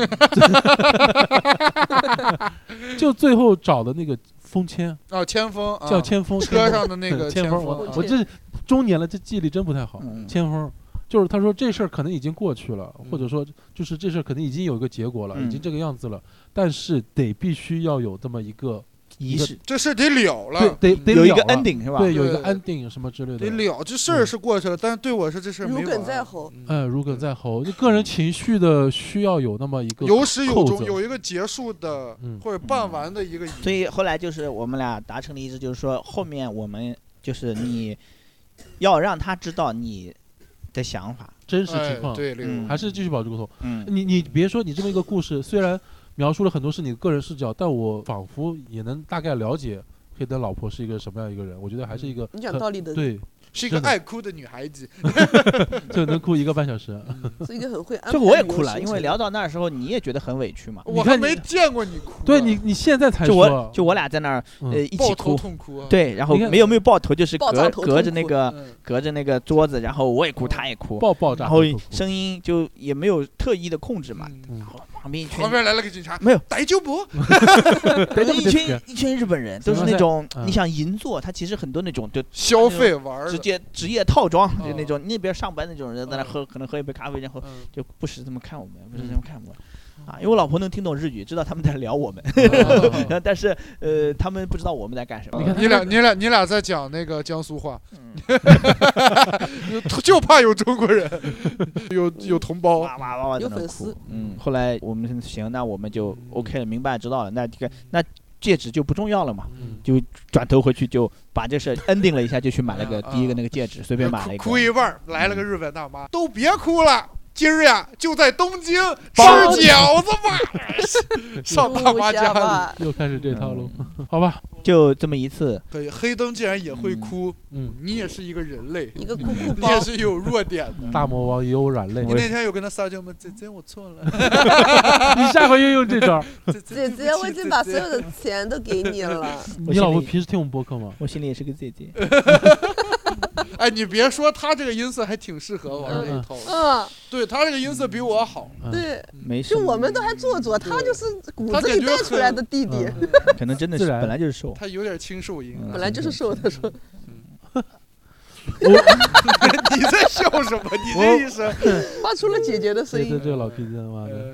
Speaker 4: (laughs)
Speaker 2: 就 (laughs) 最后找的那个风签
Speaker 4: 哦，千峰啊，
Speaker 2: 叫千峰，
Speaker 4: 车上的那个
Speaker 2: 千
Speaker 4: 峰
Speaker 2: 峰，我
Speaker 4: 啊
Speaker 2: 我这中年了，这记忆力真不太好。
Speaker 3: 嗯，
Speaker 2: 千峰就是他说这事儿可能已经过去了，
Speaker 4: 嗯
Speaker 2: 或者说就是这事儿可能已经有一个结果了，
Speaker 3: 嗯
Speaker 2: 已经这个样子了，但是得必须要有这么一个
Speaker 3: 仪式
Speaker 4: 这事得了了，
Speaker 2: 对得得
Speaker 3: 有一个
Speaker 2: 了了啊
Speaker 3: ending 是吧？
Speaker 2: 对有一
Speaker 4: 对
Speaker 2: 个
Speaker 4: 对
Speaker 2: 安定什么之类
Speaker 4: 得
Speaker 2: 的。
Speaker 4: 了，这
Speaker 2: 嗯
Speaker 4: 事儿是过去了，但是对我说这事儿没
Speaker 5: 如鲠
Speaker 4: 完
Speaker 5: 在喉。
Speaker 4: 嗯
Speaker 2: 呃，如鲠在喉，就个人情绪的需要有那么一个
Speaker 4: 有始有
Speaker 2: 扣
Speaker 4: 终，
Speaker 2: 子
Speaker 4: 有一个结束的
Speaker 2: 嗯
Speaker 4: 或者办完的一个仪式
Speaker 3: 所以后来就是我们俩达成了一致，就是说后面我们就是你要让他知道你的想法。
Speaker 2: 真实
Speaker 4: 哎
Speaker 2: 情况，
Speaker 4: 对，这
Speaker 3: 嗯
Speaker 4: 个
Speaker 2: 还是继续保持沟通。
Speaker 3: 嗯，
Speaker 2: 你你别说，你这么一个故事，虽然描述了很多是你个人视角，但我仿佛也能大概了解黑灯老婆是一个什么样一个人。我觉得还是一个
Speaker 5: 你讲
Speaker 2: 很
Speaker 5: 道理的，
Speaker 2: 对，
Speaker 4: 是一个
Speaker 2: 真的
Speaker 4: 爱哭的女孩子。嗯
Speaker 2: 就能哭一个半小时。
Speaker 5: 是一个很会安排
Speaker 3: 这
Speaker 5: 旅
Speaker 3: 嗯我也
Speaker 5: 游行程的。
Speaker 3: 哭了，因为聊到那儿的时候你也觉得很委屈嘛。啊
Speaker 2: 你
Speaker 4: 我还
Speaker 2: 看你
Speaker 4: 没见过你哭啊，
Speaker 2: 对你你现在才
Speaker 3: 就
Speaker 2: 说
Speaker 3: 我，就我俩在那儿呃
Speaker 2: 嗯
Speaker 3: 一起
Speaker 4: 抱头
Speaker 3: 哭，
Speaker 4: 痛哭啊。
Speaker 3: 对，啊然后
Speaker 2: 你看
Speaker 3: 没有没有抱头，就是
Speaker 5: 抱砸
Speaker 3: 隔
Speaker 5: 头
Speaker 3: 隔着
Speaker 5: 痛
Speaker 3: 那
Speaker 5: 哭
Speaker 3: 个
Speaker 4: 嗯，
Speaker 3: (laughs) 隔着那个桌子，然后我也哭，他也哭，
Speaker 2: 爆爆炸
Speaker 3: 然
Speaker 2: 头
Speaker 3: 后
Speaker 2: 痛哭，
Speaker 3: 声音就也没有特意的控制嘛，
Speaker 4: 嗯
Speaker 2: 嗯
Speaker 3: 然，后旁边一群
Speaker 4: 旁边来了个警察，
Speaker 3: 没有
Speaker 4: 逮酒博，
Speaker 3: 反正
Speaker 2: 不
Speaker 3: 一
Speaker 2: 得
Speaker 3: 群
Speaker 2: 了
Speaker 3: 一群日本人都是
Speaker 2: 行
Speaker 3: 那
Speaker 2: 了
Speaker 3: 种
Speaker 2: 嗯
Speaker 3: 你想银座，他其实很多那种就
Speaker 4: 消费玩儿
Speaker 3: 直
Speaker 4: 的。
Speaker 3: 接职业套装就
Speaker 4: 嗯
Speaker 3: 那种那边上班那种人在那
Speaker 4: 嗯
Speaker 3: 喝，可能喝一杯咖啡，然后 (laughs)
Speaker 4: 嗯
Speaker 3: 就不时这么看我们，不时这么看我们啊，因为我老婆能听懂日语，知道他们在聊我们，
Speaker 4: 啊
Speaker 3: (laughs) 但是呃，他们不知道我们在干什么。
Speaker 2: 你看
Speaker 4: 你俩，你俩，你俩在讲那个江苏话， (laughs)
Speaker 3: 嗯，
Speaker 4: 就怕有中国人， (laughs) 有有同胞。
Speaker 3: 哇哇哇哇，
Speaker 5: 有
Speaker 3: 在那
Speaker 5: 粉
Speaker 3: 哭
Speaker 5: 丝。
Speaker 3: 嗯，后来我们行，那我们就 OK 了，明白知道了，那这个那戒指就不重要了嘛。
Speaker 2: 嗯
Speaker 3: 就转头回去就把这事 ending 了一下，就去买了个
Speaker 4: 啊
Speaker 3: 第一个那个戒指，随便买了一个。
Speaker 4: 哭哭一半儿，来了个日本大妈，都别哭了。今儿呀，就在东京吃
Speaker 2: 包
Speaker 4: 饺子吧，上大妈 (laughs)
Speaker 5: 嗯
Speaker 4: 家里。
Speaker 5: 里，
Speaker 2: 又开始这
Speaker 3: 嗯
Speaker 2: 套喽，好吧，
Speaker 3: 就这么一次，
Speaker 4: 可以，黑灯竟然也会哭，
Speaker 2: 嗯，
Speaker 4: 你也是一个人类，
Speaker 5: 一个哭哭
Speaker 4: 你
Speaker 5: (laughs) 包
Speaker 4: 也，是有弱点的。
Speaker 3: 嗯
Speaker 2: 大魔王也有软肋，
Speaker 4: 你
Speaker 2: 你
Speaker 4: 那天有跟他撒娇吗？姐姐，我错了。
Speaker 2: 下回又用这招儿。
Speaker 4: 姐
Speaker 5: 姐
Speaker 4: 姐，
Speaker 5: 姐，我已经把所有
Speaker 4: 的
Speaker 5: 的钱都给你 (laughs) 了。
Speaker 3: 我
Speaker 2: 你
Speaker 3: 心
Speaker 2: 老婆
Speaker 3: 里
Speaker 2: 平时听我们播客吗？
Speaker 3: 我心里也是个姐姐。
Speaker 4: 哎，你别说，他这个音色还挺适合玩这一套的。
Speaker 5: 嗯，
Speaker 4: 对他这个音色比我好，
Speaker 2: 嗯，
Speaker 5: 对，
Speaker 3: 没事
Speaker 5: 就，我们都还做作，他就是骨子里带出来的弟弟，
Speaker 2: 嗯
Speaker 3: 可能真的是
Speaker 2: 自然
Speaker 3: 本来就是瘦。
Speaker 4: 他有点清瘦音。
Speaker 3: 嗯
Speaker 5: 本来就是瘦的，说
Speaker 4: 你在笑什么？你这一声，
Speaker 5: 发出了姐姐的声
Speaker 2: 对对
Speaker 5: 音。
Speaker 2: 对，老逼真妈的。
Speaker 4: 呃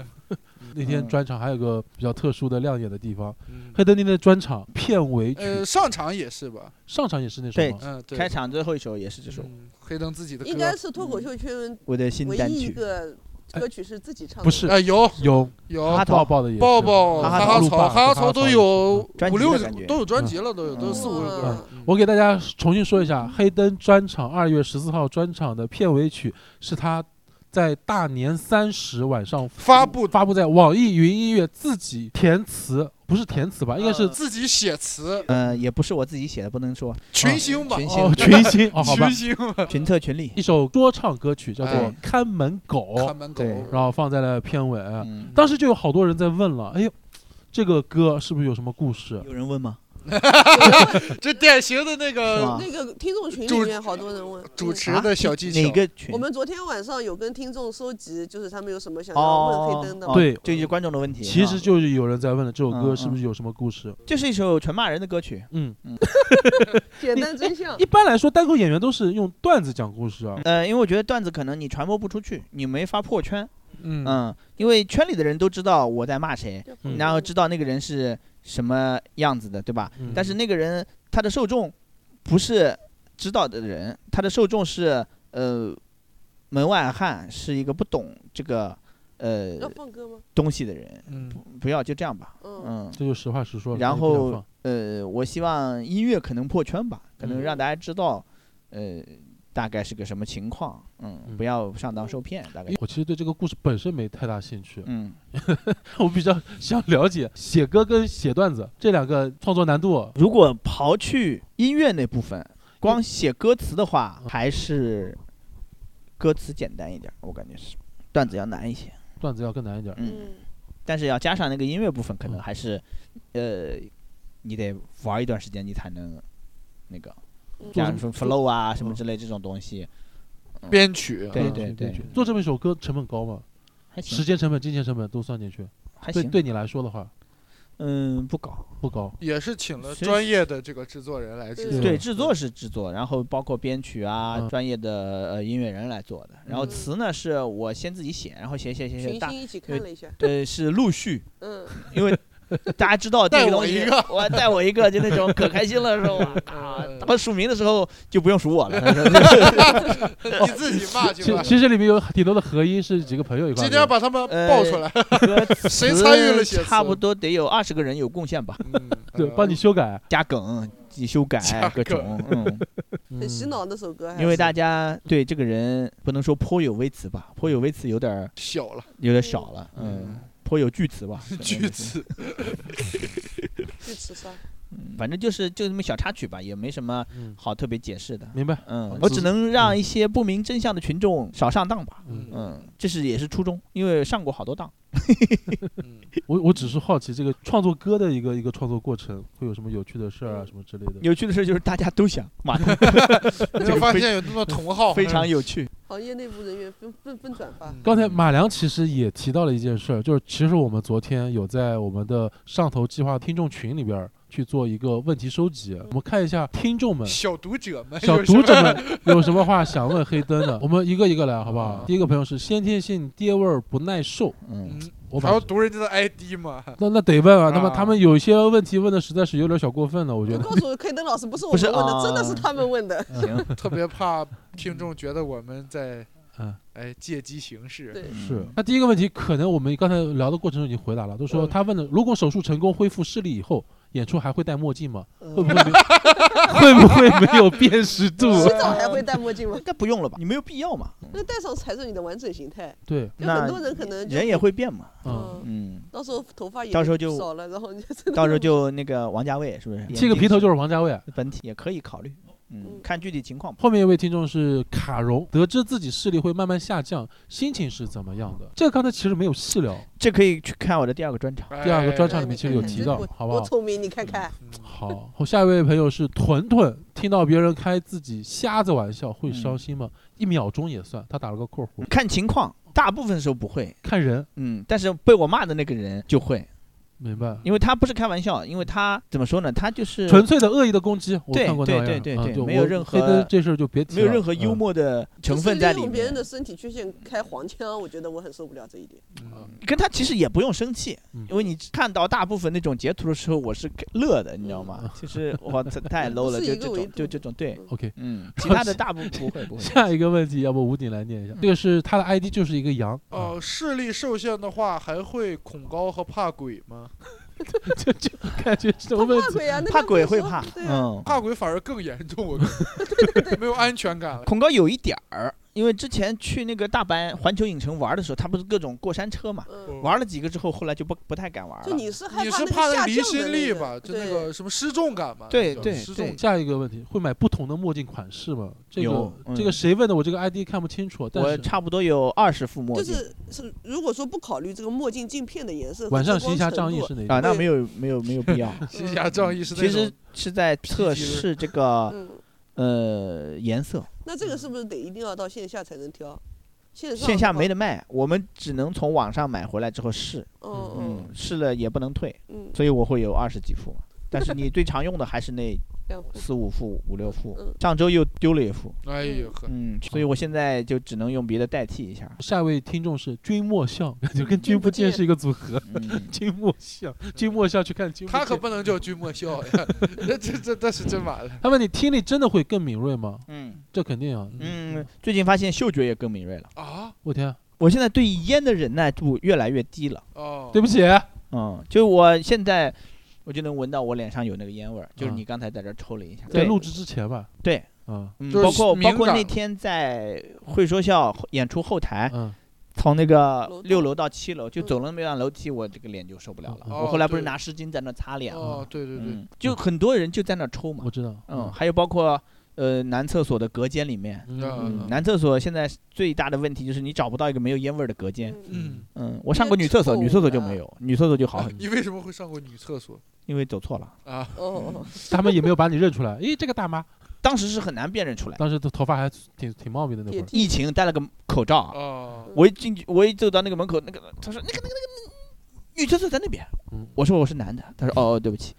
Speaker 2: 那天
Speaker 3: 嗯
Speaker 2: 专场还有个比较特殊的亮眼的地方，
Speaker 4: 嗯
Speaker 2: 黑灯那的专场片尾曲
Speaker 4: 呃，上场也是吧？
Speaker 2: 上场也是那首吗？
Speaker 4: 嗯，对。
Speaker 3: 开场最后一首也是这首《
Speaker 4: 嗯黑灯自己的歌，
Speaker 5: 应该是脱口秀圈
Speaker 3: 我的新
Speaker 5: 唯
Speaker 3: 单
Speaker 5: 一一
Speaker 3: 曲》。
Speaker 5: 个歌曲是自己唱的，
Speaker 2: 不是
Speaker 4: 哎，有
Speaker 2: 有
Speaker 4: 有
Speaker 3: 哈
Speaker 2: 抱
Speaker 3: 头
Speaker 2: 抱的也是
Speaker 4: 抱抱、
Speaker 3: 哈哈
Speaker 4: 哈
Speaker 3: 草
Speaker 2: 路
Speaker 4: 草、
Speaker 2: 霸
Speaker 4: 哈
Speaker 2: 哈哈
Speaker 4: 哈
Speaker 2: 草
Speaker 4: 草都
Speaker 2: 路
Speaker 4: 有
Speaker 3: 专
Speaker 4: 五
Speaker 3: 辑
Speaker 4: 六
Speaker 3: 的感觉
Speaker 4: 都有专辑了，都有都有四五首歌
Speaker 5: 嗯。
Speaker 2: 我给大家重新说一下，黑灯专场二月十四号专场的片尾曲是他在大年三十晚上
Speaker 4: 发布
Speaker 2: 发布在网易云音乐自己填词，不是填词吧？应该是
Speaker 5: 嗯
Speaker 4: 自己写词，
Speaker 3: 嗯，也不是我自己写的，不能说
Speaker 4: 群星吧，
Speaker 3: 群
Speaker 2: 哦
Speaker 3: 星
Speaker 2: 群星 (laughs) 哦，好吧
Speaker 4: 群，星吧，
Speaker 3: 群策群
Speaker 2: (laughs)
Speaker 3: 力。
Speaker 2: 一首说唱歌曲叫做
Speaker 4: 哎
Speaker 2: 《看门狗
Speaker 4: 看》，门狗
Speaker 3: 对，
Speaker 2: 然后放在了片尾。
Speaker 3: 嗯，
Speaker 2: 当时就有好多人在问了，哎呦，这个歌是不是有什么故事？
Speaker 3: 有人问吗？
Speaker 4: 这典型的那
Speaker 3: 是
Speaker 4: 个
Speaker 3: 吗
Speaker 5: 那个听众群
Speaker 4: 主
Speaker 5: 里面好多人问
Speaker 4: 主
Speaker 5: 嗯
Speaker 4: 持的小技巧。
Speaker 3: 哪个群？
Speaker 5: 我们昨天晚上有跟听众收集，就是他们有什么想要问黑灯的
Speaker 3: 哦
Speaker 5: 吗。
Speaker 2: 对
Speaker 3: 这就是观众的问题。
Speaker 2: 其
Speaker 3: 是
Speaker 2: 实
Speaker 3: 吧
Speaker 2: 就是有人在问了，这首
Speaker 3: 嗯
Speaker 2: 歌
Speaker 3: 嗯
Speaker 2: 是不是有什么故事？
Speaker 3: 这是一首纯骂人的歌曲。
Speaker 2: 嗯，
Speaker 5: 简单真相
Speaker 3: 嗯
Speaker 2: 一。般来说，单口演员都是用段子讲故事啊。
Speaker 3: 呃，因为我觉得段子可能你传播不出去，你没法破圈。
Speaker 2: 嗯，
Speaker 3: 嗯，因为圈里的人都知道我在骂谁，
Speaker 2: 嗯
Speaker 3: 然后知道那个人是什么样子的，对吧？
Speaker 2: 嗯
Speaker 3: 但是那个人他的受众不是知道的人，他的受众是呃门外汉，是一个不懂这个呃
Speaker 5: 要放歌吗？
Speaker 3: 东西的人。
Speaker 2: 嗯，
Speaker 3: 不要就这样吧，
Speaker 5: 嗯，
Speaker 3: 嗯。
Speaker 2: 这就实话实说了。
Speaker 3: 然
Speaker 2: 这也不想
Speaker 3: 后
Speaker 2: 放
Speaker 3: 呃，我希望音乐可能破圈吧，可能
Speaker 2: 嗯
Speaker 3: 让大家知道，呃，大概是个什么情况，嗯，不
Speaker 2: 嗯
Speaker 3: 要上当受骗，大概，
Speaker 2: 我其实对这个故事本身没太大兴趣， (laughs)
Speaker 3: 嗯，
Speaker 2: 我比较想了解写歌跟写段子这两个创作难度。
Speaker 3: 如果刨去音乐那部分，光写歌词的话，还是歌词简单一点儿，我感觉是，段子要难一些，
Speaker 2: 段子要更难一点儿。
Speaker 3: 嗯，但是要加上那个音乐部分，可能还是，呃，你得玩一段时间，你才能那个，
Speaker 5: 嗯
Speaker 2: 做
Speaker 3: 像
Speaker 2: 什
Speaker 3: 什
Speaker 2: 么
Speaker 3: 么 flow 啊什么
Speaker 2: 嗯
Speaker 3: 之类这种东西，
Speaker 4: 编曲，
Speaker 3: 对
Speaker 2: 嗯
Speaker 3: 对对
Speaker 2: 去做这么一首歌成本高吗？
Speaker 3: 还
Speaker 2: 时
Speaker 3: 行，
Speaker 2: 间成本、金钱成本都算进去。
Speaker 3: 还
Speaker 2: 对，
Speaker 3: 行，
Speaker 2: 对你来说的话
Speaker 3: 嗯，不搞。
Speaker 2: 不高。
Speaker 4: 也是请了
Speaker 3: 谁
Speaker 4: 专业的这个制作人来制
Speaker 5: 对
Speaker 4: 作。
Speaker 3: 对，制作是制作，然后包括编曲啊，
Speaker 2: 嗯
Speaker 3: 专业的呃音乐人来做的。然后
Speaker 5: 嗯
Speaker 3: 词呢是我先自己写，然后写写写写
Speaker 5: 群
Speaker 3: 大
Speaker 5: 星，一起看了一下，
Speaker 3: 呃是陆续，
Speaker 5: 嗯，
Speaker 3: 因为大家知道这
Speaker 4: 带
Speaker 3: 个
Speaker 4: 我
Speaker 3: 东西
Speaker 4: 一个，
Speaker 3: 我带我一个就那种可开心了，是吧？ (laughs) 啊，他们署名的时候就不用署我了，
Speaker 4: (laughs)
Speaker 3: (laughs)
Speaker 4: 你自己骂去
Speaker 2: 其
Speaker 4: 吧。
Speaker 2: 其实里面有挺多的合一是几个朋友一块儿
Speaker 4: 今
Speaker 2: 的。
Speaker 4: 天把他们爆出来， (laughs) 谁参与了写词？
Speaker 3: 呃差不多得有二十个人有贡献吧，
Speaker 4: 嗯，
Speaker 2: 对帮你修改，
Speaker 3: 加梗、修改
Speaker 4: 加
Speaker 3: 各种，嗯，
Speaker 5: 很洗
Speaker 2: 嗯。
Speaker 5: 脑那首歌还是。
Speaker 3: 因为大家对这个人不能说颇有微词吧，颇有微词有点儿
Speaker 4: 小了，
Speaker 3: 有点少了，嗯
Speaker 4: 嗯，
Speaker 3: 颇有巨词吧，
Speaker 4: (laughs) 句子
Speaker 5: 去吃啥？
Speaker 3: 嗯，反正就是就那么小插曲吧，也没什么
Speaker 2: 嗯，
Speaker 3: 好特别解释的。
Speaker 2: 明白。
Speaker 3: 嗯
Speaker 2: 好，
Speaker 3: 我
Speaker 2: 自
Speaker 3: 只能让一些不明真相的群众少上当吧。
Speaker 2: 嗯，
Speaker 3: 嗯，这是也是初衷，因为上过好多当。
Speaker 4: 嗯
Speaker 2: 我我只是好奇这个创作歌的一个一个创作过程会有什么有趣的事儿啊什么之类的。
Speaker 3: 嗯有趣的事就是大家都想，马
Speaker 4: (laughs)
Speaker 3: 上 (laughs)
Speaker 4: 没有发现有嗯那么多同号，嗯
Speaker 3: 非常有趣。
Speaker 5: 行业内部人员纷纷纷转发。
Speaker 2: 刚才马良其实也提到了一件事儿，就是其实我们昨天有在我们的上头计划听众群里边儿去做一个问题收集，啊我们看一下听众们、
Speaker 4: 小读者 (laughs) 们，
Speaker 2: 小读者们有什么话想问黑灯的，我们一个一个来，好不好？第一个朋友是先天性爹味儿不耐受，
Speaker 3: 嗯，
Speaker 4: 嗯，
Speaker 2: 我
Speaker 4: 还要
Speaker 2: 把
Speaker 4: 读人家的 ID 吗？
Speaker 2: 那那得问啊，那么
Speaker 4: 啊
Speaker 2: 他们有些问题问的实在是有点小过分了，我觉
Speaker 5: 就
Speaker 2: 得。
Speaker 5: 告诉我，开灯老师不是我
Speaker 3: 不
Speaker 5: 们
Speaker 3: 是
Speaker 5: 问的，
Speaker 3: 啊
Speaker 5: 真的是他们
Speaker 3: (laughs)
Speaker 5: 问的。
Speaker 3: 嗯
Speaker 4: (laughs)
Speaker 3: 行，
Speaker 4: 特别怕听众觉得我们在
Speaker 2: 嗯，
Speaker 4: 哎借机行事。
Speaker 3: 嗯
Speaker 5: 对，
Speaker 2: 是。那第一个问题，可能我们刚才聊的过程中已经回答了，都说
Speaker 5: 嗯
Speaker 2: 他问的，如果手术成功恢复视力以后，演出还会戴墨镜吗？会不会没 (laughs) 会不会没有辨识
Speaker 5: (laughs)
Speaker 2: 度？
Speaker 5: 嗯洗澡还会戴墨镜吗
Speaker 3: 应？该不用了吧？你没有必要嘛。
Speaker 5: 那戴上才是你的完整形态。
Speaker 2: 对，
Speaker 5: 有
Speaker 3: 那
Speaker 5: 很多人可能就
Speaker 3: 人也会变嘛。
Speaker 2: 嗯，
Speaker 5: 嗯，
Speaker 3: 嗯，
Speaker 5: 到时候头发也
Speaker 3: 到时候就
Speaker 5: 少了，然后你就真的
Speaker 3: 到时候就那个王家卫是不是？
Speaker 2: 剃个皮头就是是王家卫。啊
Speaker 3: 本体，也可以考虑。嗯，
Speaker 5: 嗯
Speaker 3: 看具体情况吧。
Speaker 2: 后面一位听众是卡荣，得知自己视力会慢慢下降，心情是怎么样的？这个刚才其实没有细聊，
Speaker 3: 这可以去看我的第二个专场。
Speaker 2: 第二个专
Speaker 4: 哎
Speaker 2: 场里面其实有提到
Speaker 5: 你看，看
Speaker 2: 好不好
Speaker 5: 多嗯聪明，你看看，
Speaker 4: 嗯
Speaker 2: 好，后下一位朋友是屯屯，听到别人开自己瞎子玩笑会伤心
Speaker 3: 嗯
Speaker 2: 吗？一秒钟也算，他打了个括弧，
Speaker 3: 看情况，大部分时候不会。
Speaker 2: 看人，
Speaker 3: 嗯，但是被我骂的那个人就会，
Speaker 2: 明白？
Speaker 3: 因为他不是开玩笑，因为他怎么说呢？他就是
Speaker 2: 纯粹的恶意的攻击，我
Speaker 3: 对
Speaker 2: 看过那
Speaker 3: 对
Speaker 2: 玩意儿
Speaker 3: 对对
Speaker 2: 啊
Speaker 3: 对
Speaker 2: 就
Speaker 3: 没有
Speaker 2: 我
Speaker 3: 任
Speaker 2: 黑
Speaker 3: 何
Speaker 2: 灯这事儿就别提
Speaker 3: 没有
Speaker 2: 了
Speaker 3: 任何幽
Speaker 2: 嗯
Speaker 3: 默的
Speaker 5: 就
Speaker 3: 成
Speaker 5: 是
Speaker 3: 分在
Speaker 5: 利
Speaker 3: 里
Speaker 5: 用别
Speaker 3: 面
Speaker 5: 人。的身体缺陷开黄腔，我觉得我很受不了这一点。
Speaker 4: 嗯
Speaker 3: 跟他其实也不用生气，
Speaker 2: 嗯
Speaker 3: 因为你看到大部分那种截图的时候，我是乐的，你知道
Speaker 5: 嗯
Speaker 3: 吗？其实哇，太 (laughs) 太 low 了，
Speaker 5: 不
Speaker 3: 就是这
Speaker 5: 一个维
Speaker 3: 种
Speaker 5: 度
Speaker 3: 就这种对，
Speaker 2: OK，
Speaker 3: 嗯，其他的大部不会不会。
Speaker 2: 下一个问题，要不吴鼎来念一下？
Speaker 3: 嗯
Speaker 2: 这个是他的 ID 就是一个羊，
Speaker 4: 哦、视力受限的话，还会恐高和怕鬼吗？
Speaker 2: 这就 (laughs) 感觉这种
Speaker 5: 他
Speaker 2: 问
Speaker 5: 怕
Speaker 2: 题，
Speaker 5: 鬼啊，那
Speaker 3: 怕
Speaker 5: 刚
Speaker 3: 鬼
Speaker 5: 才
Speaker 3: 会
Speaker 5: 说
Speaker 3: 怕，
Speaker 5: 对啊，
Speaker 3: 嗯，
Speaker 4: 怕鬼反而更严重，我没有安全感了。
Speaker 3: 恐高有一点儿，因为之前去那个大阪环球影城玩的时候，他不是各种过山车嘛，
Speaker 5: 嗯，
Speaker 3: 玩了几个之后，后来就不不太敢玩
Speaker 5: 就
Speaker 3: 了。
Speaker 5: 你是害
Speaker 4: 你
Speaker 5: 怕
Speaker 4: 是
Speaker 5: 那个
Speaker 4: 怕那
Speaker 5: 下
Speaker 4: 离
Speaker 5: 降的
Speaker 4: 心
Speaker 5: 那
Speaker 4: 力
Speaker 5: 个
Speaker 4: 吧？就那
Speaker 5: 对
Speaker 4: 个什么失重感嘛？
Speaker 3: 对
Speaker 4: 叫
Speaker 3: 对
Speaker 4: 失重
Speaker 3: 对
Speaker 4: 感。
Speaker 2: 下一个问题，会买不同的墨镜款式吗？这个
Speaker 3: 有嗯
Speaker 2: 这个谁问的？我这个 ID 看不清楚，但
Speaker 3: 我
Speaker 2: 是
Speaker 3: 差不多有二十副墨
Speaker 5: 就
Speaker 3: 镜
Speaker 5: 是是，如果说不考虑这个墨镜镜片的颜色，
Speaker 2: 晚上行侠仗义
Speaker 5: 是
Speaker 2: 是哪一
Speaker 3: 啊，
Speaker 2: 个？
Speaker 3: 那
Speaker 5: 对
Speaker 3: 没有没有没有 (laughs) 必要。
Speaker 4: 行侠
Speaker 2: 嗯
Speaker 4: 仗义是那
Speaker 3: 其
Speaker 4: 种
Speaker 3: 实是在测试这
Speaker 5: (laughs)
Speaker 3: 个
Speaker 5: 嗯，
Speaker 3: 呃颜色，
Speaker 5: 那这个是不是得一定要到线下才能挑？线上
Speaker 3: 线下没
Speaker 5: 的
Speaker 3: 得卖，我们只能从网上买回来之后试，
Speaker 5: 话，嗯
Speaker 3: 嗯，试了也不能退，
Speaker 5: 嗯嗯，
Speaker 3: 所以我会有二十几副嘛。但是你最常用的还是那
Speaker 5: 两副
Speaker 3: 四五副、五六副
Speaker 5: 嗯，
Speaker 3: 上周又丢了一副，
Speaker 4: 哎呦呵，
Speaker 3: 嗯，所以我现在就只能用别的代替一下。
Speaker 2: 下一位听众是君莫笑， (laughs) 感觉跟
Speaker 5: 君
Speaker 2: 君不
Speaker 5: 不
Speaker 2: 见
Speaker 5: 见
Speaker 2: 是一个组合。 (laughs)
Speaker 3: 嗯
Speaker 2: 君莫笑，君莫笑去看君不见。
Speaker 4: 他可不能叫君莫笑呀， (laughs) 这这这这是真完了。
Speaker 2: 他问你听力真的会更敏锐吗？
Speaker 3: 嗯
Speaker 2: 这肯定啊。
Speaker 3: 嗯，最近发现嗅觉也更敏锐了，
Speaker 4: 啊
Speaker 2: 我天，
Speaker 3: 我现在对烟的忍耐度越来越低了。
Speaker 4: 哦，
Speaker 2: 对不起，啊
Speaker 3: 嗯，就我现在我就能闻到我脸上有那个烟味儿，就是
Speaker 2: 嗯
Speaker 3: 你刚才在这儿抽了一下。
Speaker 2: 在
Speaker 3: 对
Speaker 2: 录制之前吧。
Speaker 3: 对，
Speaker 2: 啊，
Speaker 3: 嗯，
Speaker 4: 就是
Speaker 3: 包括
Speaker 4: 敏
Speaker 3: 包括那
Speaker 4: 感
Speaker 3: 天在会说笑演出后台，
Speaker 2: 嗯，
Speaker 3: 从那个
Speaker 5: 楼道
Speaker 3: 六楼到七楼，就
Speaker 5: 嗯
Speaker 3: 走了那段楼梯，我这个脸就受不了了。
Speaker 4: 哦
Speaker 3: 我后来不是
Speaker 4: 对
Speaker 3: 拿湿巾在那擦
Speaker 2: 啊
Speaker 3: 脸吗？
Speaker 4: 哦，对对对，
Speaker 3: 嗯，就很多人就在那抽嘛
Speaker 2: 我。知道。
Speaker 3: 嗯，，还有包括呃男厕所的隔间里面，
Speaker 4: 嗯
Speaker 3: 男厕所现在最大的问题就是你找不到一个没有烟味儿的隔间。
Speaker 4: 嗯，
Speaker 3: 嗯，我上过女厕所，
Speaker 5: 烟
Speaker 3: 女厕所就
Speaker 5: 臭啊
Speaker 3: 没有，女厕所就好
Speaker 4: 啊
Speaker 3: 很多，
Speaker 4: 你为什么会上过女厕所
Speaker 3: 因为走错了。
Speaker 4: 啊？
Speaker 5: 哦，
Speaker 2: 他们也没有把你认出来。 (laughs) 诶，这个大妈，
Speaker 3: 当时是很难辨认出来。
Speaker 2: 当时头头发还挺挺茂密的那会
Speaker 5: 也
Speaker 2: 儿。
Speaker 3: 疫情戴了个口罩
Speaker 2: 嗯
Speaker 3: 啊，
Speaker 4: 哦，
Speaker 3: 我一进去，我一走到那个门口，那个他说那个那个那个女厕所在那边
Speaker 2: 嗯，
Speaker 3: 我说我是男的，他说哦哦对不起，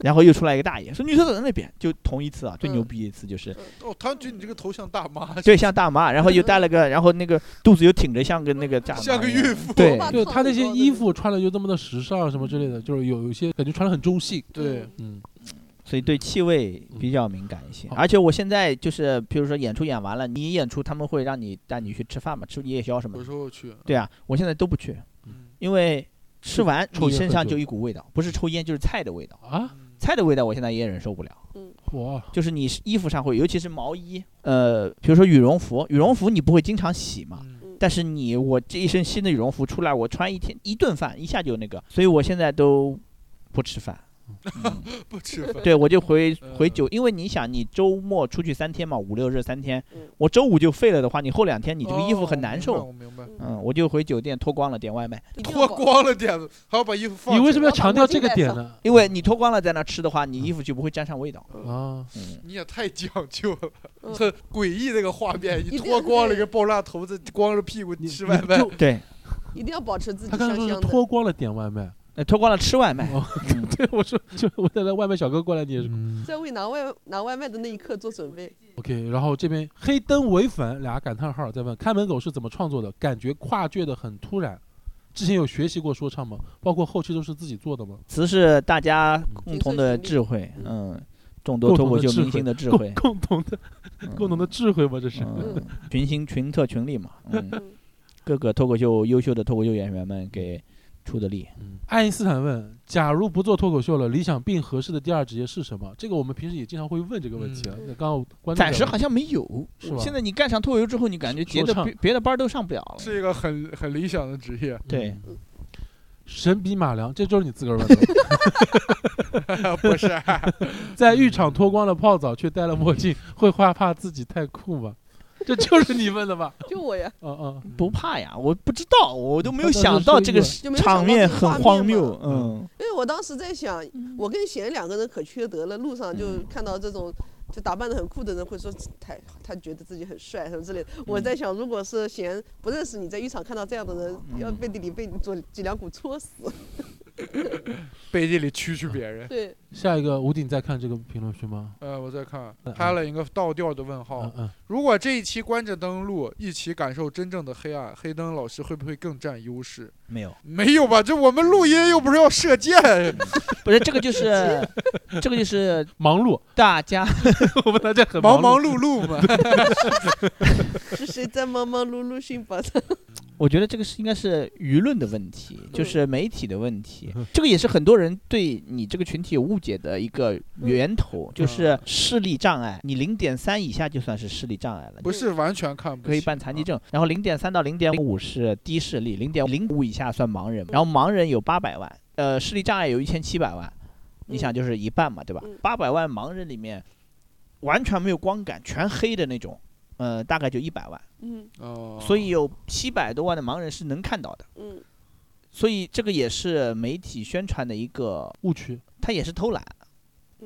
Speaker 3: 然后又出来一个大爷说女厕所在那边，就同一次啊，最牛逼一次就是
Speaker 4: 哦，他们觉得你这个头像大妈，
Speaker 3: 对像大妈，然后又戴了个，然后那个肚子又挺着，像个那个大妈
Speaker 4: 像个
Speaker 3: 一样
Speaker 4: 孕妇
Speaker 3: 对
Speaker 5: 哇
Speaker 2: 就他那些衣
Speaker 5: 嗯
Speaker 2: 服穿的就那么的时尚什么之类的，就是有有一些感觉穿的很中性。
Speaker 4: 对，
Speaker 2: 嗯，
Speaker 3: 所以对气味比较敏感一些。
Speaker 2: 嗯
Speaker 3: 而且我现在就是，比如说演出演完了，你演出他们会让你带你去吃饭嘛，吃夜宵什么
Speaker 4: 有
Speaker 3: 的
Speaker 4: 时。候去，
Speaker 3: 对啊，我现在都不去，
Speaker 4: 嗯
Speaker 3: 因为吃完
Speaker 2: 抽
Speaker 3: 你
Speaker 2: 烟
Speaker 3: 身
Speaker 2: 喝
Speaker 3: 上
Speaker 2: 酒
Speaker 3: 就一股味道，不是抽烟就是菜的味道，
Speaker 2: 啊，
Speaker 4: 嗯
Speaker 3: 菜的味道我现在也忍受不了。
Speaker 2: 我
Speaker 3: 就是你是衣服上会，尤其是毛衣，呃，比如说羽绒服，羽绒服你不会经常洗嘛，
Speaker 4: 嗯
Speaker 3: 但是你我这一身新的羽绒服出来，我穿一天一顿饭一下就那个，所以我现在都不吃饭，
Speaker 2: (laughs)
Speaker 3: 嗯
Speaker 4: 不吃 (laughs) 饭，
Speaker 3: 对我就回
Speaker 4: 嗯
Speaker 3: 回酒，因为你想你周末出去三天嘛，五六日三天
Speaker 5: 嗯，
Speaker 3: 我周五就废了的话，你后两天你
Speaker 4: 你
Speaker 3: 这个衣服很难受，
Speaker 4: 我哦明白，
Speaker 3: 嗯，我就回酒店脱光了点外卖，
Speaker 5: 一定
Speaker 4: 脱
Speaker 5: 要搞，
Speaker 4: 光了点子，还要把衣服放
Speaker 2: 你
Speaker 4: 起来，
Speaker 2: 为什么要强调这个点呢？
Speaker 3: 因为你脱光了在那吃的话，你衣服就不会沾上味道，
Speaker 2: 啊，
Speaker 3: 嗯，
Speaker 4: 你也太讲究了，
Speaker 5: 嗯
Speaker 4: 很诡异那个画面，一
Speaker 5: 定
Speaker 4: 脱光了
Speaker 5: 对
Speaker 4: 一个爆炸头子，光着屁股
Speaker 2: 你
Speaker 4: 吃外
Speaker 2: 你
Speaker 4: 卖，
Speaker 2: 就
Speaker 3: 对，
Speaker 5: 一定要保持自己
Speaker 2: 他刚才
Speaker 5: 香
Speaker 2: 说是
Speaker 5: 香的。
Speaker 2: 脱光了点外卖， (laughs)
Speaker 3: 呃脱光了吃外卖，
Speaker 2: 哦
Speaker 3: 嗯
Speaker 2: 对我说就我等那外卖小哥过来，你也是
Speaker 5: 在为拿外拿外卖的那一刻做准备。
Speaker 2: OK，然后这边黑灯唯粉俩感叹号在问看门狗是怎么创作的，感觉跨界的很突然。之前有学习过说唱吗？包括后期都是自己做的吗？
Speaker 3: 词是大家共
Speaker 5: 平
Speaker 3: 同
Speaker 5: 时
Speaker 3: 的
Speaker 5: 群力
Speaker 3: 智慧，嗯，众
Speaker 2: 共
Speaker 3: 多脱
Speaker 2: 同
Speaker 3: 口
Speaker 2: 的
Speaker 3: 秀
Speaker 2: 智
Speaker 3: 明
Speaker 2: 慧
Speaker 3: 星的智
Speaker 2: 共
Speaker 3: 慧，
Speaker 2: 共同的共同的智慧吗？这是、
Speaker 3: 嗯，嗯群星群策群力嘛，嗯，
Speaker 5: 嗯，
Speaker 3: 各个脱口秀优秀的脱口秀演员们给出的力，
Speaker 2: 嗯爱因斯坦问：假如不做脱口秀了，理想并合适的第二职业是什么？这个我们平时也经常会问这个问题啊。
Speaker 5: 嗯
Speaker 2: 那刚刚观众在
Speaker 3: 暂时
Speaker 2: 问
Speaker 3: 好像没有
Speaker 2: 是吧。
Speaker 3: 现在你干上脱口秀之后，你感觉别
Speaker 2: 说
Speaker 3: 的
Speaker 2: 唱
Speaker 3: 别别的班儿都上不了了。
Speaker 4: 是一个很很理想的职业， (laughs)
Speaker 3: 对，
Speaker 2: 嗯神笔马良，这就是你自个儿问的。
Speaker 4: 不是？ (laughs)
Speaker 2: 在浴场脱光了泡澡，却戴了墨镜，会害怕自己太酷吗？这就是你问的吧？
Speaker 5: (laughs) 就我呀，
Speaker 2: 嗯嗯，
Speaker 3: 不怕呀，我不知道，我都没有
Speaker 2: 他当时
Speaker 3: 想
Speaker 2: 说
Speaker 3: 到
Speaker 2: 一
Speaker 3: 这个
Speaker 2: 个
Speaker 3: 是
Speaker 5: 就没有想
Speaker 3: 场
Speaker 5: 到
Speaker 3: 面
Speaker 5: 这个
Speaker 3: 很
Speaker 5: 画
Speaker 3: 荒
Speaker 5: 面
Speaker 3: 谬
Speaker 5: 嘛。
Speaker 3: 嗯，
Speaker 5: 因为我当时在想，我跟贤两个人可缺德了，路上就
Speaker 3: 嗯
Speaker 5: 看到这种。就打扮的很酷的人会说他他觉得自己很帅什么之类的。我在想，如果是贤不认识你，在浴场看到这样的人，要背地里被你左脊梁骨戳死。
Speaker 4: 背地里蛐蛐别人。
Speaker 5: 对，
Speaker 2: 下一个吴鼎在看这个评论区吗？
Speaker 4: 呃，我再看
Speaker 2: 嗯嗯，
Speaker 4: 开了一个倒吊的问号
Speaker 2: 嗯。嗯，
Speaker 4: 如果这一期关着灯录，一起感受真正的黑暗，黑灯老师会不会更占优势？
Speaker 3: 没有，
Speaker 4: 没有吧？这我们录音又不是要射箭，
Speaker 3: (laughs) 不是这个就是
Speaker 5: (laughs)
Speaker 3: 这个就是
Speaker 2: 忙碌，
Speaker 3: 大家
Speaker 2: 我们大家很
Speaker 4: 忙
Speaker 2: 忙
Speaker 4: 忙碌
Speaker 3: (laughs)
Speaker 4: 碌嘛。
Speaker 5: 是谁在忙忙碌碌寻
Speaker 4: (laughs)
Speaker 5: 宝藏？
Speaker 3: 我觉得这个是应该是舆论的问题，就是媒体的问题，这个也是很多人对你这个群体有误解的一个源头，就是视力障碍。你零点三以下就算是视力障碍了，
Speaker 4: 不是完全看不
Speaker 3: 可以办残疾证。然后零点三到零点五是低视力，零点零五以下算盲人，然后盲人有八百万，呃，视力障碍有一千七百万，你想就是一半嘛，对吧
Speaker 5: 嗯？
Speaker 3: 八百万盲人里面完全没有光感，全黑的那种，呃，大概就一百万，
Speaker 5: 嗯
Speaker 4: 哦，
Speaker 3: 所以有七百多万的盲人是能看到的。
Speaker 5: 嗯，
Speaker 3: 所以这个也是媒体宣传的一个，
Speaker 2: 误区，
Speaker 3: 他也是偷懒，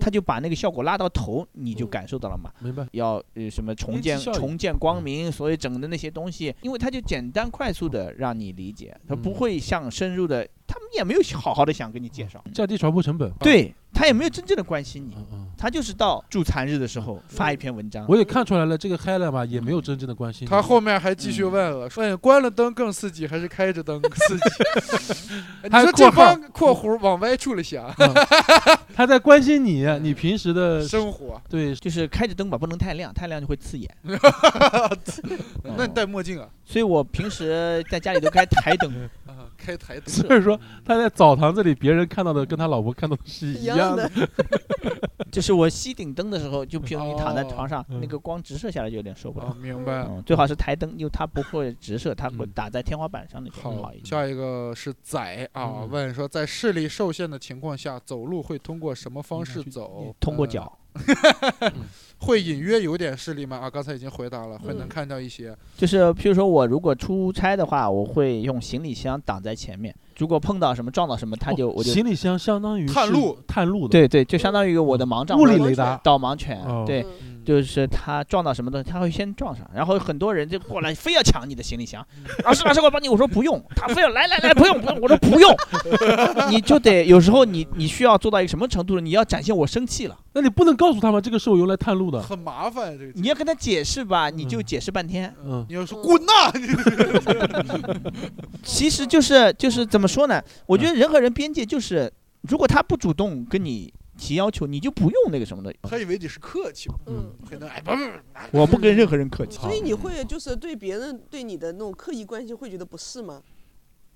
Speaker 3: 他就把那个效果拉到头，你就感受到了嘛。
Speaker 2: 明白？
Speaker 3: 要呃什么重
Speaker 2: 面积
Speaker 3: 建
Speaker 2: 效应
Speaker 3: 重建光明，所以整的那些东西，因为它就简单快速的让你理解，它不
Speaker 2: 嗯
Speaker 3: 会像深入的，他们也没有好好的想跟你介绍，
Speaker 2: 降低传播成本。
Speaker 3: 对他也没有真正的关心你，
Speaker 2: 嗯嗯，
Speaker 3: 他就是到助残日的时候发一篇文章，
Speaker 2: 我也看出来了，这个 h e l e 吧也没有真正的关心你
Speaker 4: 他后面还继续问
Speaker 3: 嗯
Speaker 4: 了，问关了灯更刺激还是开着灯更刺激？
Speaker 3: (laughs)
Speaker 4: 哎你
Speaker 2: 还有
Speaker 4: 说
Speaker 2: 括
Speaker 4: 这
Speaker 2: 号
Speaker 4: 帮括弧往歪处了想，
Speaker 2: 他在关心你，你平时
Speaker 4: (laughs)
Speaker 2: 的
Speaker 3: 呃
Speaker 4: 生活。
Speaker 2: 对
Speaker 3: 就是开着灯吧，不能太亮，太亮就会刺眼。嗯
Speaker 4: 那你戴墨镜啊？
Speaker 3: 所以我平时在家里都开台灯，
Speaker 4: 啊，开台
Speaker 3: (laughs)
Speaker 4: 灯。
Speaker 2: 所以说他在澡堂子里别人看到的跟他老婆看到的是一
Speaker 5: 一
Speaker 2: 样
Speaker 5: 样
Speaker 2: 的
Speaker 5: 的。，
Speaker 3: 就是我吸顶灯的时候，就比如你躺在
Speaker 4: 哦
Speaker 3: 床上，
Speaker 2: 嗯
Speaker 3: 那个光直射下来就有点受不了
Speaker 4: 啊，。明白。
Speaker 3: 嗯，最好是台灯，因为它不会直射，它会
Speaker 2: 嗯
Speaker 3: 打在天花板上那种更好一点。
Speaker 4: 下一个是仔啊，
Speaker 2: 嗯
Speaker 4: 问说在视力受限的情况下，走路会通过什么方式走？
Speaker 3: 通过
Speaker 4: 嗯
Speaker 3: 脚，
Speaker 4: 会隐约有点视力吗？啊，刚才已经回答了，会能
Speaker 5: 嗯
Speaker 4: 看到一些。
Speaker 3: 就是譬如说我如果出差的话，我会用行李箱挡在前面，如果碰到什么撞到什么，它就、
Speaker 2: 哦
Speaker 3: 我就
Speaker 2: 行李箱相当于是
Speaker 4: 探路
Speaker 2: 探路的，
Speaker 3: 对对，就相当于我的盲杖
Speaker 2: 嗯物理
Speaker 3: 或者
Speaker 2: 雷达
Speaker 3: 导盲犬，
Speaker 2: 哦
Speaker 3: 对。
Speaker 5: 嗯
Speaker 4: 嗯
Speaker 3: 就是它撞到什么东西，它会先撞上，然后很多人就过来，非要抢你的行李箱。
Speaker 2: 嗯
Speaker 3: 老师，老师，我帮你。我说不用，他非要来来来，不用不用。我说
Speaker 2: (laughs)
Speaker 3: 不用，你就得有时候你你需要做到一个什么程度呢？你要展现我生气了，
Speaker 2: 那你不能告诉他吗？这个是我用来探路的。
Speaker 4: 很麻烦这个。
Speaker 3: 你要跟他解释吧，你就
Speaker 2: 嗯
Speaker 3: 解释半天。
Speaker 2: 嗯
Speaker 4: 你要说滚
Speaker 3: (laughs)
Speaker 4: 呐！
Speaker 3: 其实就是就是怎么说呢？我觉得人和人边界就是，如果他不主动跟你提要求，你就不用那个什么的。
Speaker 4: 他以为你是客气嘛，
Speaker 5: 嗯。
Speaker 4: 可能哎不不不，
Speaker 3: 啊我不跟任何人客
Speaker 5: 嗯 (laughs) 所以你会就是对别人对你的那种刻意关心会觉得不适吗？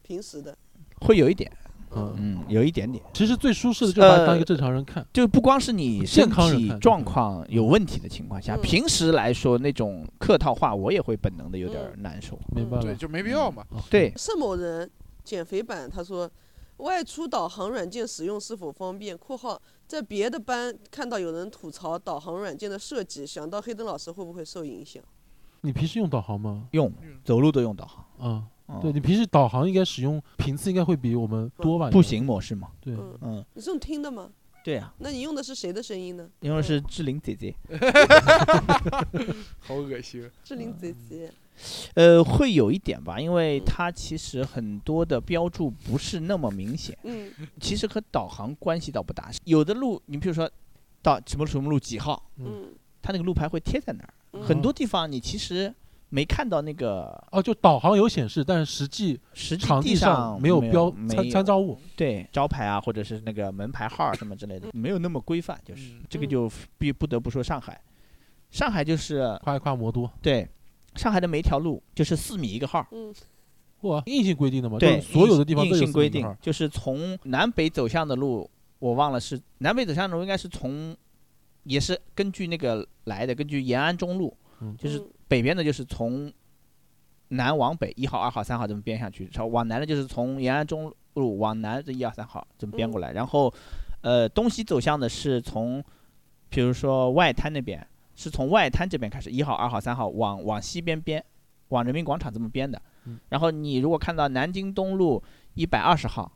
Speaker 5: 平时的，
Speaker 3: 会有一点，
Speaker 2: 嗯，
Speaker 3: 嗯，有一点点，
Speaker 2: 其实最舒适的就是把它
Speaker 3: 呃
Speaker 2: 当一个正常人看。
Speaker 3: 就不光是你身
Speaker 2: 健康人
Speaker 3: 体
Speaker 2: 看
Speaker 3: 状况有问题的情况下，
Speaker 5: 嗯
Speaker 3: 平时来说那种客套话，我也会本能的有点儿难受。
Speaker 2: 明白
Speaker 4: 对，
Speaker 2: 了。
Speaker 4: 就没必要嘛。
Speaker 2: 哦，
Speaker 3: 呃对，
Speaker 5: 盛某人减肥版他说，外出导航软件使用是否方便？（括号在别的班看到有人吐槽导航软件的设计，想到黑灯老师会不会受影响？
Speaker 2: 你平时用导航吗？
Speaker 3: 用走路都用导航。
Speaker 2: 啊，
Speaker 3: 嗯
Speaker 2: 对你平时导航应该使用频次应该会比我们多吧？
Speaker 3: 步行模式嘛，
Speaker 2: 应该。对，
Speaker 5: 嗯，
Speaker 3: 嗯，
Speaker 5: 你是用听的吗？
Speaker 3: 对啊，
Speaker 5: 那你用的是谁的声音呢？
Speaker 3: 因为是志玲姐姐，
Speaker 4: 好恶心。
Speaker 5: 志玲姐姐。
Speaker 3: 呃，会有一点吧，因为它其实很多的标注不是那么明显。
Speaker 5: 嗯
Speaker 3: 其实和导航关系倒不大，有的路你比如说到什么什么路几号，
Speaker 5: 嗯
Speaker 3: 它那个路牌会贴在那儿，
Speaker 5: 嗯
Speaker 3: 很多地方你其实没看到那个
Speaker 2: 哦，就导航有显示，但是实际
Speaker 3: 实际
Speaker 2: 场地
Speaker 3: 上
Speaker 2: 没
Speaker 3: 有
Speaker 2: 标
Speaker 3: 没
Speaker 2: 参
Speaker 3: 有
Speaker 2: 参照物。
Speaker 3: 对招牌啊，或者是那个门牌号儿什么之类的，没有那么规范，就是
Speaker 4: 嗯
Speaker 3: 这个就必不得不说上海，上海就是
Speaker 2: 夸一夸魔都，
Speaker 3: 对上海的每一条路就是四米一个号儿。
Speaker 5: 嗯
Speaker 2: 哇，硬性规定的嘛，
Speaker 3: 对，
Speaker 2: 就是所有的地方
Speaker 3: 硬
Speaker 2: 都有
Speaker 3: 性
Speaker 2: 四
Speaker 3: 规
Speaker 2: 米一
Speaker 3: 定
Speaker 2: 号儿，
Speaker 3: 就是从南北走向的路，我忘了是南北走向的路，应该是从，也是根据那个来的，根据延安中路，
Speaker 2: 嗯
Speaker 3: 就是北边的就是从南往北一号、二号、三号这么编下去，然后往南的就是从延安中路往南这一二三号这么编过来，然后呃东西走向的是从，比如说外滩那边是从外滩这边开始一号、二号、三号往往西边编，往人民广场这么编的
Speaker 2: 嗯。
Speaker 3: 然后你如果看到南京东路一百二十号，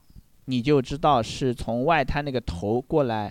Speaker 3: 你就知道是从外滩那个头过来，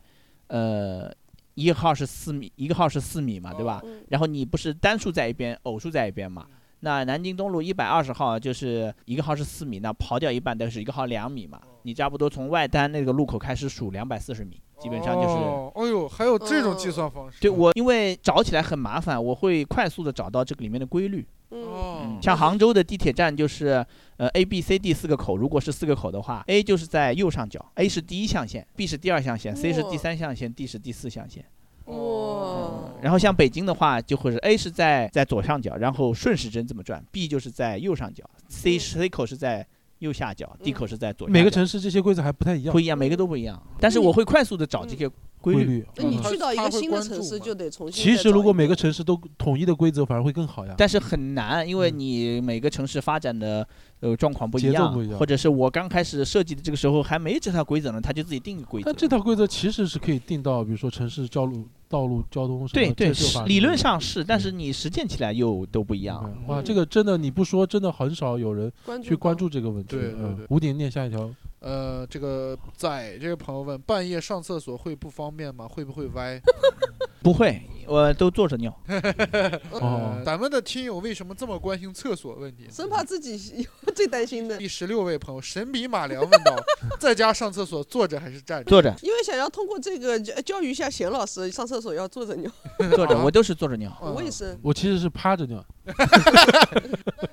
Speaker 3: 呃，一号是四米，一个号是四米嘛，对吧？
Speaker 5: 嗯
Speaker 3: 然后你不是单数在一边，偶数在一边嘛？那南京东路一百二十号就是一个号是四米，那刨掉一半等于是一个号两米嘛，你差不多从外滩那个路口开始数两百四十米，基本上就是。
Speaker 4: 哦，哎呦，还有这种计算方式。啊
Speaker 3: 对我，因为找起来很麻烦，我会快速的找到这个里面的规律。
Speaker 5: 嗯，
Speaker 4: 哦，
Speaker 3: 像杭州的地铁站就是，呃，A、B、C、D 四个口，如果是四个口的话，A 就是在右上角，A 是第一象限，B 是第二象限，C 是第
Speaker 5: 哇
Speaker 3: 三象限，D 是第四象限。
Speaker 5: 哇，
Speaker 3: 然后像北京的话，就会是 A 是在在左上角，然后顺时针这么转，B 就是在右上角，C
Speaker 5: 嗯
Speaker 3: C 口是在右下角，D 口是在左下角。
Speaker 2: 每个城市这些规则还不太一样
Speaker 3: 不。一样，每个都不一样。但是我会快速的找这些规
Speaker 2: 规
Speaker 3: 律。
Speaker 2: 律，
Speaker 5: 那你
Speaker 2: 嗯
Speaker 5: 去到一
Speaker 4: 他
Speaker 5: 个
Speaker 4: 会
Speaker 5: 新的
Speaker 4: 关注
Speaker 5: 城市
Speaker 4: 吗
Speaker 5: 就得重新
Speaker 2: 其
Speaker 5: 再
Speaker 2: 实
Speaker 5: 找
Speaker 2: 如果
Speaker 5: 一
Speaker 2: 每个城市都统一的规则，反而会更好呀。
Speaker 3: 但是很难，因为
Speaker 2: 嗯
Speaker 3: 你每个城市发展的呃状况不
Speaker 2: 节
Speaker 3: 一
Speaker 2: 奏
Speaker 3: 样，
Speaker 2: 不一样
Speaker 3: 或者是我刚开始设计的这个时候还没这套规则呢，他就自己定一个规则
Speaker 2: 但。这套规则其实是可以定到，比如说城市道路、道路交通什么
Speaker 3: 对对，
Speaker 2: 这就是法律
Speaker 3: 理论
Speaker 2: 了
Speaker 3: 上是，但是你实践起来又都不一样。
Speaker 2: 嗯哇，这个真的你不说，真的很少有人
Speaker 5: 关注
Speaker 2: 去关
Speaker 5: 到
Speaker 2: 注这个问题。
Speaker 4: 对对
Speaker 2: 嗯
Speaker 4: 对
Speaker 2: 吴鼎念下一条，
Speaker 4: 呃，这个仔这个朋友问，半夜上厕所会不方便吗？会不会歪？
Speaker 3: 不会，我都坐着尿。
Speaker 2: 哦
Speaker 4: 呃，咱们的听友为什么这么关心厕所问题？
Speaker 5: 生怕自己最担心的，
Speaker 4: 第十六位朋友神笔马良问
Speaker 3: (laughs)
Speaker 4: 道：在家上厕所坐着还是站着？
Speaker 3: 坐着，
Speaker 5: 因为想要通过这个呃教教育一下贤老师，上厕所要坐着尿，
Speaker 3: 坐着，我都是坐着尿。
Speaker 4: 嗯
Speaker 5: 很卫生，
Speaker 2: 我其实是趴着尿，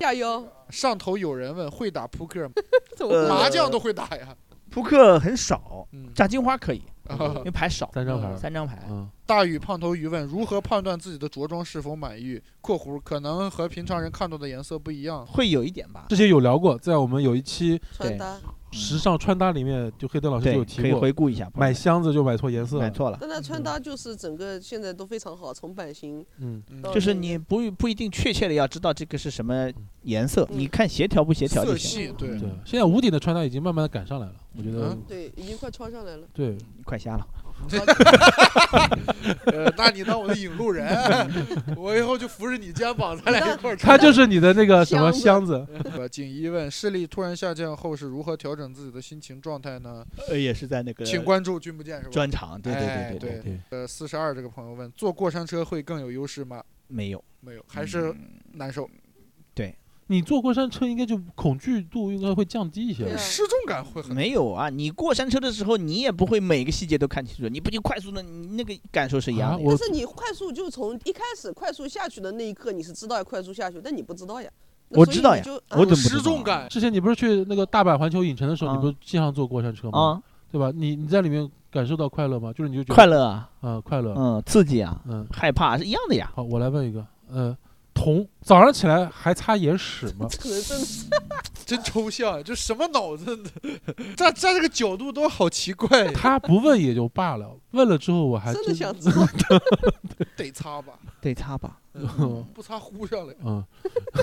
Speaker 5: 下腰，
Speaker 3: 呃
Speaker 4: 上头有人问会打扑克吗？
Speaker 5: 怎么
Speaker 4: 麻将都会打呀。
Speaker 3: (laughs) 扑克很少，
Speaker 4: 嗯，
Speaker 3: 炸金花可以，
Speaker 4: 啊
Speaker 3: 因为牌少，
Speaker 2: 三张牌儿。
Speaker 3: 三张牌。
Speaker 2: 嗯，
Speaker 4: (laughs) 大宇胖头鱼问如何判断自己的着装是否满意（括弧可能和平常人看到的颜色不一样
Speaker 3: 会有一点吧，
Speaker 2: 之前有聊过，在我们有一期
Speaker 5: 穿搭？
Speaker 2: 时尚穿搭里面，就黑灯老师就
Speaker 3: 对，
Speaker 2: 有
Speaker 3: 可
Speaker 2: 提
Speaker 3: 以
Speaker 2: 过，
Speaker 3: 回顾一下。
Speaker 2: 买箱子就买错颜色了
Speaker 3: 买。错了，
Speaker 5: 但他穿搭就是整个现在都非常好，从版型）
Speaker 2: 嗯，
Speaker 4: 嗯。
Speaker 5: 到
Speaker 3: 就是
Speaker 5: 那
Speaker 3: 你
Speaker 5: 个
Speaker 3: 不不一定确切的要知道这个是什么颜色，
Speaker 5: 嗯
Speaker 3: 你看协调不协调就
Speaker 4: 色
Speaker 3: 行。嗯
Speaker 4: 系对
Speaker 2: 对，现在吴鼎的穿搭已经慢慢的赶上来了，我觉得
Speaker 4: 嗯
Speaker 5: 对，已经快超上来了。
Speaker 2: 对。
Speaker 3: 你快瞎了，
Speaker 4: 呃，那你当我的引
Speaker 3: (laughs)
Speaker 4: 路人，我以后就扶着你肩膀，咱俩一块儿
Speaker 2: 他
Speaker 4: 穿。
Speaker 2: 就是你的那个什么箱
Speaker 5: 箱
Speaker 2: 子，
Speaker 4: 呃锦衣问视力突然下降后是如何调整自己的心情状态呢？
Speaker 3: 呃，也是在那个
Speaker 4: 请关注君不见是吧？
Speaker 3: 专场，对
Speaker 4: 哎
Speaker 3: 对对
Speaker 4: 对
Speaker 3: 对，
Speaker 2: 对，
Speaker 4: 呃，四十二这个朋友问，坐过山车会更有优势吗？
Speaker 3: 没有，
Speaker 4: 没有，还是
Speaker 3: 嗯
Speaker 4: 难受，
Speaker 2: 你坐过山车应该就恐惧度应该会降低一些吧
Speaker 5: 对。啊
Speaker 4: 失重感会很。
Speaker 3: 没有啊！你过山车的时候，你也不会每个细节都看清楚，你不就快速的，你那个感受是一样
Speaker 2: 啊
Speaker 3: 的呀。
Speaker 2: 我
Speaker 5: 但是你快速就从一开始快速下去的那一刻，你是知道要快速下去，但你不知道呀。那
Speaker 3: 我
Speaker 5: 所
Speaker 3: 知
Speaker 5: 以
Speaker 3: 道
Speaker 5: 你
Speaker 3: 呀
Speaker 5: 就啊
Speaker 3: 我怎么不知
Speaker 4: 失
Speaker 3: 道
Speaker 4: 重
Speaker 3: 啊
Speaker 4: 感？
Speaker 2: 之前你不是去那个大阪环球影城的时候，
Speaker 3: 啊
Speaker 2: 你不是经常坐过山车吗？
Speaker 3: 啊，
Speaker 2: 对吧？你你在里面感受到快乐吗？就是你就觉得
Speaker 3: 快乐啊，
Speaker 2: 啊快乐，
Speaker 3: 嗯，刺激啊，
Speaker 2: 嗯，
Speaker 3: 害怕是一样的呀。
Speaker 2: 好，我来问一个，呃，同早上起来还擦眼屎吗？
Speaker 5: 可能真的是
Speaker 4: 真抽象，这什么脑子？站站这个角度都好
Speaker 3: (laughs)
Speaker 4: 奇怪，
Speaker 2: 他不问也就罢了，问了之后我还
Speaker 5: 真的想
Speaker 2: 的
Speaker 5: 知道。
Speaker 3: 嗯
Speaker 4: 得擦吧，
Speaker 3: 得擦吧，
Speaker 2: 嗯
Speaker 4: 不擦糊上来。
Speaker 2: 嗯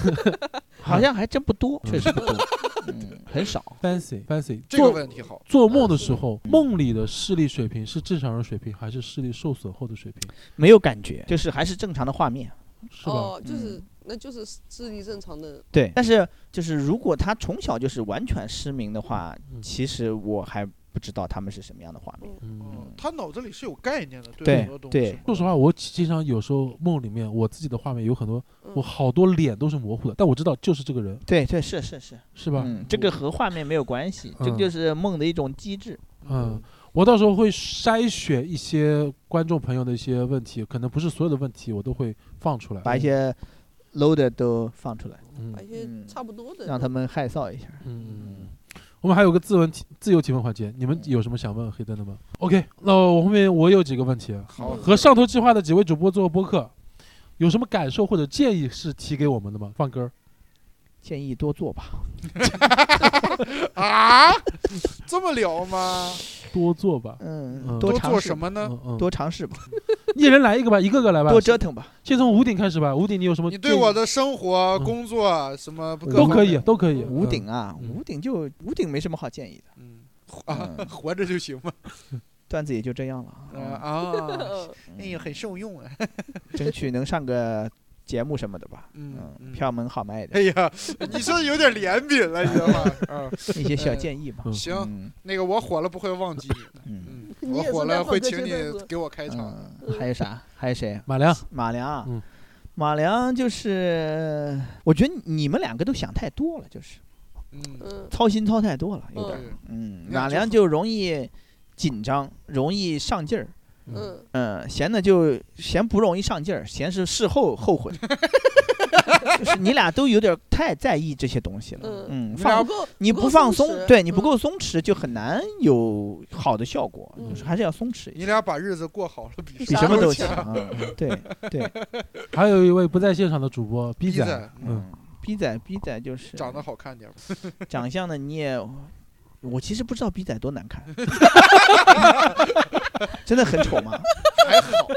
Speaker 3: (laughs)
Speaker 2: (laughs)
Speaker 3: 好像还真不多，
Speaker 2: 嗯
Speaker 3: 确实不 (laughs) 多，嗯，很少。
Speaker 2: ，fancy fancy，
Speaker 4: 这个
Speaker 2: 做
Speaker 4: 问题好，
Speaker 2: 做梦的时候，梦里的视力水平是正常人水平，还是视力受损后的水平？
Speaker 3: 没有感觉，就是还是正常的画面。
Speaker 2: 是吧？
Speaker 5: 哦，就是那就是智力正常的，
Speaker 3: 对，但是就是如果他从小就是完全失明的话，
Speaker 2: 嗯
Speaker 3: 其实我还不知道他们是什么样的画面。
Speaker 2: 嗯。
Speaker 4: 嗯，他脑子里是有概念的，
Speaker 3: 对
Speaker 4: 很多东西
Speaker 3: 对。
Speaker 2: 说实话，我经常有时候梦里面，我自己的画面有很多，
Speaker 5: 嗯
Speaker 2: 我好多脸都是模糊的，但我知道就是这个人，
Speaker 3: 对对是是是，
Speaker 2: 是吧？
Speaker 3: 嗯，这个和画面没有关系，这
Speaker 2: 嗯
Speaker 3: 个就是梦的一种机制。
Speaker 2: 嗯，我到时候会筛选一些观众朋友的一些问题，可能不是所有的问题我都会放出来，
Speaker 3: 把一些 low 的都放出来，
Speaker 2: 嗯
Speaker 5: 而
Speaker 2: 嗯
Speaker 5: 且
Speaker 3: 嗯
Speaker 5: 哎差不多的。
Speaker 3: 让他们害臊一下。
Speaker 2: 嗯。我们还有个自问题自由提问环节，你们有什么想问黑灯的吗？OK，那我后面我有几个问题，
Speaker 4: 好，
Speaker 2: 和上头计划的几位主播做过播客，有什么感受或者建议是提给我们的吗？放歌儿，
Speaker 3: 建议多做吧，
Speaker 2: 嗯
Speaker 4: 啊，这么聊吗？
Speaker 2: 多做吧，嗯
Speaker 3: 嗯，
Speaker 4: 多
Speaker 3: 尝
Speaker 4: 做
Speaker 3: 试
Speaker 4: 什么呢？
Speaker 2: 嗯嗯，
Speaker 3: 多尝试吧，
Speaker 2: 一人来一个吧，一个个来吧，
Speaker 3: 多折腾吧。
Speaker 2: 先从吴鼎开始吧，吴鼎你有什么
Speaker 4: 你
Speaker 2: 建议？
Speaker 4: 对我的生活、
Speaker 2: 嗯
Speaker 4: 工作啊什么各
Speaker 2: 都
Speaker 4: 方
Speaker 2: 可以，
Speaker 4: 面
Speaker 2: 都可以。
Speaker 3: 吴
Speaker 2: 嗯
Speaker 3: 鼎啊，
Speaker 2: 嗯
Speaker 3: 吴鼎就吴鼎没什么好建议
Speaker 4: 嗯，
Speaker 3: 的，
Speaker 4: 啊，
Speaker 3: 嗯，
Speaker 4: (laughs) 活着就行嘛。
Speaker 3: 段子也就这样了
Speaker 4: 啊
Speaker 3: 嗯
Speaker 4: 啊，
Speaker 5: 嗯
Speaker 4: 哎呀，很受用啊。
Speaker 3: 争取能上个节目什么的吧，
Speaker 4: 嗯
Speaker 3: 嗯，票门好卖的
Speaker 4: 哎呀，你这有点怜悯了，你知道吗？啊，
Speaker 3: (laughs) 一些小建议吧。
Speaker 2: 嗯
Speaker 4: 行，
Speaker 3: 嗯
Speaker 4: 那个我火了不会忘记你
Speaker 3: 嗯嗯
Speaker 4: 的，嗯，
Speaker 5: 你也
Speaker 4: 我
Speaker 5: 是
Speaker 4: 火
Speaker 5: 在
Speaker 4: 了
Speaker 5: 放
Speaker 4: 会
Speaker 5: 歌
Speaker 4: 请
Speaker 5: 阶段
Speaker 4: 你
Speaker 5: 是吧
Speaker 4: 给我开场的。
Speaker 3: 还有啥？还有谁？啊
Speaker 2: 马良，
Speaker 3: 马良啊
Speaker 2: 嗯，
Speaker 3: 马良就是，我觉得你们两个都想太多了，就是
Speaker 4: 嗯，
Speaker 5: 嗯，
Speaker 3: 操心操太多了，有点儿。
Speaker 4: 对
Speaker 3: 嗯，
Speaker 4: 那
Speaker 3: 马
Speaker 4: 就
Speaker 3: 良
Speaker 4: 很
Speaker 3: 就容易紧张，容易上劲儿。
Speaker 5: 嗯，
Speaker 3: 嗯，闲的就闲不容易上劲儿，闲是事后后悔。就是你俩都有点儿太在意这些东西了。
Speaker 5: 嗯
Speaker 3: 嗯，
Speaker 4: 你
Speaker 3: 放
Speaker 4: 俩
Speaker 5: 不够
Speaker 3: 你
Speaker 5: 不
Speaker 3: 不
Speaker 5: 够
Speaker 3: 放
Speaker 5: 松
Speaker 3: 松
Speaker 5: 弛，
Speaker 3: 对你不
Speaker 5: 嗯
Speaker 3: 够松弛，就很难有好的效果，就是
Speaker 5: 嗯
Speaker 3: 还是要松弛一
Speaker 4: 你
Speaker 3: 些，
Speaker 4: 俩把日子过好了，比
Speaker 3: 比
Speaker 5: 啥
Speaker 3: 什么
Speaker 5: 都
Speaker 3: 都
Speaker 4: 强
Speaker 3: 强。啊！对对，
Speaker 2: 还有一位不在现场的主播 B
Speaker 4: 逼
Speaker 2: 仔，
Speaker 4: 仔
Speaker 2: 嗯，
Speaker 3: (laughs) 嗯逼仔逼仔就是
Speaker 4: 长得好看点儿
Speaker 3: 嗯
Speaker 4: 吧，
Speaker 3: 长相呢，你也，我其实不知道逼仔多难看，真的很丑嘛，
Speaker 4: 还好。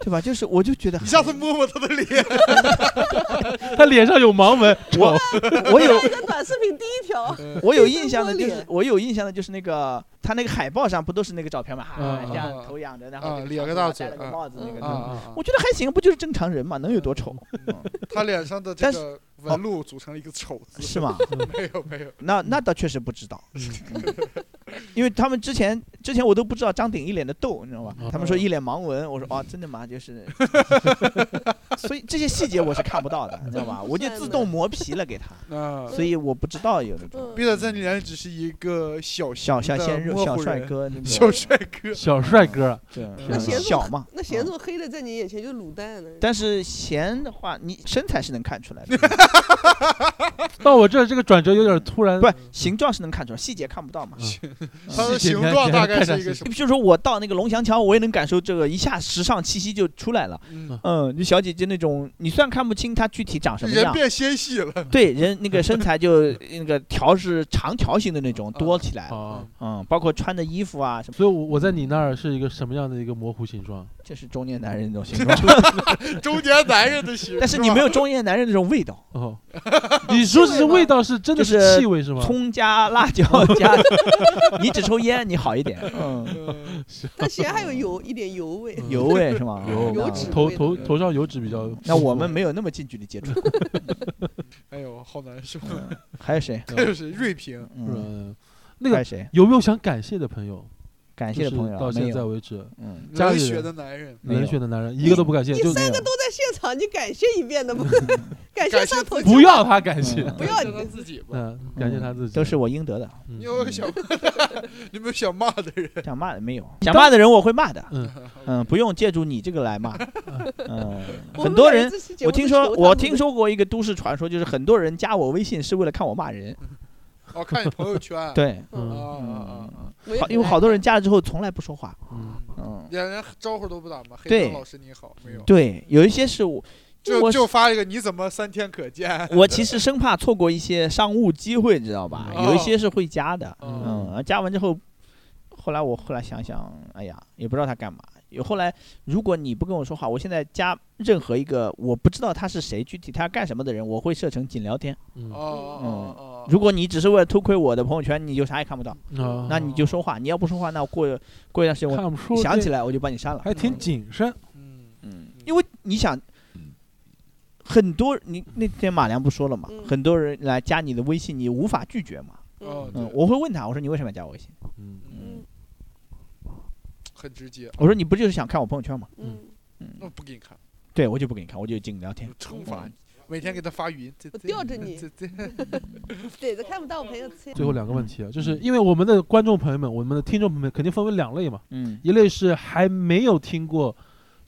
Speaker 3: 对吧？就是我就觉得
Speaker 4: 你
Speaker 3: 很，
Speaker 4: 下次摸摸他的脸，
Speaker 2: 嗯他脸上有盲纹，我
Speaker 3: (laughs) 我有
Speaker 5: 这个短视频第一条，
Speaker 3: 嗯
Speaker 4: (laughs)
Speaker 3: 我有印象的就
Speaker 5: 摸
Speaker 3: 是
Speaker 5: 脸
Speaker 3: 我有印象的就是那个他那个海报上不都是那个照片嘛，
Speaker 2: 嗯
Speaker 3: 啊，这样头仰着，然
Speaker 4: 啊
Speaker 3: 后这
Speaker 4: 咧
Speaker 3: 长头
Speaker 4: 个
Speaker 3: 发
Speaker 4: 大嘴
Speaker 3: 戴了个
Speaker 4: 嗯
Speaker 3: 帽子那个
Speaker 4: 啊
Speaker 5: 嗯
Speaker 3: 东西，
Speaker 4: 啊啊
Speaker 3: 我！觉得还行，不就是正常人嘛，能有多丑？嗯
Speaker 4: 他脸上的这
Speaker 3: 但是哦
Speaker 4: 个纹路组成了一个丑字，
Speaker 3: 是吗？
Speaker 4: (laughs)
Speaker 3: (laughs)
Speaker 4: 没有没有，
Speaker 3: 那那倒确实不知道，
Speaker 4: 嗯
Speaker 3: (laughs) 因为他们之前之前我都不知道张鼎一脸的痘，你知道吧
Speaker 4: 哦
Speaker 2: 嗯？
Speaker 3: 他们说一脸盲文，我说哦，真的吗？
Speaker 4: (laughs)
Speaker 3: 就是，所以这些细节我是看不到的，你知道吧？我就自动磨皮了给他，
Speaker 4: 那
Speaker 3: 所以我不知道有那种
Speaker 5: 嗯
Speaker 4: 逼啊仔在你脸只是一个小
Speaker 3: 小小
Speaker 4: 型的
Speaker 3: 鲜肉、
Speaker 4: 模
Speaker 3: 小
Speaker 4: 糊
Speaker 3: 帅
Speaker 4: 人， (laughs)
Speaker 3: 哥那种，
Speaker 4: 小帅哥，
Speaker 2: 小帅哥，
Speaker 3: 对
Speaker 5: 那
Speaker 3: 是
Speaker 5: 咸总
Speaker 3: 小嘛，
Speaker 5: 那咸总黑的在你眼前就是卤蛋呢。
Speaker 3: 但是闲的话，你身材是能看出来
Speaker 4: (laughs)
Speaker 3: 的，
Speaker 2: 到我这儿这个转折有点突然，
Speaker 3: 不是形状是能看出来，细节看不到嘛。
Speaker 4: 嗯
Speaker 3: 嗯
Speaker 4: 他的形状大概是一个什么？
Speaker 3: 比如说我到那个龙翔桥，我也能感受这个一下时尚气息就出来了。
Speaker 4: 嗯，
Speaker 3: 嗯，就小姐姐那种，你虽然看不清她具体长什么
Speaker 4: 人
Speaker 3: 样，
Speaker 4: 变嗯纤细了，
Speaker 3: 对人那个身材就那个条是长条形的那种多起来，
Speaker 2: 啊。
Speaker 3: 嗯，包括穿的衣服啊什么，
Speaker 2: 所以我，我在你那儿是一个什么样的一个模糊形状？
Speaker 3: 这是中年男人那
Speaker 4: 嗯
Speaker 3: 种形状，(laughs)
Speaker 4: (laughs) 中年男人的形。
Speaker 3: 但是你没有中年男人那种味道，
Speaker 2: 哦，你说是味道是真的
Speaker 3: 就是是
Speaker 2: 气味是吗？
Speaker 3: 葱加辣椒
Speaker 2: (laughs)
Speaker 3: 加，你只抽烟你好一
Speaker 4: (laughs)
Speaker 3: 点，嗯，
Speaker 4: 嗯
Speaker 5: 但咸还有油，一点油味。
Speaker 2: 嗯
Speaker 3: 油味是吗？
Speaker 2: 油
Speaker 5: 油
Speaker 3: 那
Speaker 5: 脂
Speaker 2: 哦头
Speaker 5: 味
Speaker 2: 头头上油脂比较丰富。
Speaker 3: 那我们没有那么近距
Speaker 2: (laughs)
Speaker 3: 离接触过，
Speaker 4: 哎呦，好难受。
Speaker 3: 嗯还有谁？
Speaker 4: 还有谁？瑞平，
Speaker 3: 嗯，
Speaker 2: 嗯，那
Speaker 3: 还
Speaker 2: 个
Speaker 3: 有谁？
Speaker 2: 有没有想感谢的朋友？
Speaker 3: 感
Speaker 2: 就
Speaker 3: 谢
Speaker 2: 是
Speaker 3: 的朋友
Speaker 2: 到
Speaker 3: 啊没
Speaker 2: 现在
Speaker 3: 有，
Speaker 2: 为止，
Speaker 3: 嗯，
Speaker 2: 家
Speaker 4: 冷
Speaker 2: 里人
Speaker 4: 血的男人，
Speaker 3: 没有
Speaker 2: 冷血的男人一个都不感谢，
Speaker 5: 你
Speaker 2: 就
Speaker 5: 三个都在现场，你感谢一遍的不？
Speaker 2: 嗯
Speaker 5: 感
Speaker 4: 感谢
Speaker 5: 谢上头
Speaker 4: 自己
Speaker 2: 不要他感谢，
Speaker 3: 嗯
Speaker 5: 不要
Speaker 4: 感谢他
Speaker 5: 你
Speaker 4: 自己吧。
Speaker 2: 嗯，感谢他自己。
Speaker 3: 都是我应得的，
Speaker 2: 嗯，
Speaker 4: 你有没有
Speaker 5: (laughs)
Speaker 4: 想，你有没有想骂的人？
Speaker 3: 想骂的没有，想骂的人我会骂的，
Speaker 2: 嗯
Speaker 3: 嗯，不用借助你这个来
Speaker 2: (laughs)
Speaker 3: 骂，嗯，
Speaker 5: 我
Speaker 3: 很
Speaker 5: 们
Speaker 3: 多
Speaker 5: 感觉
Speaker 3: 人
Speaker 5: 这期节
Speaker 3: 我
Speaker 5: 目
Speaker 3: 听
Speaker 5: 是
Speaker 3: 说
Speaker 5: 求他
Speaker 3: 我
Speaker 5: 们
Speaker 3: 听
Speaker 5: 的
Speaker 3: 说过一个都市传说，就是很多人加我微信是为了看我骂人，
Speaker 4: 我看你朋友圈。
Speaker 3: 对，
Speaker 4: 啊
Speaker 2: 嗯
Speaker 4: 啊啊！
Speaker 3: 嗯，
Speaker 5: 我也
Speaker 3: 好，
Speaker 5: 很
Speaker 3: 因为
Speaker 5: 爱
Speaker 3: 好多人加了之后从来不说话，
Speaker 2: 嗯，
Speaker 3: 嗯，
Speaker 4: 连人招呼都不打吗？黑
Speaker 3: 对
Speaker 4: 灯老师你好，没有，
Speaker 3: 对，有一些是嗯我，
Speaker 4: 嗯就
Speaker 3: 我
Speaker 4: 就发一个你怎么三天可见？
Speaker 3: 我其实生怕错过一些商务机会，知道吧？
Speaker 4: 哦
Speaker 3: 有一些是会加的，
Speaker 4: 嗯
Speaker 3: 嗯，加完之后，后来我后来想想，哎呀，也不知道他干嘛。有后来，如果你不跟我说话，我现在加任何一个我不知道他是谁、具体他干什么的人，我会设成仅聊天。
Speaker 2: 嗯
Speaker 4: 哦
Speaker 2: 啊
Speaker 4: 哦哦哦，
Speaker 3: 嗯如果你只是为了偷窥我的朋友圈，你就啥也看不到，
Speaker 2: 嗯，
Speaker 3: 那你就说话。你要不说话，那我过过一段时间我
Speaker 2: 看不出
Speaker 3: 想起
Speaker 2: 来，
Speaker 3: 来我就把你删了。
Speaker 2: 还挺谨慎。
Speaker 4: 嗯
Speaker 3: 嗯
Speaker 4: 嗯，
Speaker 3: 因为你想，很多你那天马良不说了嘛，
Speaker 5: 嗯
Speaker 3: 很多人来加你的微信，你无法拒绝嘛。
Speaker 4: 哦，
Speaker 3: 嗯，
Speaker 4: 对，
Speaker 3: 我会问他，我说你为什么要加我微信？
Speaker 2: 嗯，
Speaker 4: 嗯，
Speaker 5: 嗯
Speaker 4: 很直接，
Speaker 3: 我说你不就是想看我朋友圈吗？
Speaker 5: 嗯，
Speaker 4: 那我不给你看，
Speaker 3: 对我就不给你看，我就仅聊天。
Speaker 4: 惩罚你，每天给他发语音，这
Speaker 5: 我吊着你
Speaker 4: 这这这
Speaker 5: 逮着看不到我朋友圈。
Speaker 2: 最后两个
Speaker 3: 嗯
Speaker 2: 问题啊，就是因为我们的观众朋友们，我们的听众朋友们肯定分为两类嘛，
Speaker 3: 嗯
Speaker 2: 一类是还没有听过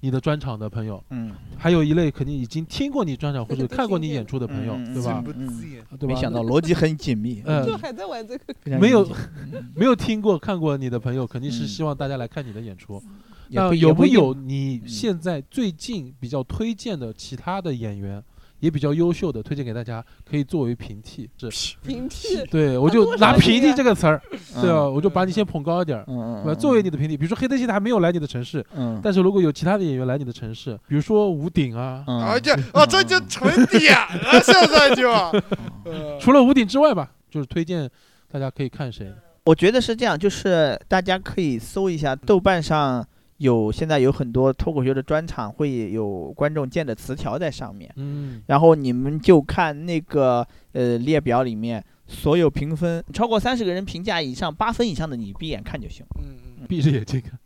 Speaker 2: 你的专场的朋友，
Speaker 3: 嗯，
Speaker 2: 还有一类肯定已经听过你专场或者
Speaker 5: 都
Speaker 2: 看过你
Speaker 5: 听见
Speaker 2: 演出的朋友，
Speaker 3: 嗯
Speaker 2: 对
Speaker 4: 这
Speaker 2: 吧
Speaker 3: 嗯？
Speaker 4: 不
Speaker 3: 嗯
Speaker 4: 自然
Speaker 2: 对吧？
Speaker 3: 没想到逻辑很紧 (laughs) 密，
Speaker 2: 嗯
Speaker 5: 就还在玩这个，
Speaker 3: 非常
Speaker 2: 没有
Speaker 3: 紧密
Speaker 2: 没有听过、看过你的朋友，肯定是
Speaker 3: 嗯
Speaker 2: 希望大家来看你的演出。
Speaker 3: 也
Speaker 2: 那啊
Speaker 3: 不
Speaker 2: 呃
Speaker 3: 嗯
Speaker 2: 有
Speaker 3: 也
Speaker 2: 没
Speaker 3: 不一定
Speaker 2: 有你现在最近比较推荐的其他的演员，也比较优秀的，推荐给大家，可以作为平替？是，
Speaker 5: 平替。
Speaker 2: 对我就
Speaker 5: 多
Speaker 2: 拿
Speaker 5: 少
Speaker 2: 平替
Speaker 5: 人
Speaker 2: 这个词儿，对啊，
Speaker 3: 嗯
Speaker 2: 我就把你先捧高一点儿，
Speaker 3: 嗯
Speaker 2: 对吧
Speaker 3: 嗯，
Speaker 2: 作为你的平替。比如说黑灯戏他还没有来你的城市，
Speaker 3: 嗯
Speaker 2: 但是如果有其他的演员来你的城市，比如说吴鼎啊，
Speaker 3: 嗯
Speaker 4: 啊，这啊这就成点
Speaker 3: (laughs)
Speaker 4: 了，现在就，呃
Speaker 2: 除了吴鼎之外吧，就是推荐大家可以看谁？
Speaker 3: 我觉得是这样，就是大家可以搜一下豆瓣上有现在有很多脱口秀的专场，会有观众建的词条在上面，
Speaker 2: 嗯
Speaker 3: 然后你们就看那个呃列表里面所有 (laughs) 评分超过三十个人评价以上八分以上的，你闭眼看就行。
Speaker 4: 嗯嗯
Speaker 2: 闭着眼睛看，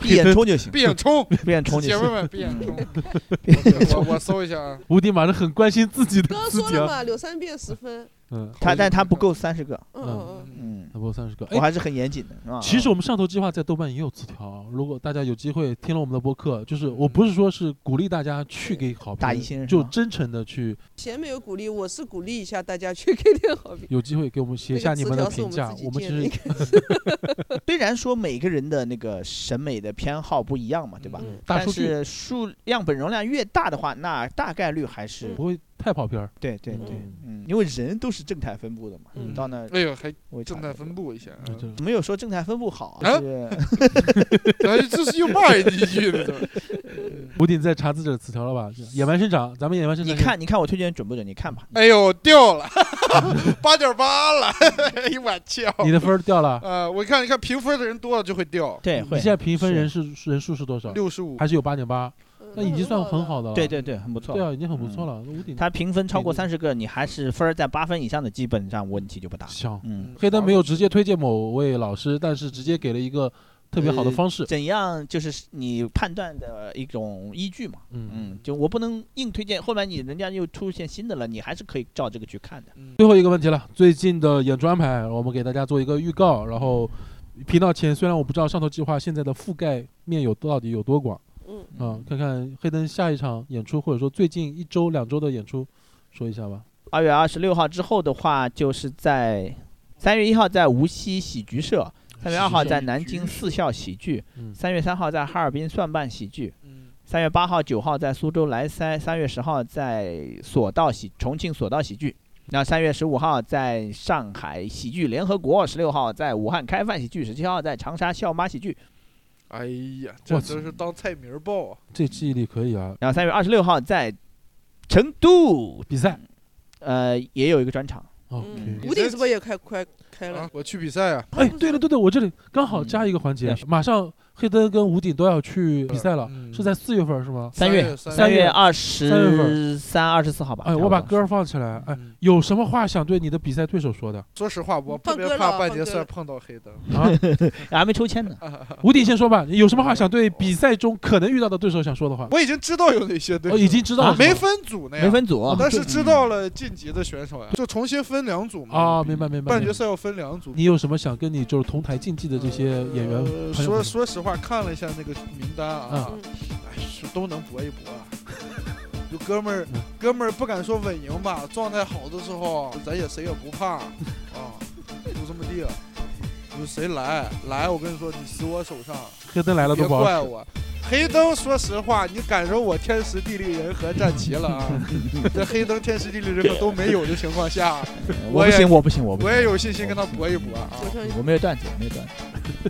Speaker 3: 闭眼冲就行，
Speaker 4: 闭眼冲，
Speaker 3: 闭眼冲就
Speaker 4: 姐妹
Speaker 3: 行。
Speaker 4: 们闭眼
Speaker 3: (laughs)
Speaker 4: 冲。
Speaker 3: 嗯
Speaker 4: 我我搜一下啊，
Speaker 2: 吴迪马上很关心自己的
Speaker 5: 刚刚
Speaker 2: 自
Speaker 5: 说
Speaker 2: 己
Speaker 5: 了
Speaker 2: 啊，
Speaker 5: 嘛，柳三变十分，
Speaker 2: 嗯，
Speaker 3: 他但他不够三十个，
Speaker 5: 嗯嗯嗯，
Speaker 3: 嗯，
Speaker 2: 差不多三十个。
Speaker 3: 我
Speaker 2: 哎，
Speaker 3: 还是很严谨的，是吧？
Speaker 2: 其实我们上头计划在豆瓣也有词条，如果大家有机会听了我们的播客，就是我不是说是鼓励大家去给好评，
Speaker 3: 嗯打一星是吧
Speaker 2: 就真诚的去
Speaker 5: 前面有鼓励，我是鼓励一下大家去给点好评。
Speaker 2: 有机会给我们写下你们的评价
Speaker 5: 那个词条，是
Speaker 2: 我
Speaker 5: 我
Speaker 2: 们
Speaker 5: 们
Speaker 2: 其
Speaker 5: 自己建的
Speaker 2: 实
Speaker 3: 呃虽然说每个人的那个审美的偏好不一样嘛，对吧？ (laughs)
Speaker 5: 嗯
Speaker 2: 大
Speaker 3: 但
Speaker 2: 数据
Speaker 3: 是数样本容量越大的话，那大概率还是
Speaker 2: 不会太跑偏儿。
Speaker 3: 对对对，
Speaker 2: 嗯
Speaker 3: 嗯，因为人都是正态分布的嘛，
Speaker 2: 嗯
Speaker 3: 到那
Speaker 4: 哎呦，还
Speaker 3: 我
Speaker 4: 正态分布一下啊，
Speaker 2: 对对
Speaker 3: 没有说正态分布好，
Speaker 4: 啊
Speaker 3: 是
Speaker 4: 哎，这是又骂人一句呢，怎么？
Speaker 2: 吴迪你在查自己的词条了吧？野蛮生长，咱们野蛮生
Speaker 3: 你
Speaker 2: 长，
Speaker 3: 看你看我推荐准不准？你看吧，
Speaker 4: 哎呦，掉了， (laughs) 八点八了， (laughs) 哎呦我操！
Speaker 2: 你的分儿掉了。
Speaker 4: 呃，我看一看评分的人多了就会掉，
Speaker 3: 对
Speaker 2: 你
Speaker 3: 哦会
Speaker 2: 现，在评分人是人数是多少？
Speaker 4: 六十五。
Speaker 2: 还是有八点八，
Speaker 5: 嗯
Speaker 2: 那已经算很好
Speaker 5: 的。
Speaker 2: 的了。
Speaker 3: 对对对，很不错。嗯
Speaker 2: 对啊，已经很不错了。那吴迪
Speaker 3: 他评分超过
Speaker 2: 对
Speaker 3: 三十个，你还是分儿在八分以上的，基本上问题就不大。
Speaker 2: 香。
Speaker 3: 嗯，
Speaker 2: 黑灯没有直接推荐某位老师，但是直接给了一个特别好
Speaker 3: 呃
Speaker 2: 的方式。
Speaker 3: 怎样就是你判断的一种依据嘛。
Speaker 2: 嗯，
Speaker 3: 嗯，就我不能硬推荐，后来你人家又出现新的了，你还是可以照这个去看的。
Speaker 4: 嗯
Speaker 2: 最后一个问题了，最近的演出安排，我们给大家做一个预告。然后频道前虽然我不知道上头计划现在的覆盖面有到底有多广
Speaker 5: 嗯，
Speaker 2: 啊，看看黑灯下一场演出，或者说最近一周两周的演出，说一下吧。
Speaker 3: 二月二十六号之后的话，就是在三月一号在无锡喜剧社，三月二号在南京四校喜剧，
Speaker 2: 嗯
Speaker 3: 三月三号在哈尔滨蒜瓣喜剧，
Speaker 4: 嗯
Speaker 3: 三月八号、九号在苏州莱塞，三月十号在索道喜重庆索道喜剧，那三月十五号在上海喜剧联合国，十六号在武汉开饭喜剧，十七号在长沙笑妈喜剧，
Speaker 4: 哎呀，这
Speaker 2: 我
Speaker 4: 都是当菜名儿报啊！
Speaker 2: 这记忆力可以啊。
Speaker 3: 然后三月二十六号在成都，
Speaker 2: 比赛
Speaker 3: 呃，也有一个专场。嗯
Speaker 2: ，OK。
Speaker 5: 吴鼎是不是也快快开
Speaker 4: 啊
Speaker 5: 了？，
Speaker 4: 我去比赛啊！
Speaker 2: 哎，对了对了，我这里刚好
Speaker 3: 嗯
Speaker 2: 加一个环节
Speaker 3: 对，
Speaker 2: 马上黑灯跟吴鼎都要去比赛了，
Speaker 4: 嗯
Speaker 2: 啊是在四月份是吗？
Speaker 3: 三
Speaker 4: 月
Speaker 3: 月
Speaker 4: 三
Speaker 3: 三
Speaker 2: 月
Speaker 3: 月二
Speaker 2: 月
Speaker 3: 十三、二十四号吧。
Speaker 2: 哎，
Speaker 3: 差不
Speaker 2: 我把
Speaker 3: 多
Speaker 2: 歌儿放起来。哎，
Speaker 4: 嗯
Speaker 2: 有什么话想对你的比赛对手说的？
Speaker 4: 说实话，我特
Speaker 5: 放
Speaker 4: 别
Speaker 5: 歌
Speaker 4: 怕
Speaker 5: 了
Speaker 4: 半
Speaker 5: 放
Speaker 4: 决
Speaker 5: 歌
Speaker 4: 赛
Speaker 5: 了
Speaker 4: 碰到黑灯。
Speaker 2: 啊，
Speaker 3: 哎还没抽签
Speaker 4: 哎
Speaker 3: 呢。
Speaker 2: 吴鼎先说吧，有什么话想对比赛中可能遇到的对手想说的话？
Speaker 4: 我已经知道有哪些对
Speaker 2: 哦，
Speaker 4: 手，
Speaker 2: 已经知道了
Speaker 3: 啊
Speaker 2: 是吗
Speaker 4: 没分组呢呀，
Speaker 3: 没分组，
Speaker 2: 啊
Speaker 4: 但是知道了晋级的选手呀，就重新分两组嘛。
Speaker 2: 啊，明白明白。
Speaker 4: 半
Speaker 2: 明
Speaker 4: 决
Speaker 2: 白
Speaker 4: 赛要分两组。
Speaker 2: 你有什么想跟你就是同台竞技的这些演员
Speaker 4: 呃
Speaker 2: 朋友
Speaker 4: 说
Speaker 2: 们？嗯
Speaker 4: 说实话，看了一下那个名单啊，哎，是都能搏一
Speaker 2: (laughs)
Speaker 4: 搏啊。就哥们儿
Speaker 2: 嗯，
Speaker 4: 哥们儿不敢说稳赢吧，状态好的时候，咱也谁也不怕啊，
Speaker 2: (laughs)
Speaker 4: 就这么地。就谁来来，我跟你说，你死我手上，
Speaker 2: 黑灯来了
Speaker 4: 别
Speaker 2: 都不好
Speaker 4: 怪
Speaker 2: 使。
Speaker 4: 我。黑灯，说实话，你感受我天时地利人和站齐了 (laughs) 啊！这黑灯天时地利人和都没有的情况下，我
Speaker 3: 我
Speaker 4: 也
Speaker 3: 不行，我不行，我不
Speaker 4: 我
Speaker 3: 行，
Speaker 4: 也有信心跟他搏一搏啊！
Speaker 2: 嗯
Speaker 5: 我上
Speaker 3: 我没有段子，没有段子。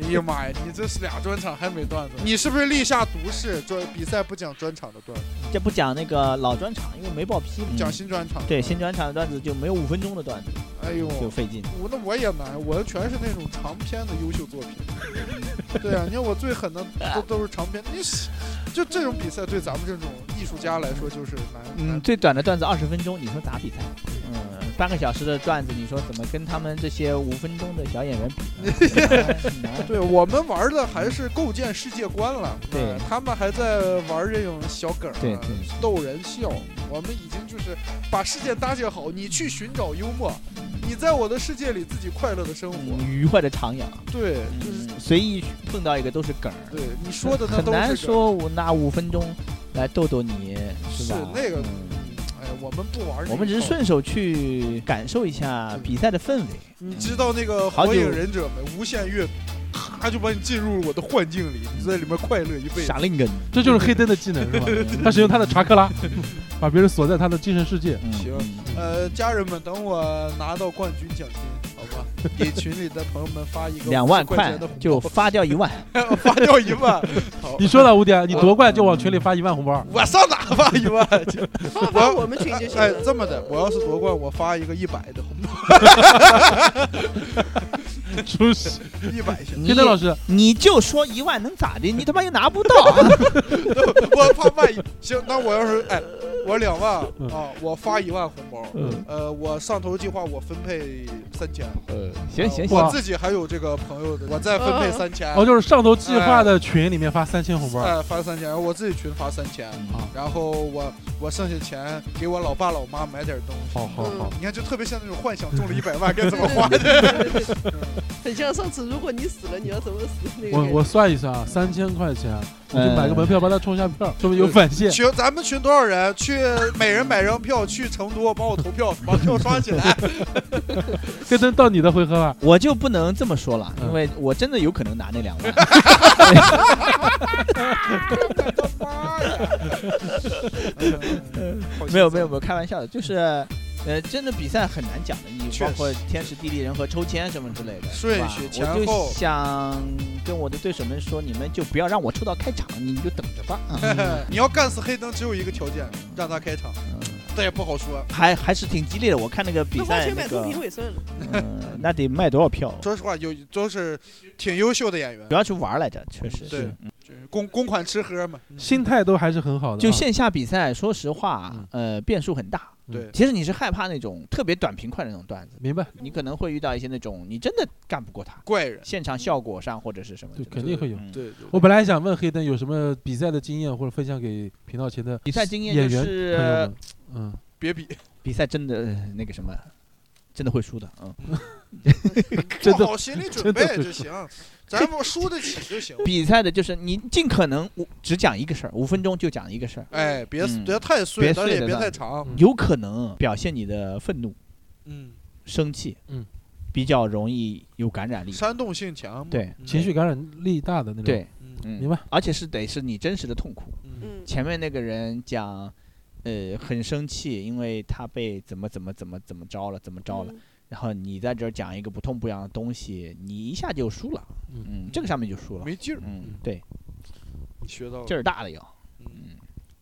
Speaker 4: 哎呀妈呀，你这是俩专场还没段子？ (laughs) 你是不是立下毒誓，专比赛不讲专场的段子，
Speaker 3: 这不讲那个老专场，因为没报批嘛。
Speaker 4: 讲新专场？
Speaker 3: 对新。专场的段子就没有五分钟的段子，
Speaker 4: 哎呦，
Speaker 3: 就费劲。
Speaker 4: 我那我也难，我全是那种长篇的优秀作品。对啊，你看我最狠的都都是长篇，你是就这种比赛对咱们这种艺术家来说就是难。
Speaker 3: 嗯，
Speaker 4: 难
Speaker 3: 最短的段子二十分钟，你说咋比赛？嗯，半个小时的段子，你说怎么跟他们这些五分钟的小演
Speaker 4: (laughs)
Speaker 3: 员比呢？很嗯难很难
Speaker 4: 对我们玩的还是构建世界观了，
Speaker 3: 对
Speaker 4: 呃他们还在玩这种小梗儿啊，
Speaker 3: 对对
Speaker 4: 逗人笑。我们已经就是把世界搭建好，你去寻找幽默，你在我的世界里自己快乐的生活。
Speaker 3: 嗯愉快的徜徉，
Speaker 4: 对，就是
Speaker 3: 嗯随意碰到一个都是梗儿。
Speaker 4: 对你说的那
Speaker 3: 很
Speaker 4: 都是
Speaker 3: 难
Speaker 4: 梗
Speaker 3: 说，我拿五分钟来逗逗你，
Speaker 4: 是
Speaker 3: 吧？
Speaker 4: 那个哦
Speaker 3: 嗯
Speaker 4: 哎，我们不玩这一套。
Speaker 3: 我们只是顺手去感受一下比赛的氛围。
Speaker 4: 你知道那个《
Speaker 3: 好
Speaker 4: 火
Speaker 3: 久
Speaker 4: 影忍者》没？无限阅读，咔就把你进入了我的幻境里，你在里面快乐一辈子。
Speaker 3: 令人，
Speaker 2: 这就是黑灯的技能是吧？
Speaker 4: (laughs)
Speaker 2: 他使用他的查克拉，把别人锁在他的精神世界。
Speaker 3: 嗯
Speaker 4: 行
Speaker 3: 嗯
Speaker 4: 呃，家人们，等我拿到冠军奖金，好吧，给群里的朋友们发一个
Speaker 3: 两万
Speaker 4: 50块
Speaker 3: 块
Speaker 4: 钱的红包哎
Speaker 3: 就发掉一万，
Speaker 4: 发掉一
Speaker 3: (laughs)
Speaker 4: 万。好
Speaker 2: 你说
Speaker 4: (laughs)
Speaker 2: 了，吴迪，你夺冠就往群里发一万红包。
Speaker 4: 我上哪发一万？ (laughs) 就
Speaker 5: 放发我们群就行
Speaker 4: 哎，(laughs)
Speaker 5: 了。
Speaker 4: 这么的，我要是夺冠，我发一个一百的红包。
Speaker 2: 出息。
Speaker 4: 一百
Speaker 3: (laughs)
Speaker 4: 下，
Speaker 3: 你
Speaker 2: 黑灯老师，
Speaker 3: 你就说一万能咋的？你他妈又拿不到、啊，
Speaker 4: 我怕万一行，那我要是哎，我两万
Speaker 2: 嗯
Speaker 4: 啊，我发一万红包，
Speaker 2: 嗯
Speaker 4: 呃，我上头计划我分配三千，啊
Speaker 2: 呃，
Speaker 3: 行行行，
Speaker 4: 我自己还有这个朋友的，我再
Speaker 5: 嗯
Speaker 4: 分配三千，
Speaker 2: 哦，就是上头计划的群里面发三千红包，
Speaker 4: 哎，发三千，然后我自己群发三千，
Speaker 3: 嗯
Speaker 4: 啊然后我我剩下钱给我老爸老妈买点东西。
Speaker 3: 哦
Speaker 2: 好好好，
Speaker 4: 你看，就特别像那种幻想中了一百万
Speaker 3: (laughs)
Speaker 4: 该怎么花的。
Speaker 5: (laughs) 很像上次，如果你死了，你要怎么死？那个
Speaker 2: 我
Speaker 5: 感觉
Speaker 2: 我算一算啊，三千块钱，
Speaker 3: 哎
Speaker 2: 我就买个门票帮他充一下票，说明有
Speaker 4: 嗯
Speaker 2: 返现。
Speaker 4: 群咱们群多少人？去每人买张票，去成都帮我投票，把票刷起来。
Speaker 2: 黑灯到你的回合啊了，
Speaker 3: 我就不能这么说了，
Speaker 2: 嗯
Speaker 3: 因为我真的有可能拿那两万。
Speaker 4: 妈呀！
Speaker 3: 没有没有没有，开玩笑的，就是，呃，真的比赛很难讲的，你
Speaker 4: 嗯确
Speaker 3: 包
Speaker 4: 实
Speaker 3: 括天时地利人和抽签什么之类的
Speaker 4: 顺
Speaker 3: 是吧
Speaker 4: 序前
Speaker 3: 我
Speaker 4: 后
Speaker 3: 就想跟我的对手们说，你们就不要让我抽到开场，你们就等着吧。啊
Speaker 4: (laughs) (laughs) 你要干死黑灯，只有一个条件，让他开场。但也不好说。
Speaker 3: 嗯还还是挺激烈的，我看那个比
Speaker 5: 那花
Speaker 3: 赛
Speaker 5: 钱
Speaker 3: 那
Speaker 5: 买个
Speaker 3: 个
Speaker 5: 评，委算了，
Speaker 3: 嗯，那得卖多少票？
Speaker 4: 说实话，有都是挺优秀的演员
Speaker 3: 主，要去玩来着，确实
Speaker 4: 对
Speaker 3: 是。嗯
Speaker 4: 就是公公款吃喝嘛。
Speaker 2: 心态都还是很好的啊。
Speaker 3: 就线下比赛，说实话，呃，变数很大。
Speaker 4: 嗯对，
Speaker 3: 其实你是害怕那种特别短平快的那种段子，
Speaker 2: 明白，
Speaker 3: 你可能会遇到一些那种你真的干不过他，
Speaker 4: 怪人。
Speaker 3: 现场效果上或者是什么之
Speaker 2: 对
Speaker 3: 类，的，
Speaker 2: 肯定会有。
Speaker 3: 嗯
Speaker 4: 对对
Speaker 2: 我本来想问黑灯有什么比赛的经验或者分享给频道前的
Speaker 3: 比赛经验
Speaker 2: 演
Speaker 3: 就
Speaker 2: 员朋友
Speaker 3: 是
Speaker 2: 们，嗯，
Speaker 4: 别比，
Speaker 3: 比赛真的呃那个什么，真的会输的，嗯。。
Speaker 2: 真的
Speaker 4: 做好心理准备
Speaker 2: 真的
Speaker 4: 就行， (laughs) 咱们输得起就行
Speaker 3: 比赛的就是你尽可能我只讲一个事儿，五分钟就讲一个事儿，
Speaker 4: 哎，别
Speaker 3: 嗯
Speaker 4: 别太碎，
Speaker 3: 别
Speaker 4: 但是
Speaker 3: 碎
Speaker 4: 也
Speaker 3: 的
Speaker 4: 别
Speaker 3: 段
Speaker 4: 太
Speaker 2: 子
Speaker 4: 长。
Speaker 2: 嗯
Speaker 3: 有可能表现你的愤怒、
Speaker 4: 嗯，
Speaker 3: 生气，
Speaker 2: 嗯，
Speaker 3: 比较容易有感染力。
Speaker 4: 嗯煽动性强嘛。
Speaker 3: 对
Speaker 4: 嗯
Speaker 2: 情绪感染力大的那种。，
Speaker 3: 对，
Speaker 4: 嗯
Speaker 3: 嗯，
Speaker 2: 明白。
Speaker 3: 而且是得是你真实的痛苦。
Speaker 4: 嗯
Speaker 5: 嗯，
Speaker 3: 前面那个人讲，呃，很生气，因为他被怎么怎么怎么怎么着了，怎么着了。
Speaker 5: 嗯
Speaker 3: 然后你在这儿讲一个不痛不痒的东西，你一下就输了。
Speaker 2: 嗯
Speaker 3: 嗯，这个上面就输了。
Speaker 4: 没劲儿，
Speaker 3: 嗯，对，
Speaker 4: 你学到了
Speaker 3: 劲。儿大的要，
Speaker 4: 嗯
Speaker 3: 嗯，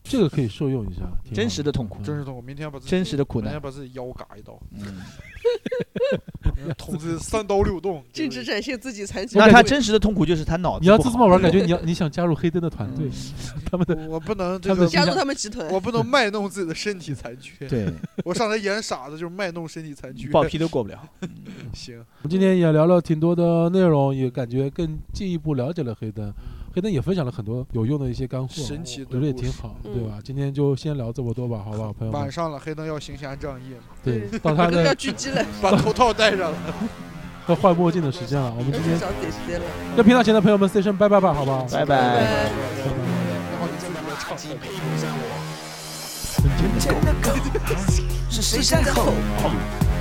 Speaker 2: 这个可以受用一下，挺好
Speaker 3: 真实的痛苦，
Speaker 2: 嗯
Speaker 4: 真是的，我明天把自己
Speaker 3: 真实的苦
Speaker 4: 明
Speaker 3: 难
Speaker 4: 天，把自己腰嘎一刀，
Speaker 3: 嗯，
Speaker 4: 捅自己三刀六洞。
Speaker 5: 尽职展现自己残疾。
Speaker 3: 那他真实的痛苦就是他脑子
Speaker 2: 你要
Speaker 3: 不
Speaker 2: 这
Speaker 3: 好
Speaker 2: 么玩，感觉你要 (laughs) 你想加入黑灯的团队
Speaker 3: 嗯，
Speaker 2: 他们的
Speaker 4: 我不能这
Speaker 2: 他们的，
Speaker 4: 个
Speaker 5: 加入他们集团，
Speaker 4: 我不能卖弄自己的身体残缺。
Speaker 2: (laughs)
Speaker 3: 对，
Speaker 4: 我上台演傻子就是卖弄身体残缺。
Speaker 3: 爆皮都过不了。
Speaker 4: 行，
Speaker 2: 我们今天也聊了挺多的内容，也感觉更进一步了解了黑灯。黑灯也分享了很多有用的一些干货，
Speaker 4: 神奇的
Speaker 2: 我觉得也
Speaker 4: 故事
Speaker 2: 挺好，
Speaker 5: 嗯
Speaker 2: 对吧？今天就先聊这么多吧，好不好，朋友
Speaker 4: 晚
Speaker 2: 们？
Speaker 4: 上了，黑灯要行侠仗义了，
Speaker 2: 对，
Speaker 5: 对
Speaker 2: 到他
Speaker 5: 我都 (laughs) 要
Speaker 2: 的
Speaker 5: 狙击了，
Speaker 4: 把头套戴上了，
Speaker 2: 要换墨镜的时间了。我们
Speaker 5: 要
Speaker 2: 今
Speaker 5: 去 (laughs)
Speaker 2: 天
Speaker 5: 想贼时间了。呃
Speaker 2: 跟频道前的朋友们 say 声拜拜吧，好不好？
Speaker 3: 拜拜。
Speaker 5: 拜
Speaker 4: 然后你自己别唱了。
Speaker 6: 真的狗，是谁在吼？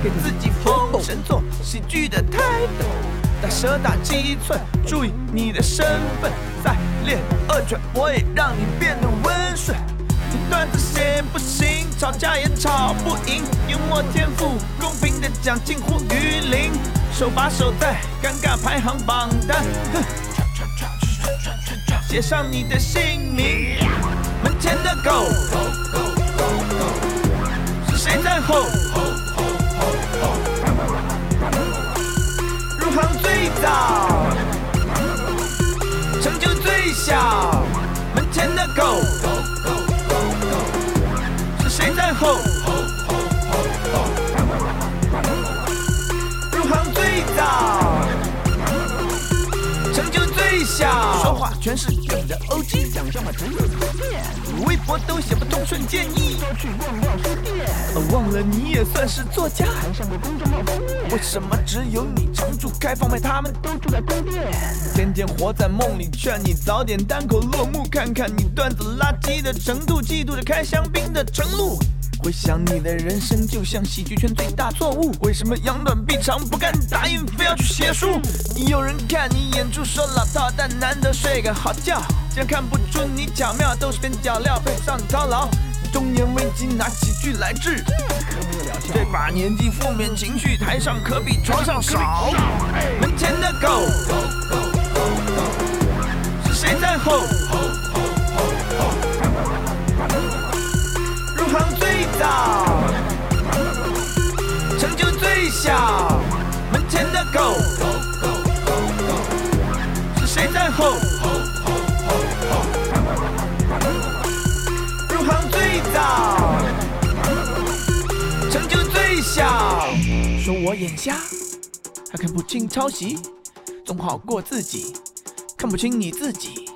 Speaker 6: 给自己封神做喜剧的泰斗，打蛇打七寸，注意你的身份，再练二转，我也让你变得温顺。这段子行不行？吵架也吵不赢，幽默天赋公平的奖近乎于零，手把手在尴尬排行榜单。哼写上你的姓名，门前的狗。是谁在吼？入行最早，成就最小，门前的狗。是谁在吼？入行最早。成就最小。说话全是顶着 OG，想象嘛只有一遍，微博都写不通，瞬间意。要去逛逛书店。哦，忘了你也算是作家，还上过公众号封面。为什么只有你常驻开放麦，他们都住在东边？天天活在梦里，劝你早点单口落幕，看看你段子垃圾的程度，嫉妒着开香槟的程璐。回想你的人生，就像喜剧圈最大错误。为什么扬短避长，不干打印，非要去写书？有人看你演出说老套，但难得睡个好觉。这样看不出你巧妙，都是边角料配上你操劳。中年危机拿喜剧来治，这把年纪负面情绪台上可比床上少。门前的狗，是谁在吼？入行最早，成就最小，门前的狗。我眼瞎，还看不清抄袭，总好过自己看不清你自己。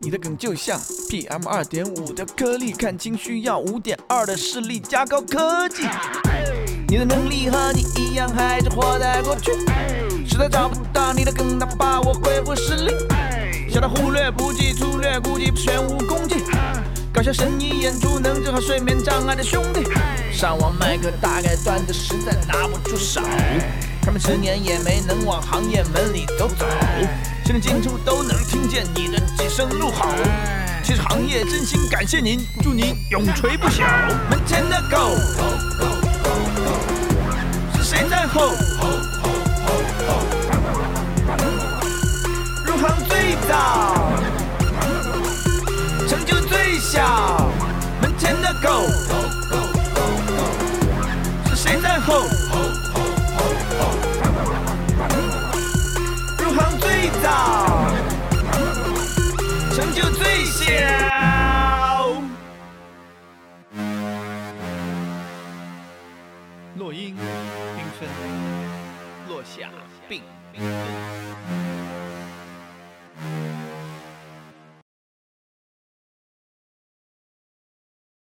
Speaker 6: 你的梗就像 PM 二点五的颗粒，看清需要五点二的视力，加高科技。你的能力和你一样，还是活在过去，实在找不到你的梗，哪怕我恢复视力。小到忽略、不计、粗略、估计、全无攻击。搞笑神医演出能治好睡眠障碍的兄弟。上网卖个大概段子，实在拿不出手。他们十年也没能往行业门里走走，现在进出都能听见你的几声怒吼。其实行业真心感谢您，祝您永垂不朽。门前的狗，是谁在吼？入行最早，成就最小。门前的狗，是谁在吼？入行最早，成就最小。落英缤纷，落下缤纷。